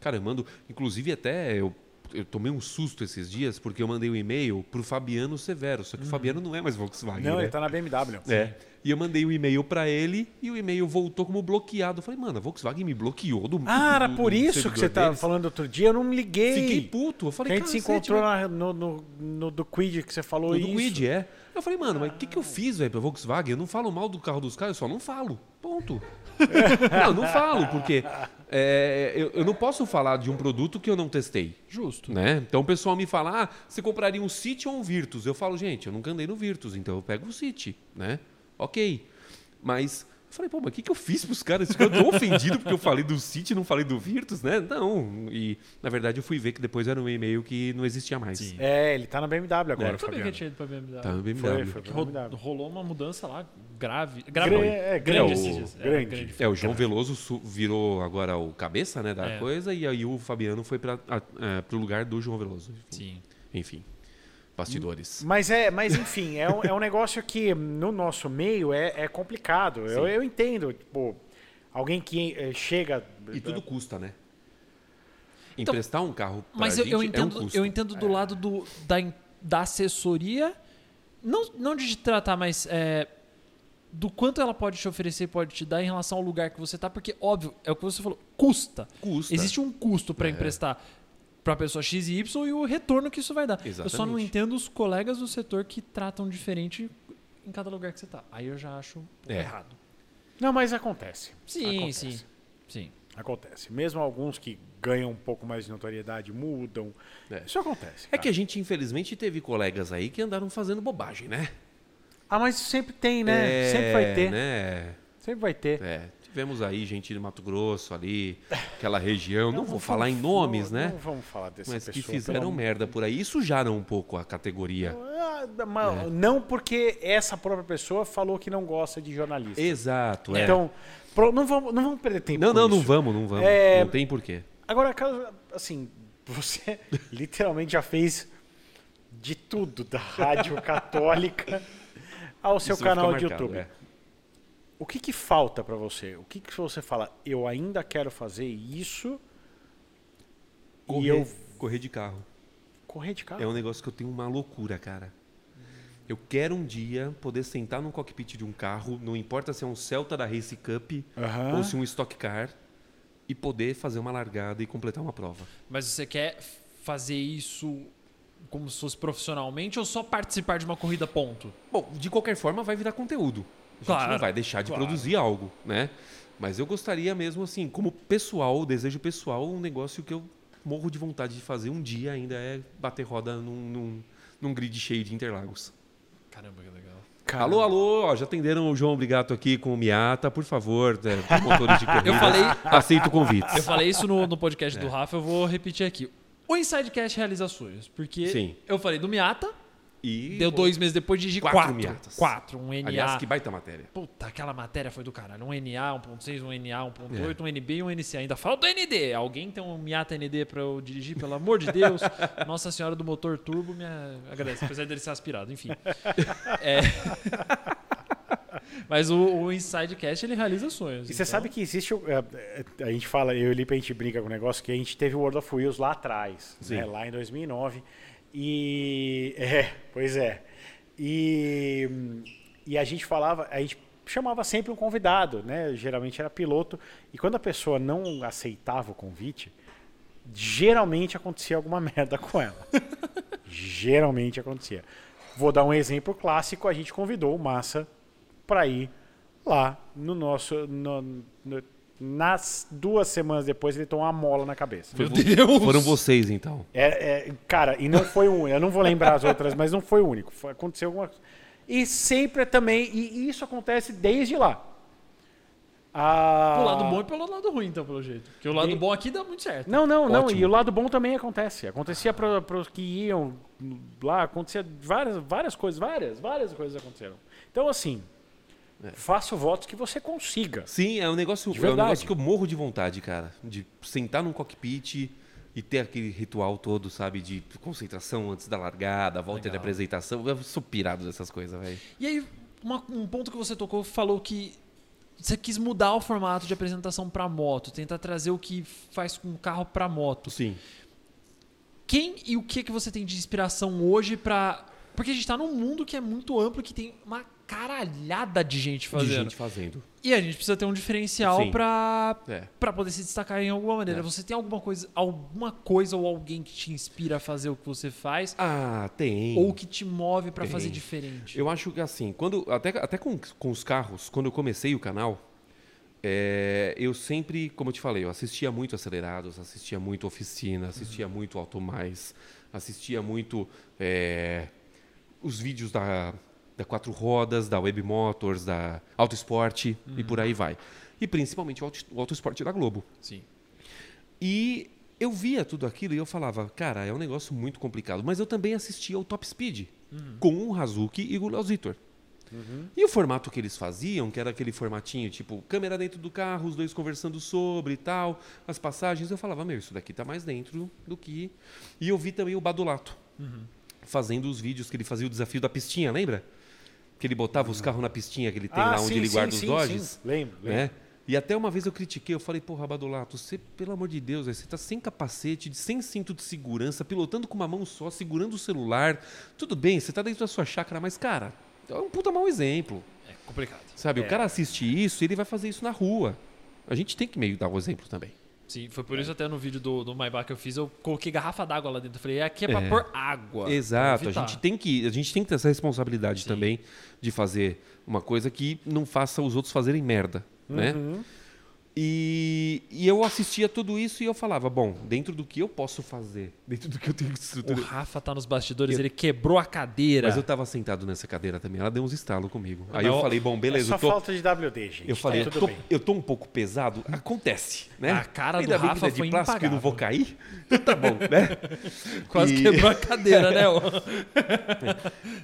Cara, eu mando. Inclusive, até eu, eu tomei um susto esses dias porque eu mandei um e-mail pro Fabiano Severo. Só que o Fabiano não é mais Volkswagen. Uhum. não, né? ele tá na BMW. É. E eu mandei um e-mail pra ele e o e-mail voltou como bloqueado. Eu falei, mano, a Volkswagen me bloqueou do Ah, era do- do (laughs) por isso que Um servidor você tava deles." falando outro dia, eu não me liguei. Fiquei puto. Eu Que falei, a gente se "Cacete, encontrou na- velho." no, no, no do Quid que você falou O isso. tipo do Quid, é. Eu falei, mano, mas o que, que eu fiz, velho, pra Volkswagen? Eu não falo mal do carro dos caras, eu só não falo. (laughs) Ponto. não, não falo, porque é, eu, eu não posso falar de um produto que eu não testei. Justo. Né? Então o pessoal me fala, ah, você compraria um City ou um Virtus? Eu falo, gente, eu nunca andei no Virtus, então eu pego o City, né? Ok. Mas eu falei, pô, mas o que, que eu fiz pros caras? Eu tô ofendido porque eu falei do City e não falei do Virtus, né? Não. E na verdade eu fui ver que depois era um e-mail que não existia mais. Sim. É, ele tá na BMW agora, Eu sabia que Fabiano. ele tinha ido pra BMW. Tá, BMW. Foi, foi Que pra ro- BMW. rolou uma mudança lá grave. Gre- Grave. não, é, grande grande, esses dias. É, grande. grande. É, o João Veloso su- virou agora o cabeça né, da É. coisa e aí o Fabiano foi para o lugar do João Veloso. Sim. Enfim, bastidores. Mas é, mas enfim, é um, é um negócio que no nosso meio é, é complicado. Eu, eu entendo, tipo, alguém que eh, chega. E tudo custa, né? Então, Emprestar um carro pra Mas eu, gente eu é um entendo, custo. eu entendo do lado do, da, in- da assessoria, não, não de te tratar, mas é, do quanto ela pode te oferecer, pode te dar em relação ao lugar que você tá, porque, óbvio, é o que você falou, custa. Custa. É. Existe um custo para emprestar para pessoa X e Y e o retorno que isso vai dar. Eu só não Exatamente. entendo os colegas do setor que tratam diferente em cada lugar que você tá. Aí eu já acho um pouco É. errado. eh, Não, mas acontece. Sim, Acontece. sim. Sim. Acontece. Mesmo alguns que ganham um pouco mais de notoriedade mudam. É. Isso acontece. É que a gente, infelizmente, teve colegas aí que andaram fazendo bobagem, né? Ah, mas sempre tem, né? É, sempre vai ter. Né? Sempre vai ter. É, tivemos aí gente de Mato Grosso ali, aquela região. não, vou falar em nomes, né? Não vamos falar dessa Mas pessoa. que fizeram merda por aí. E sujaram um pouco a categoria. Ah, É. mas Não porque essa própria pessoa falou que não gosta de jornalista. Exato, é. Então, pro- não, vamos, não vamos perder tempo não, com não, isso. não vamos, não vamos. É- Não tem porquê. Agora, Carlos, assim, (laughs) você literalmente já fez de tudo da Rádio Católica ao seu Isso vai canal ficar de marcado, YouTube. é. O que, que falta pra você? O que, que você fala, eu ainda quero fazer isso Correr, e eu correr de carro. correr de carro? É um negócio que eu tenho uma loucura, cara. Eu quero um dia poder sentar num cockpit de um carro, não importa se é um Celta da Race Cup Aham. ou se um Stock Car, e poder fazer uma largada e completar uma prova. Mas você quer fazer isso como se fosse profissionalmente ou só participar de uma corrida ponto? Bom, de qualquer forma vai virar conteúdo. A gente Claro, não vai deixar de claro. produzir algo, né? Mas eu gostaria mesmo, assim, como pessoal, desejo pessoal, um negócio que eu morro de vontade de fazer um dia ainda é bater roda num, num, num grid cheio de interlagos. Caramba, que legal. Caramba. Alô, alô, ó, já atenderam o João Obrigato aqui com o Miata, por favor, é, por motores de (laughs) corrida. Eu falei- Aceito convites. Eu falei isso no, no podcast do Rafa, eu vou repetir aqui. O Insidecast realiza sonhos, porque Sim. eu falei do Miata, E, deu dois meses depois de Quatro quatro. Miatas. Quatro, um NA. aliás, que baita matéria. Puta, aquela matéria foi do caralho. Um NA, 1.6, um NA, É. 1.8, um NB e um NC. Ainda falta o ND. Alguém tem um Miata ND pra eu dirigir, pelo amor (laughs) de Deus. Nossa Senhora do Motor Turbo me agradece, apesar dele ser (laughs) aspirado, enfim. É. Mas o, o Insidecast, ele realiza sonhos. então. E você sabe que existe. o- é, é, A gente fala, eu e o Lipe, a gente brinca com o negócio que a gente teve o World of Wheels lá atrás, Sim. né, lá em 2009. E. (laughs) É, pois é. E, e a gente falava, a gente chamava sempre um convidado, né? Geralmente era piloto. E quando a pessoa não aceitava o convite, geralmente acontecia alguma (laughs) merda com ela. geralmente acontecia. Vou dar um exemplo clássico: a gente convidou o Massa para ir lá no nosso. no- no- nas duas semanas depois ele tomou uma mola na cabeça. Meu Deus! um Foram vocês, então. É, é, cara, e não foi um. Eu não vou lembrar as outras, mas não foi o único. Foi- aconteceu alguma coisa. E sempre é também, e isso acontece desde lá. Ah, Pelo lado bom e pelo lado ruim, então, pelo jeito. Porque o lado bom aqui dá muito certo. Não, não, não. Ótimo. E o lado bom também acontece. Acontecia para os que iam lá, acontecia várias, várias coisas, várias, várias coisas aconteceram. Então, assim, É. faça votos que você consiga. Sim, é um negócio, De é um verdade. negócio que eu morro de vontade, cara. De sentar num cockpit e ter aquele ritual todo, sabe? De concentração antes da largada, volta de apresentação. Eu sou pirado dessas coisas, velho. E aí, uma- um ponto que você tocou falou que você quis mudar o formato de apresentação pra moto, tentar trazer o que faz com o carro pra moto. Sim. Quem e o que que você tem de inspiração hoje pra Porque a gente tá num mundo que é muito amplo, que tem uma caralhada de gente de fazendo. gente fazendo. E a gente precisa ter um diferencial Sim. pra É. pra poder se destacar em alguma maneira. Você tem alguma coisa, alguma coisa ou alguém que te inspira a fazer o que você faz Ah, tem. ou que te move pra Tem. fazer diferente? Eu acho que assim, quando até, até com, com os carros, quando eu comecei o canal, é, eu sempre, como eu te falei, eu assistia muito Acelerados, assistia muito Oficina, assistia muito Auto Mais, assistia muito é, os vídeos da, da Quatro Rodas, da Web Motors, da Auto Esporte e por aí vai. E principalmente o Auto, o Auto Esporte da Globo. Sim. E eu via tudo aquilo e eu falava, cara, é um negócio muito complicado. Mas eu também assistia ao Top Speed Uhum. com o Hazuki e o Léo Zitor. E o formato que eles faziam, que era aquele formatinho, tipo, câmera dentro do carro, os dois conversando sobre e tal, as passagens, eu falava, meu, isso daqui tá mais dentro do que. E eu vi também o Badulato Uhum. fazendo os vídeos que ele fazia o desafio da pistinha, lembra? Que ele botava os carros na pistinha que ele tem Uhum. Ah, lá onde sim, ele sim, guarda os sim, Dodges sim. Lembro, lembro. né? E até uma vez eu critiquei, eu falei, porra, Badolato, você, pelo amor de Deus, velho, você tá sem capacete, sem cinto de segurança, pilotando com uma mão só, segurando o celular. Tudo bem, você tá dentro da sua chácara, mas, cara, é um puta mau exemplo. É complicado. Sabe? O cara assiste isso e ele vai fazer isso na rua. A gente tem que meio dar o exemplo também. Sim, foi É. por isso até no vídeo do, do Maybach que eu fiz, eu coloquei garrafa d'água lá dentro. Eu falei, aqui é pra É. pôr água. Exato, pra a evitar. gente, tem que, a gente tem que ter essa responsabilidade também de fazer uma coisa que não faça os outros fazerem merda, né? Uhum. E, e eu assistia tudo isso e eu falava, bom, dentro do que eu posso fazer, dentro do que eu tenho de O estrutura. Rafa tá nos bastidores, ele quebrou a cadeira. Mas eu tava sentado nessa cadeira também, ela deu uns estalos comigo. Aí Não, eu falei, bom, beleza, é só eu tô, falta de WD, gente. eu falei, tá eu tudo tô, bem. eu tô um pouco pesado, acontece, né? A cara do Ainda bem que Rafa não é de foi plástico e não impagável. vou cair, então tá bom, né? Quase E- quebrou a cadeira, né? (laughs) ô?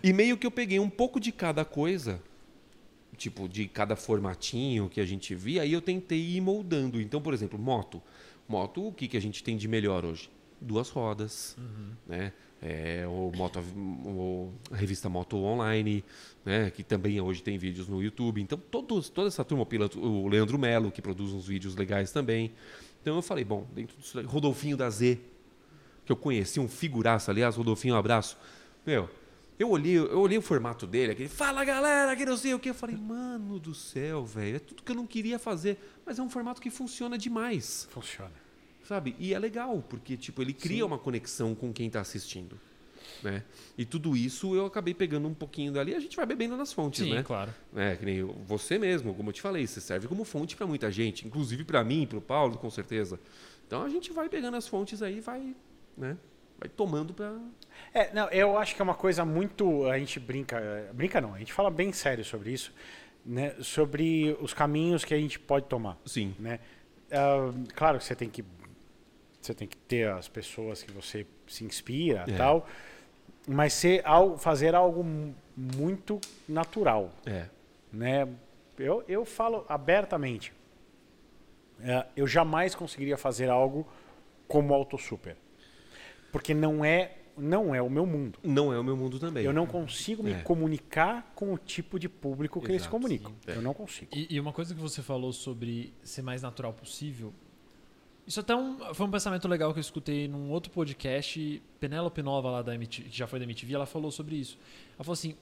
E meio que eu peguei um pouco de cada coisa, tipo, de cada formatinho que a gente via, e eu tentei ir moldando. Então, por exemplo, moto. Moto, o que, que a gente tem de melhor hoje? Duas rodas, né? É, ou moto, ou a revista Moto Online, né? que também hoje tem vídeos no YouTube. Então, todos, toda essa turma, o piloto- o Leandro Melo, que produz uns vídeos legais também. Então, eu falei, bom, dentro disso, daí, Rodolfinho da Z, que eu conheci, um figuraça, aliás, Rodolfinho, um abraço. Meu, eu olhei, eu olhei o formato dele, aquele fala galera, que não sei o que. Eu falei, mano do céu, velho, é tudo que eu não queria fazer. Mas é um formato que funciona demais, Funciona. sabe? E é legal, porque, tipo, ele cria uma conexão com quem tá assistindo. Né? E tudo isso eu acabei pegando um pouquinho dali, a gente vai bebendo nas fontes, Sim, né? claro. É, que nem eu- você mesmo, como eu te falei, você serve como fonte para muita gente, inclusive para mim, para o Paulo, com certeza. Então a gente vai pegando as fontes aí, vai, né? Vai tomando para É, não, eu acho que é uma coisa muito. A gente brinca. eh, Brinca não, a gente fala bem sério sobre isso, né? Sobre os caminhos que a gente pode tomar. sim, né? Ah, claro que você tem que você tem que ter as pessoas que você se inspira e É. tal, mas ser ao fazer algo mu- muito natural, é, né? Eu, eu falo abertamente, é, eu jamais conseguiria fazer algo como Auto Super, porque não é não é o meu mundo. não é o meu mundo também. Eu não consigo me É. comunicar com o tipo de público que eles se Exato. comunicam. É. Eu não consigo. E, e uma coisa que você falou sobre ser mais natural possível, isso até um- foi um pensamento legal que eu escutei num outro podcast, Penélope Nova lá da MTV, que já foi da MTV, ela falou sobre isso. Ela falou assim,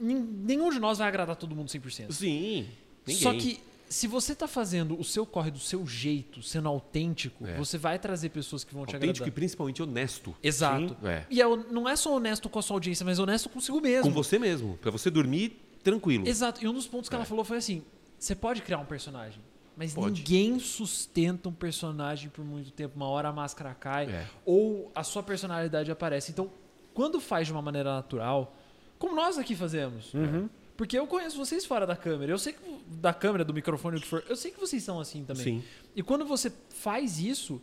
"Nin- nenhum de nós vai agradar todo mundo 100%. Sim. Ninguém. Só que se você tá fazendo o seu corre do seu jeito, sendo autêntico, É. você vai trazer pessoas que vão te autêntico e agradar. principalmente honesto Exato. Sim. É. E é, hon- não é só honesto com a sua audiência, mas honesto consigo mesmo. com você mesmo, para você dormir tranquilo. É. Exato. E um dos pontos que ela falou foi assim: você pode criar um personagem, mas Pode. ninguém sustenta um personagem por muito tempo. Uma hora a máscara cai É. ou a sua personalidade aparece. Então, quando faz de uma maneira natural, como nós aqui fazemos. né? Uhum. Porque eu conheço vocês fora da câmera, eu sei que da câmera, do microfone, o que for, eu sei que vocês são assim também. Sim. E quando você faz isso,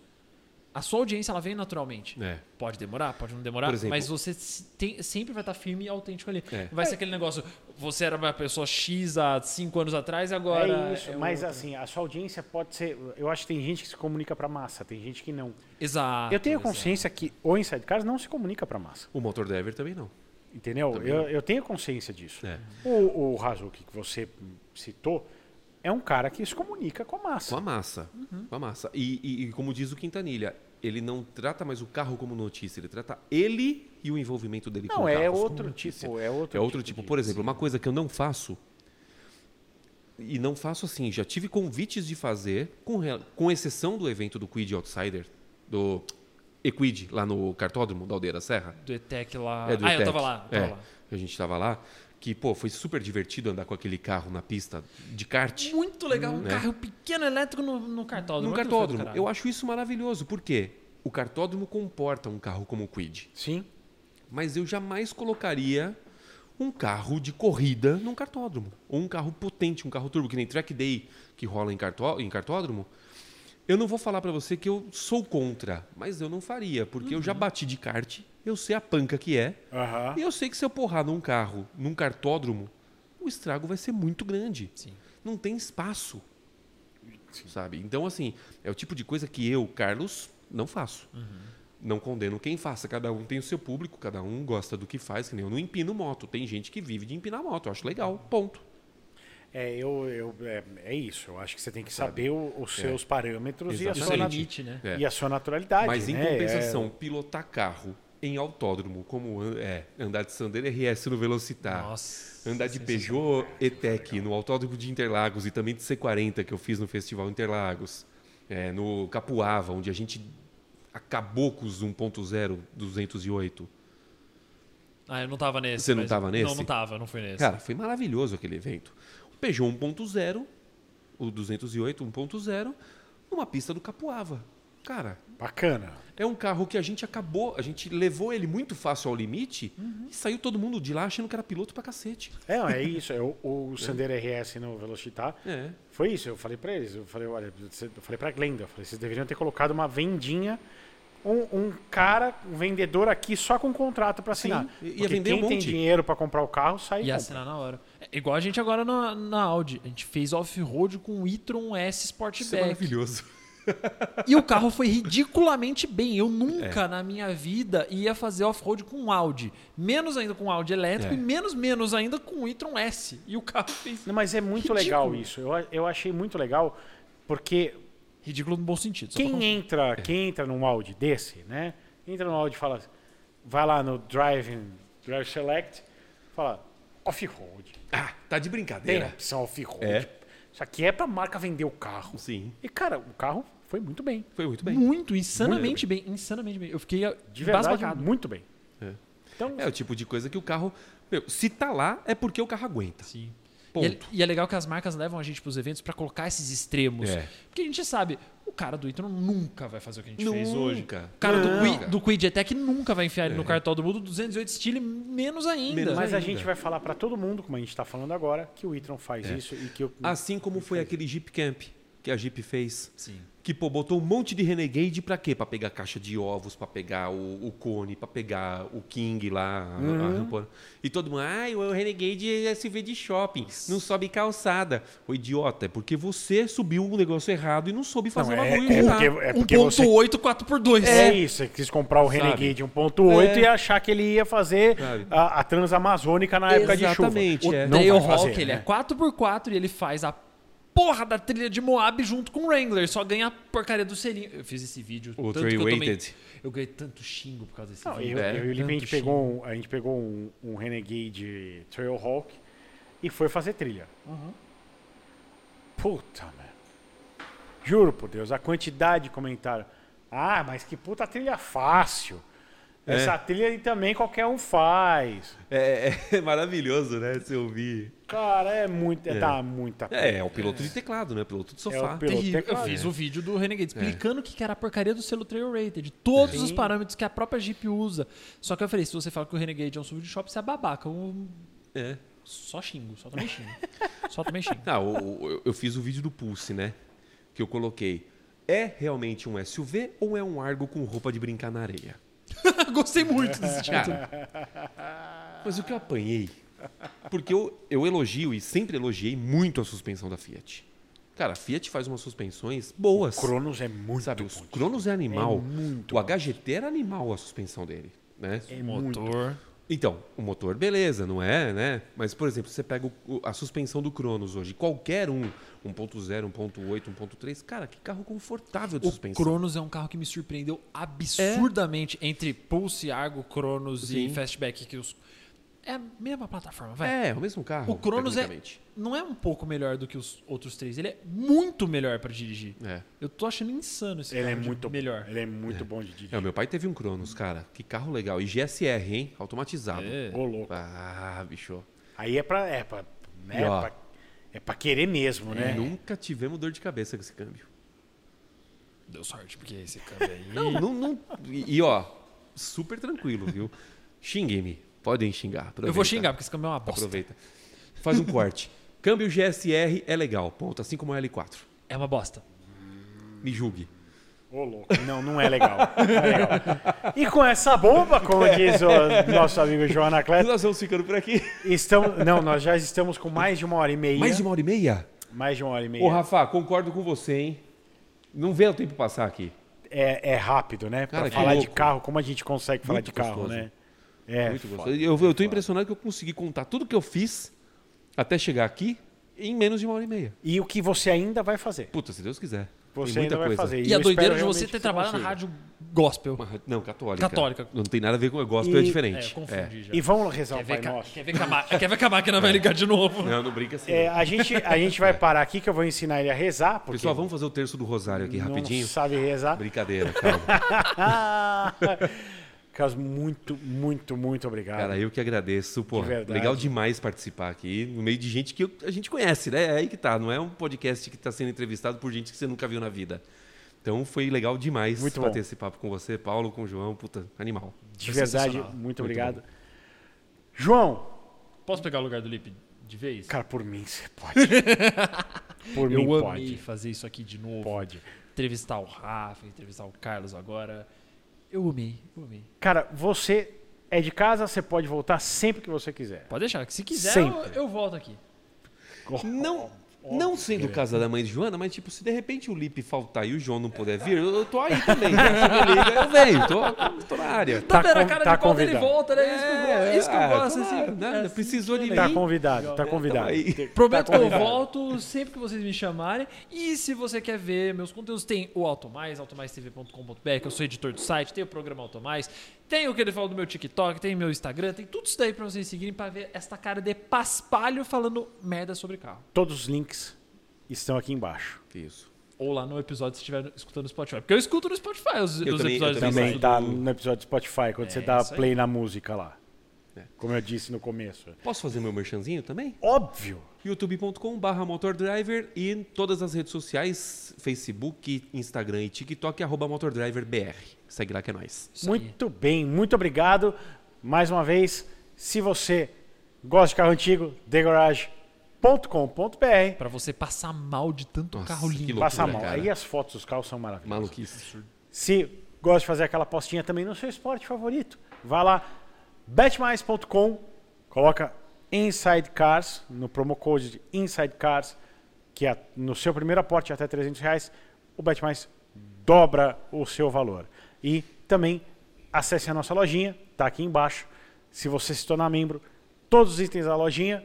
a sua audiência ela vem naturalmente. É. Pode demorar, pode não demorar, Por exemplo- mas você se- tem- sempre vai estar firme e autêntico ali. É. Não vai ser aquele negócio, você era uma pessoa X há cinco anos atrás e agora. É isso, é mas outra. assim, a sua audiência pode ser. Eu acho que tem gente que se comunica pra massa, tem gente que não. Ah, Exato. eu tenho exato. é. consciência que o Inside Cars não se comunica pra massa, O motor driver também não. entendeu? Também Eu, eu tenho consciência disso. É. O, o Hazuki, que você citou, é um cara que se comunica com a massa. Com a massa. Com a massa. E, e- e como diz o Quintanilha, ele não trata mais o carro como notícia, ele trata ele e o envolvimento dele com Não, o carro. é Ficou outro notícia. tipo, é outro É outro tipo. de- Por exemplo, uma coisa que eu não faço, e não faço assim, já tive convites de fazer, com, re- com exceção do evento do Quid Outsider, do Equid, lá no cartódromo da Aldeira Serra. Do ETEC lá. É, do ah, eu ETEC. tava lá. eu tava É, lá. A gente tava lá, que, pô, foi super divertido andar com aquele carro na pista de kart. Muito legal, um Né? carro pequeno elétrico no, no cartódromo. é Num Aquilo foi do cartódromo. caralho. Eu acho isso maravilhoso, porque o cartódromo comporta um carro como o Quid. Sim. mas eu jamais colocaria um carro de corrida num cartódromo. Ou um carro potente, um carro turbo, que nem track day que rola em, cartó em cartódromo. Eu não vou falar pra você que eu sou contra, mas eu não faria, porque eu já Uhum. bati de kart, eu sei a panca que é, Aham. e eu sei que se eu porrar num carro, num cartódromo, o estrago vai ser muito grande. Sim. Não tem espaço. Sabe? Então, assim, é o tipo de coisa que eu, Carlos, não faço. Uhum. Não condeno quem faça. Cada um tem o seu público, cada um gosta do que faz, que nem eu não empino moto. Tem gente que vive de empinar moto, eu acho legal. Ponto. É, eu, eu, é, é isso. Eu acho que você tem que saber o- os seus parâmetros e a, Isso sua é É. Exatamente. nat- limite, né? É. e a sua naturalidade. Mas em né? compensação, pilotar carro em autódromo, como an- é, andar de Sandero RS no Velocitar, Nossa. Ah, andar de Peugeot E-Tech no Autódromo de Interlagos e também de C40 que eu fiz no Festival Interlagos, é, no Capuava, onde a gente acabou com os 1.0 208. Ah, eu não tava nesse. Você não mas- tava nesse? Não, não tava, não fui nesse. Cara, foi maravilhoso aquele evento. O Peugeot 1.0, o 208 1.0, numa pista do Capuava. Cara, É, bacana. é um carro que a gente acabou, a gente levou ele muito fácil ao limite e saiu todo mundo de lá achando que era piloto pra cacete. É, não, é isso. é o, o Sandero RS no Velocitar. É. Foi isso, eu falei pra eles, eu falei, olha, você- eu falei pra Glenda, eu falei, vocês deveriam ter colocado uma vendinha, um, um cara, um vendedor aqui só com contrato pra assinar. Sim, ia Porque vender quem um tem monte. dinheiro pra comprar o carro, sai e E compra. assinar na hora. É, igual a gente agora na, na Audi. A gente fez off-road com o e-tron S Isso é Sportback. maravilhoso. E o carro foi ridiculamente bem. Eu nunca na minha vida ia fazer off-road com um Audi. Menos ainda com um Audi elétrico É. e menos, menos ainda com o e-tron S. E o carro fez Não, mas é muito Ridículo. legal isso, eu, a- eu achei muito legal, porque ridículo no bom sentido. só pra quem é? constar. entra, quem entra num Audi desse, né, entra num Audi e fala, vai lá no Driving, Drive Select, fala, off-road, Ah, tá de tem brincadeira. opção off-road. É. Isso aqui é pra marca vender o carro. Sim, E, cara, o carro foi muito bem. foi muito bem. Muito, insanamente bem. Insanamente bem. Eu fiquei De verdade, embasbacado. muito bem. É. Então, É o tipo de coisa que o carro. Meu, se tá lá, é porque o carro aguenta. Sim. Ponto. E é, e é legal que as marcas levam a gente pros eventos pra colocar esses extremos. É. Porque a gente sabe, o cara do Itron nunca vai fazer o que a gente fez Nunca. hoje. O cara do, Nunca. Qui, do Quid Etec nunca vai enfiar ele no cartão do mundo 208 estilo e menos ainda. Menos mas a ainda. gente vai falar pra todo mundo, como a gente tá falando agora, que o Itron faz É. isso e que o Assim como foi aquele Jeep Camp que a Jeep fez. Sim. Que pô, botou um monte de Renegade pra quê? Pra pegar caixa de ovos, pra pegar o, o cone, pra pegar o King lá, a- a rampa. E todo mundo, ai, o Renegade é SV de shopping, não sobe calçada. Ô idiota, é porque você subiu um negócio errado e não soube fazer uma bagulho lá. porque, é porque Um você... 1.8, 4x2. É isso, você quis comprar o Sabe? Renegade 1.8 É. e achar que ele ia fazer Sabe? a, a Transamazônica na época de Exatamente, chuva. é. Não Dale vai Hawk, fazer, ele né? é 4x4 e ele faz a porra da trilha de Moab junto com o Wrangler. Só ganha a porcaria do selinho. Eu fiz esse vídeo. O tanto que eu, three-weighted. tomei- eu ganhei tanto xingo por causa desse Não, vídeo. eu, É, eu e o Lipe, a gente tanto pegou, um, a gente pegou um, um Renegade Trailhawk e foi fazer trilha. Uhum. Puta, mano. Juro por Deus, a quantidade de comentário. Ah, mas que puta trilha fácil. Essa trilha aí também qualquer um faz. É, é maravilhoso, né? Se ouvir. Cara, é muito. É. Dá muita pena. É, é o piloto de teclado, né? Piloto de sofá. piloto. pelo Terrível. Eu teclado, fiz né? o vídeo do Renegade explicando o que que era a porcaria do selo Trail Rated, todos os parâmetros que a própria Jeep usa. Só que eu falei, se você fala que o Renegade é um SUV de shopping, você é babaca. Eu É. só xingo, só (laughs) também xingo. só também xingo. Ah, o- o- eu, eu fiz o vídeo do Pulse, né? Que eu coloquei. É realmente um SUV ou é um Argo com roupa de brincar na areia? Gostei muito desse (laughs) título. Cara, mas o que eu apanhei? Porque eu, eu elogio e sempre elogiei muito a suspensão da Fiat. Cara, a Fiat faz umas suspensões boas. Cronos é muito. sabe, bom. os Cronos é animal. É muito o HGT era animal a suspensão dele, né? É muito. Motor. Então, o motor, beleza, não é, né? Mas, por exemplo, você pega o- o- a suspensão do Cronos hoje, qualquer um, 1.0, 1.8, 1.3, cara, que carro confortável de O suspensão. Cronos é um carro que me surpreendeu absurdamente entre Pulse, Argo, Cronos e Sim. Fastback. Que os... É a mesma plataforma, vai. É, é o mesmo carro. o Cronos é, tecnicamente. não é um pouco melhor do que os outros três, ele é muito melhor pra dirigir. É. Eu tô achando insano esse Ele é carro de- muito melhor. Ele é muito bom de dirigir. É, o meu pai teve um Cronos, cara. Que carro legal. E GSR, hein? Automatizado. É. Ô, louco. Ah, bicho. Aí é pra. É pra, né, E, ó. É. pra- é pra querer mesmo, né? É. Nunca tivemos dor de cabeça com esse câmbio. Deu sorte, porque esse câmbio aí. Não, não, não. E, e, ó, super (laughs) tranquilo, viu? Xinguem-me. Podem Eu xingar. vou aproveita. xingar, porque esse câmbio é uma bosta. Aproveita. Faz um corte. (laughs) Câmbio GSR é legal, ponto. Assim como o L4. É uma bosta. Me julgue. Ô, louco. Não, não é legal. Não é legal. E com essa bomba, como diz o nosso amigo João Anacleto, É. Nós vamos ficando por aqui. estamos. Não, nós já estamos com mais de uma hora e meia. (laughs) Mais de uma hora e meia? Mais de uma hora e meia. Ô, Rafa, concordo com você, hein? Não vê o tempo passar aqui. É, é rápido, né? Pra Cara, que falar de louco. carro, como a gente consegue falar Muito de carro, gostoso. né? É, Muito foda. gostoso. Eu, eu tô impressionado que eu consegui contar tudo que eu fiz até chegar aqui em menos de uma hora e meia. E o que você ainda vai fazer? Puta, se Deus quiser. Tem Você muita ainda vai coisa. fazer. E, a eu espero doideira de realmente você que ter trabalhado na consiga. rádio gospel. Uma ra- Não, católica. Católica. Não tem nada a ver com. Gospel é E- É, eu diferente. confundi já. E vamos rezar Quer o ver, Pai que a- Nosso. quer ver que a ma- quer ver que a máquina vai ligar de novo? É. Não, não brinca assim. É, não. a, gente, a gente vai parar aqui que eu vou ensinar ele a rezar, porque Pessoal, vamos fazer o terço do Rosário aqui não rapidinho? sabe rezar. Brincadeira, calma. (laughs) Carlos, muito, muito, muito obrigado. é Cara, eu que agradeço. Pô, De verdade. legal demais participar aqui no meio de gente que eu- a gente conhece, né? É aí que tá. Não é um podcast que tá sendo entrevistado por gente que você nunca viu na vida. Então foi legal demais Muito bom. bater esse papo com você, Paulo, com o João. Puta, animal. de foi verdade, sensacional. muito obrigado. João, Posso pegar o lugar do Lipe de vez? cara, por mim você pode. (laughs) Por eu mim amei pode. fazer isso aqui de novo. Pode. Entrevistar o Rafa, entrevistar o Carlos agora. Eu amei, eu amei. Cara, você é de casa, você pode voltar sempre que você quiser. Pode deixar, que se quiser eu, Sempre. eu volto aqui. Não, não sendo casa da mãe de Joana, mas tipo, se de repente o Lipe faltar e o João não puder vir, eu, eu tô aí (laughs) também. né? Você me liga, eu venho, tô, tô na área. Tá Toda con- tá pau dele convidado. volta, né? É isso que eu gosto, é isso que eu ah, gosto, tô lá, assim, né? é assim Precisou de que mim. Tá convidado, tá convidado. aí. Prometo que eu Tá convidado. volto sempre que vocês me chamarem. E se você quer ver meus conteúdos, tem o Automais, automaistv.com.br, que eu sou editor do site, tem o programa Automais, tem o que ele falou do meu TikTok, tem meu Instagram, tem tudo isso daí pra vocês seguirem pra ver esta cara de paspalho falando merda sobre carro. Todos os links estão aqui embaixo. Isso. Ou lá no episódio se estiver escutando no Spotify. Porque eu escuto no Spotify os, Eu os também- episódios eu do Também Isso tá do- no episódio do Spotify, quando você É dá isso aí. play na música lá. É. Como eu disse no começo. Posso fazer meu merchanzinho também? Óbvio! youtube.com.br motordriver e em todas as redes sociais, Facebook, Instagram e TikTok, arroba motordriverbr. Segue lá que é nóis. Isso aí. Muito bem, muito obrigado. Mais uma vez, se você gosta de carro antigo, thegarage.com.br. Pra você passar mal de tanto Nossa, carro que lindo. loucura. Passa mal. cara. Aí as fotos dos carros são maravilhosas. Maluquice. Se gosta de fazer aquela postinha também no seu esporte favorito, vá lá, betmais.com, coloca Inside Cars, no promo code de Inside Cars, que é no seu primeiro aporte até 300 reais, o BetMais dobra o seu valor. E também acesse a nossa lojinha, tá aqui embaixo. Se você se tornar membro, todos os itens da lojinha,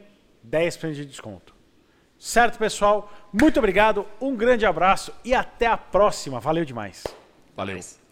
10% de desconto. Certo, pessoal? Muito obrigado, um grande abraço e até a próxima. Valeu demais. Valeu. Mas-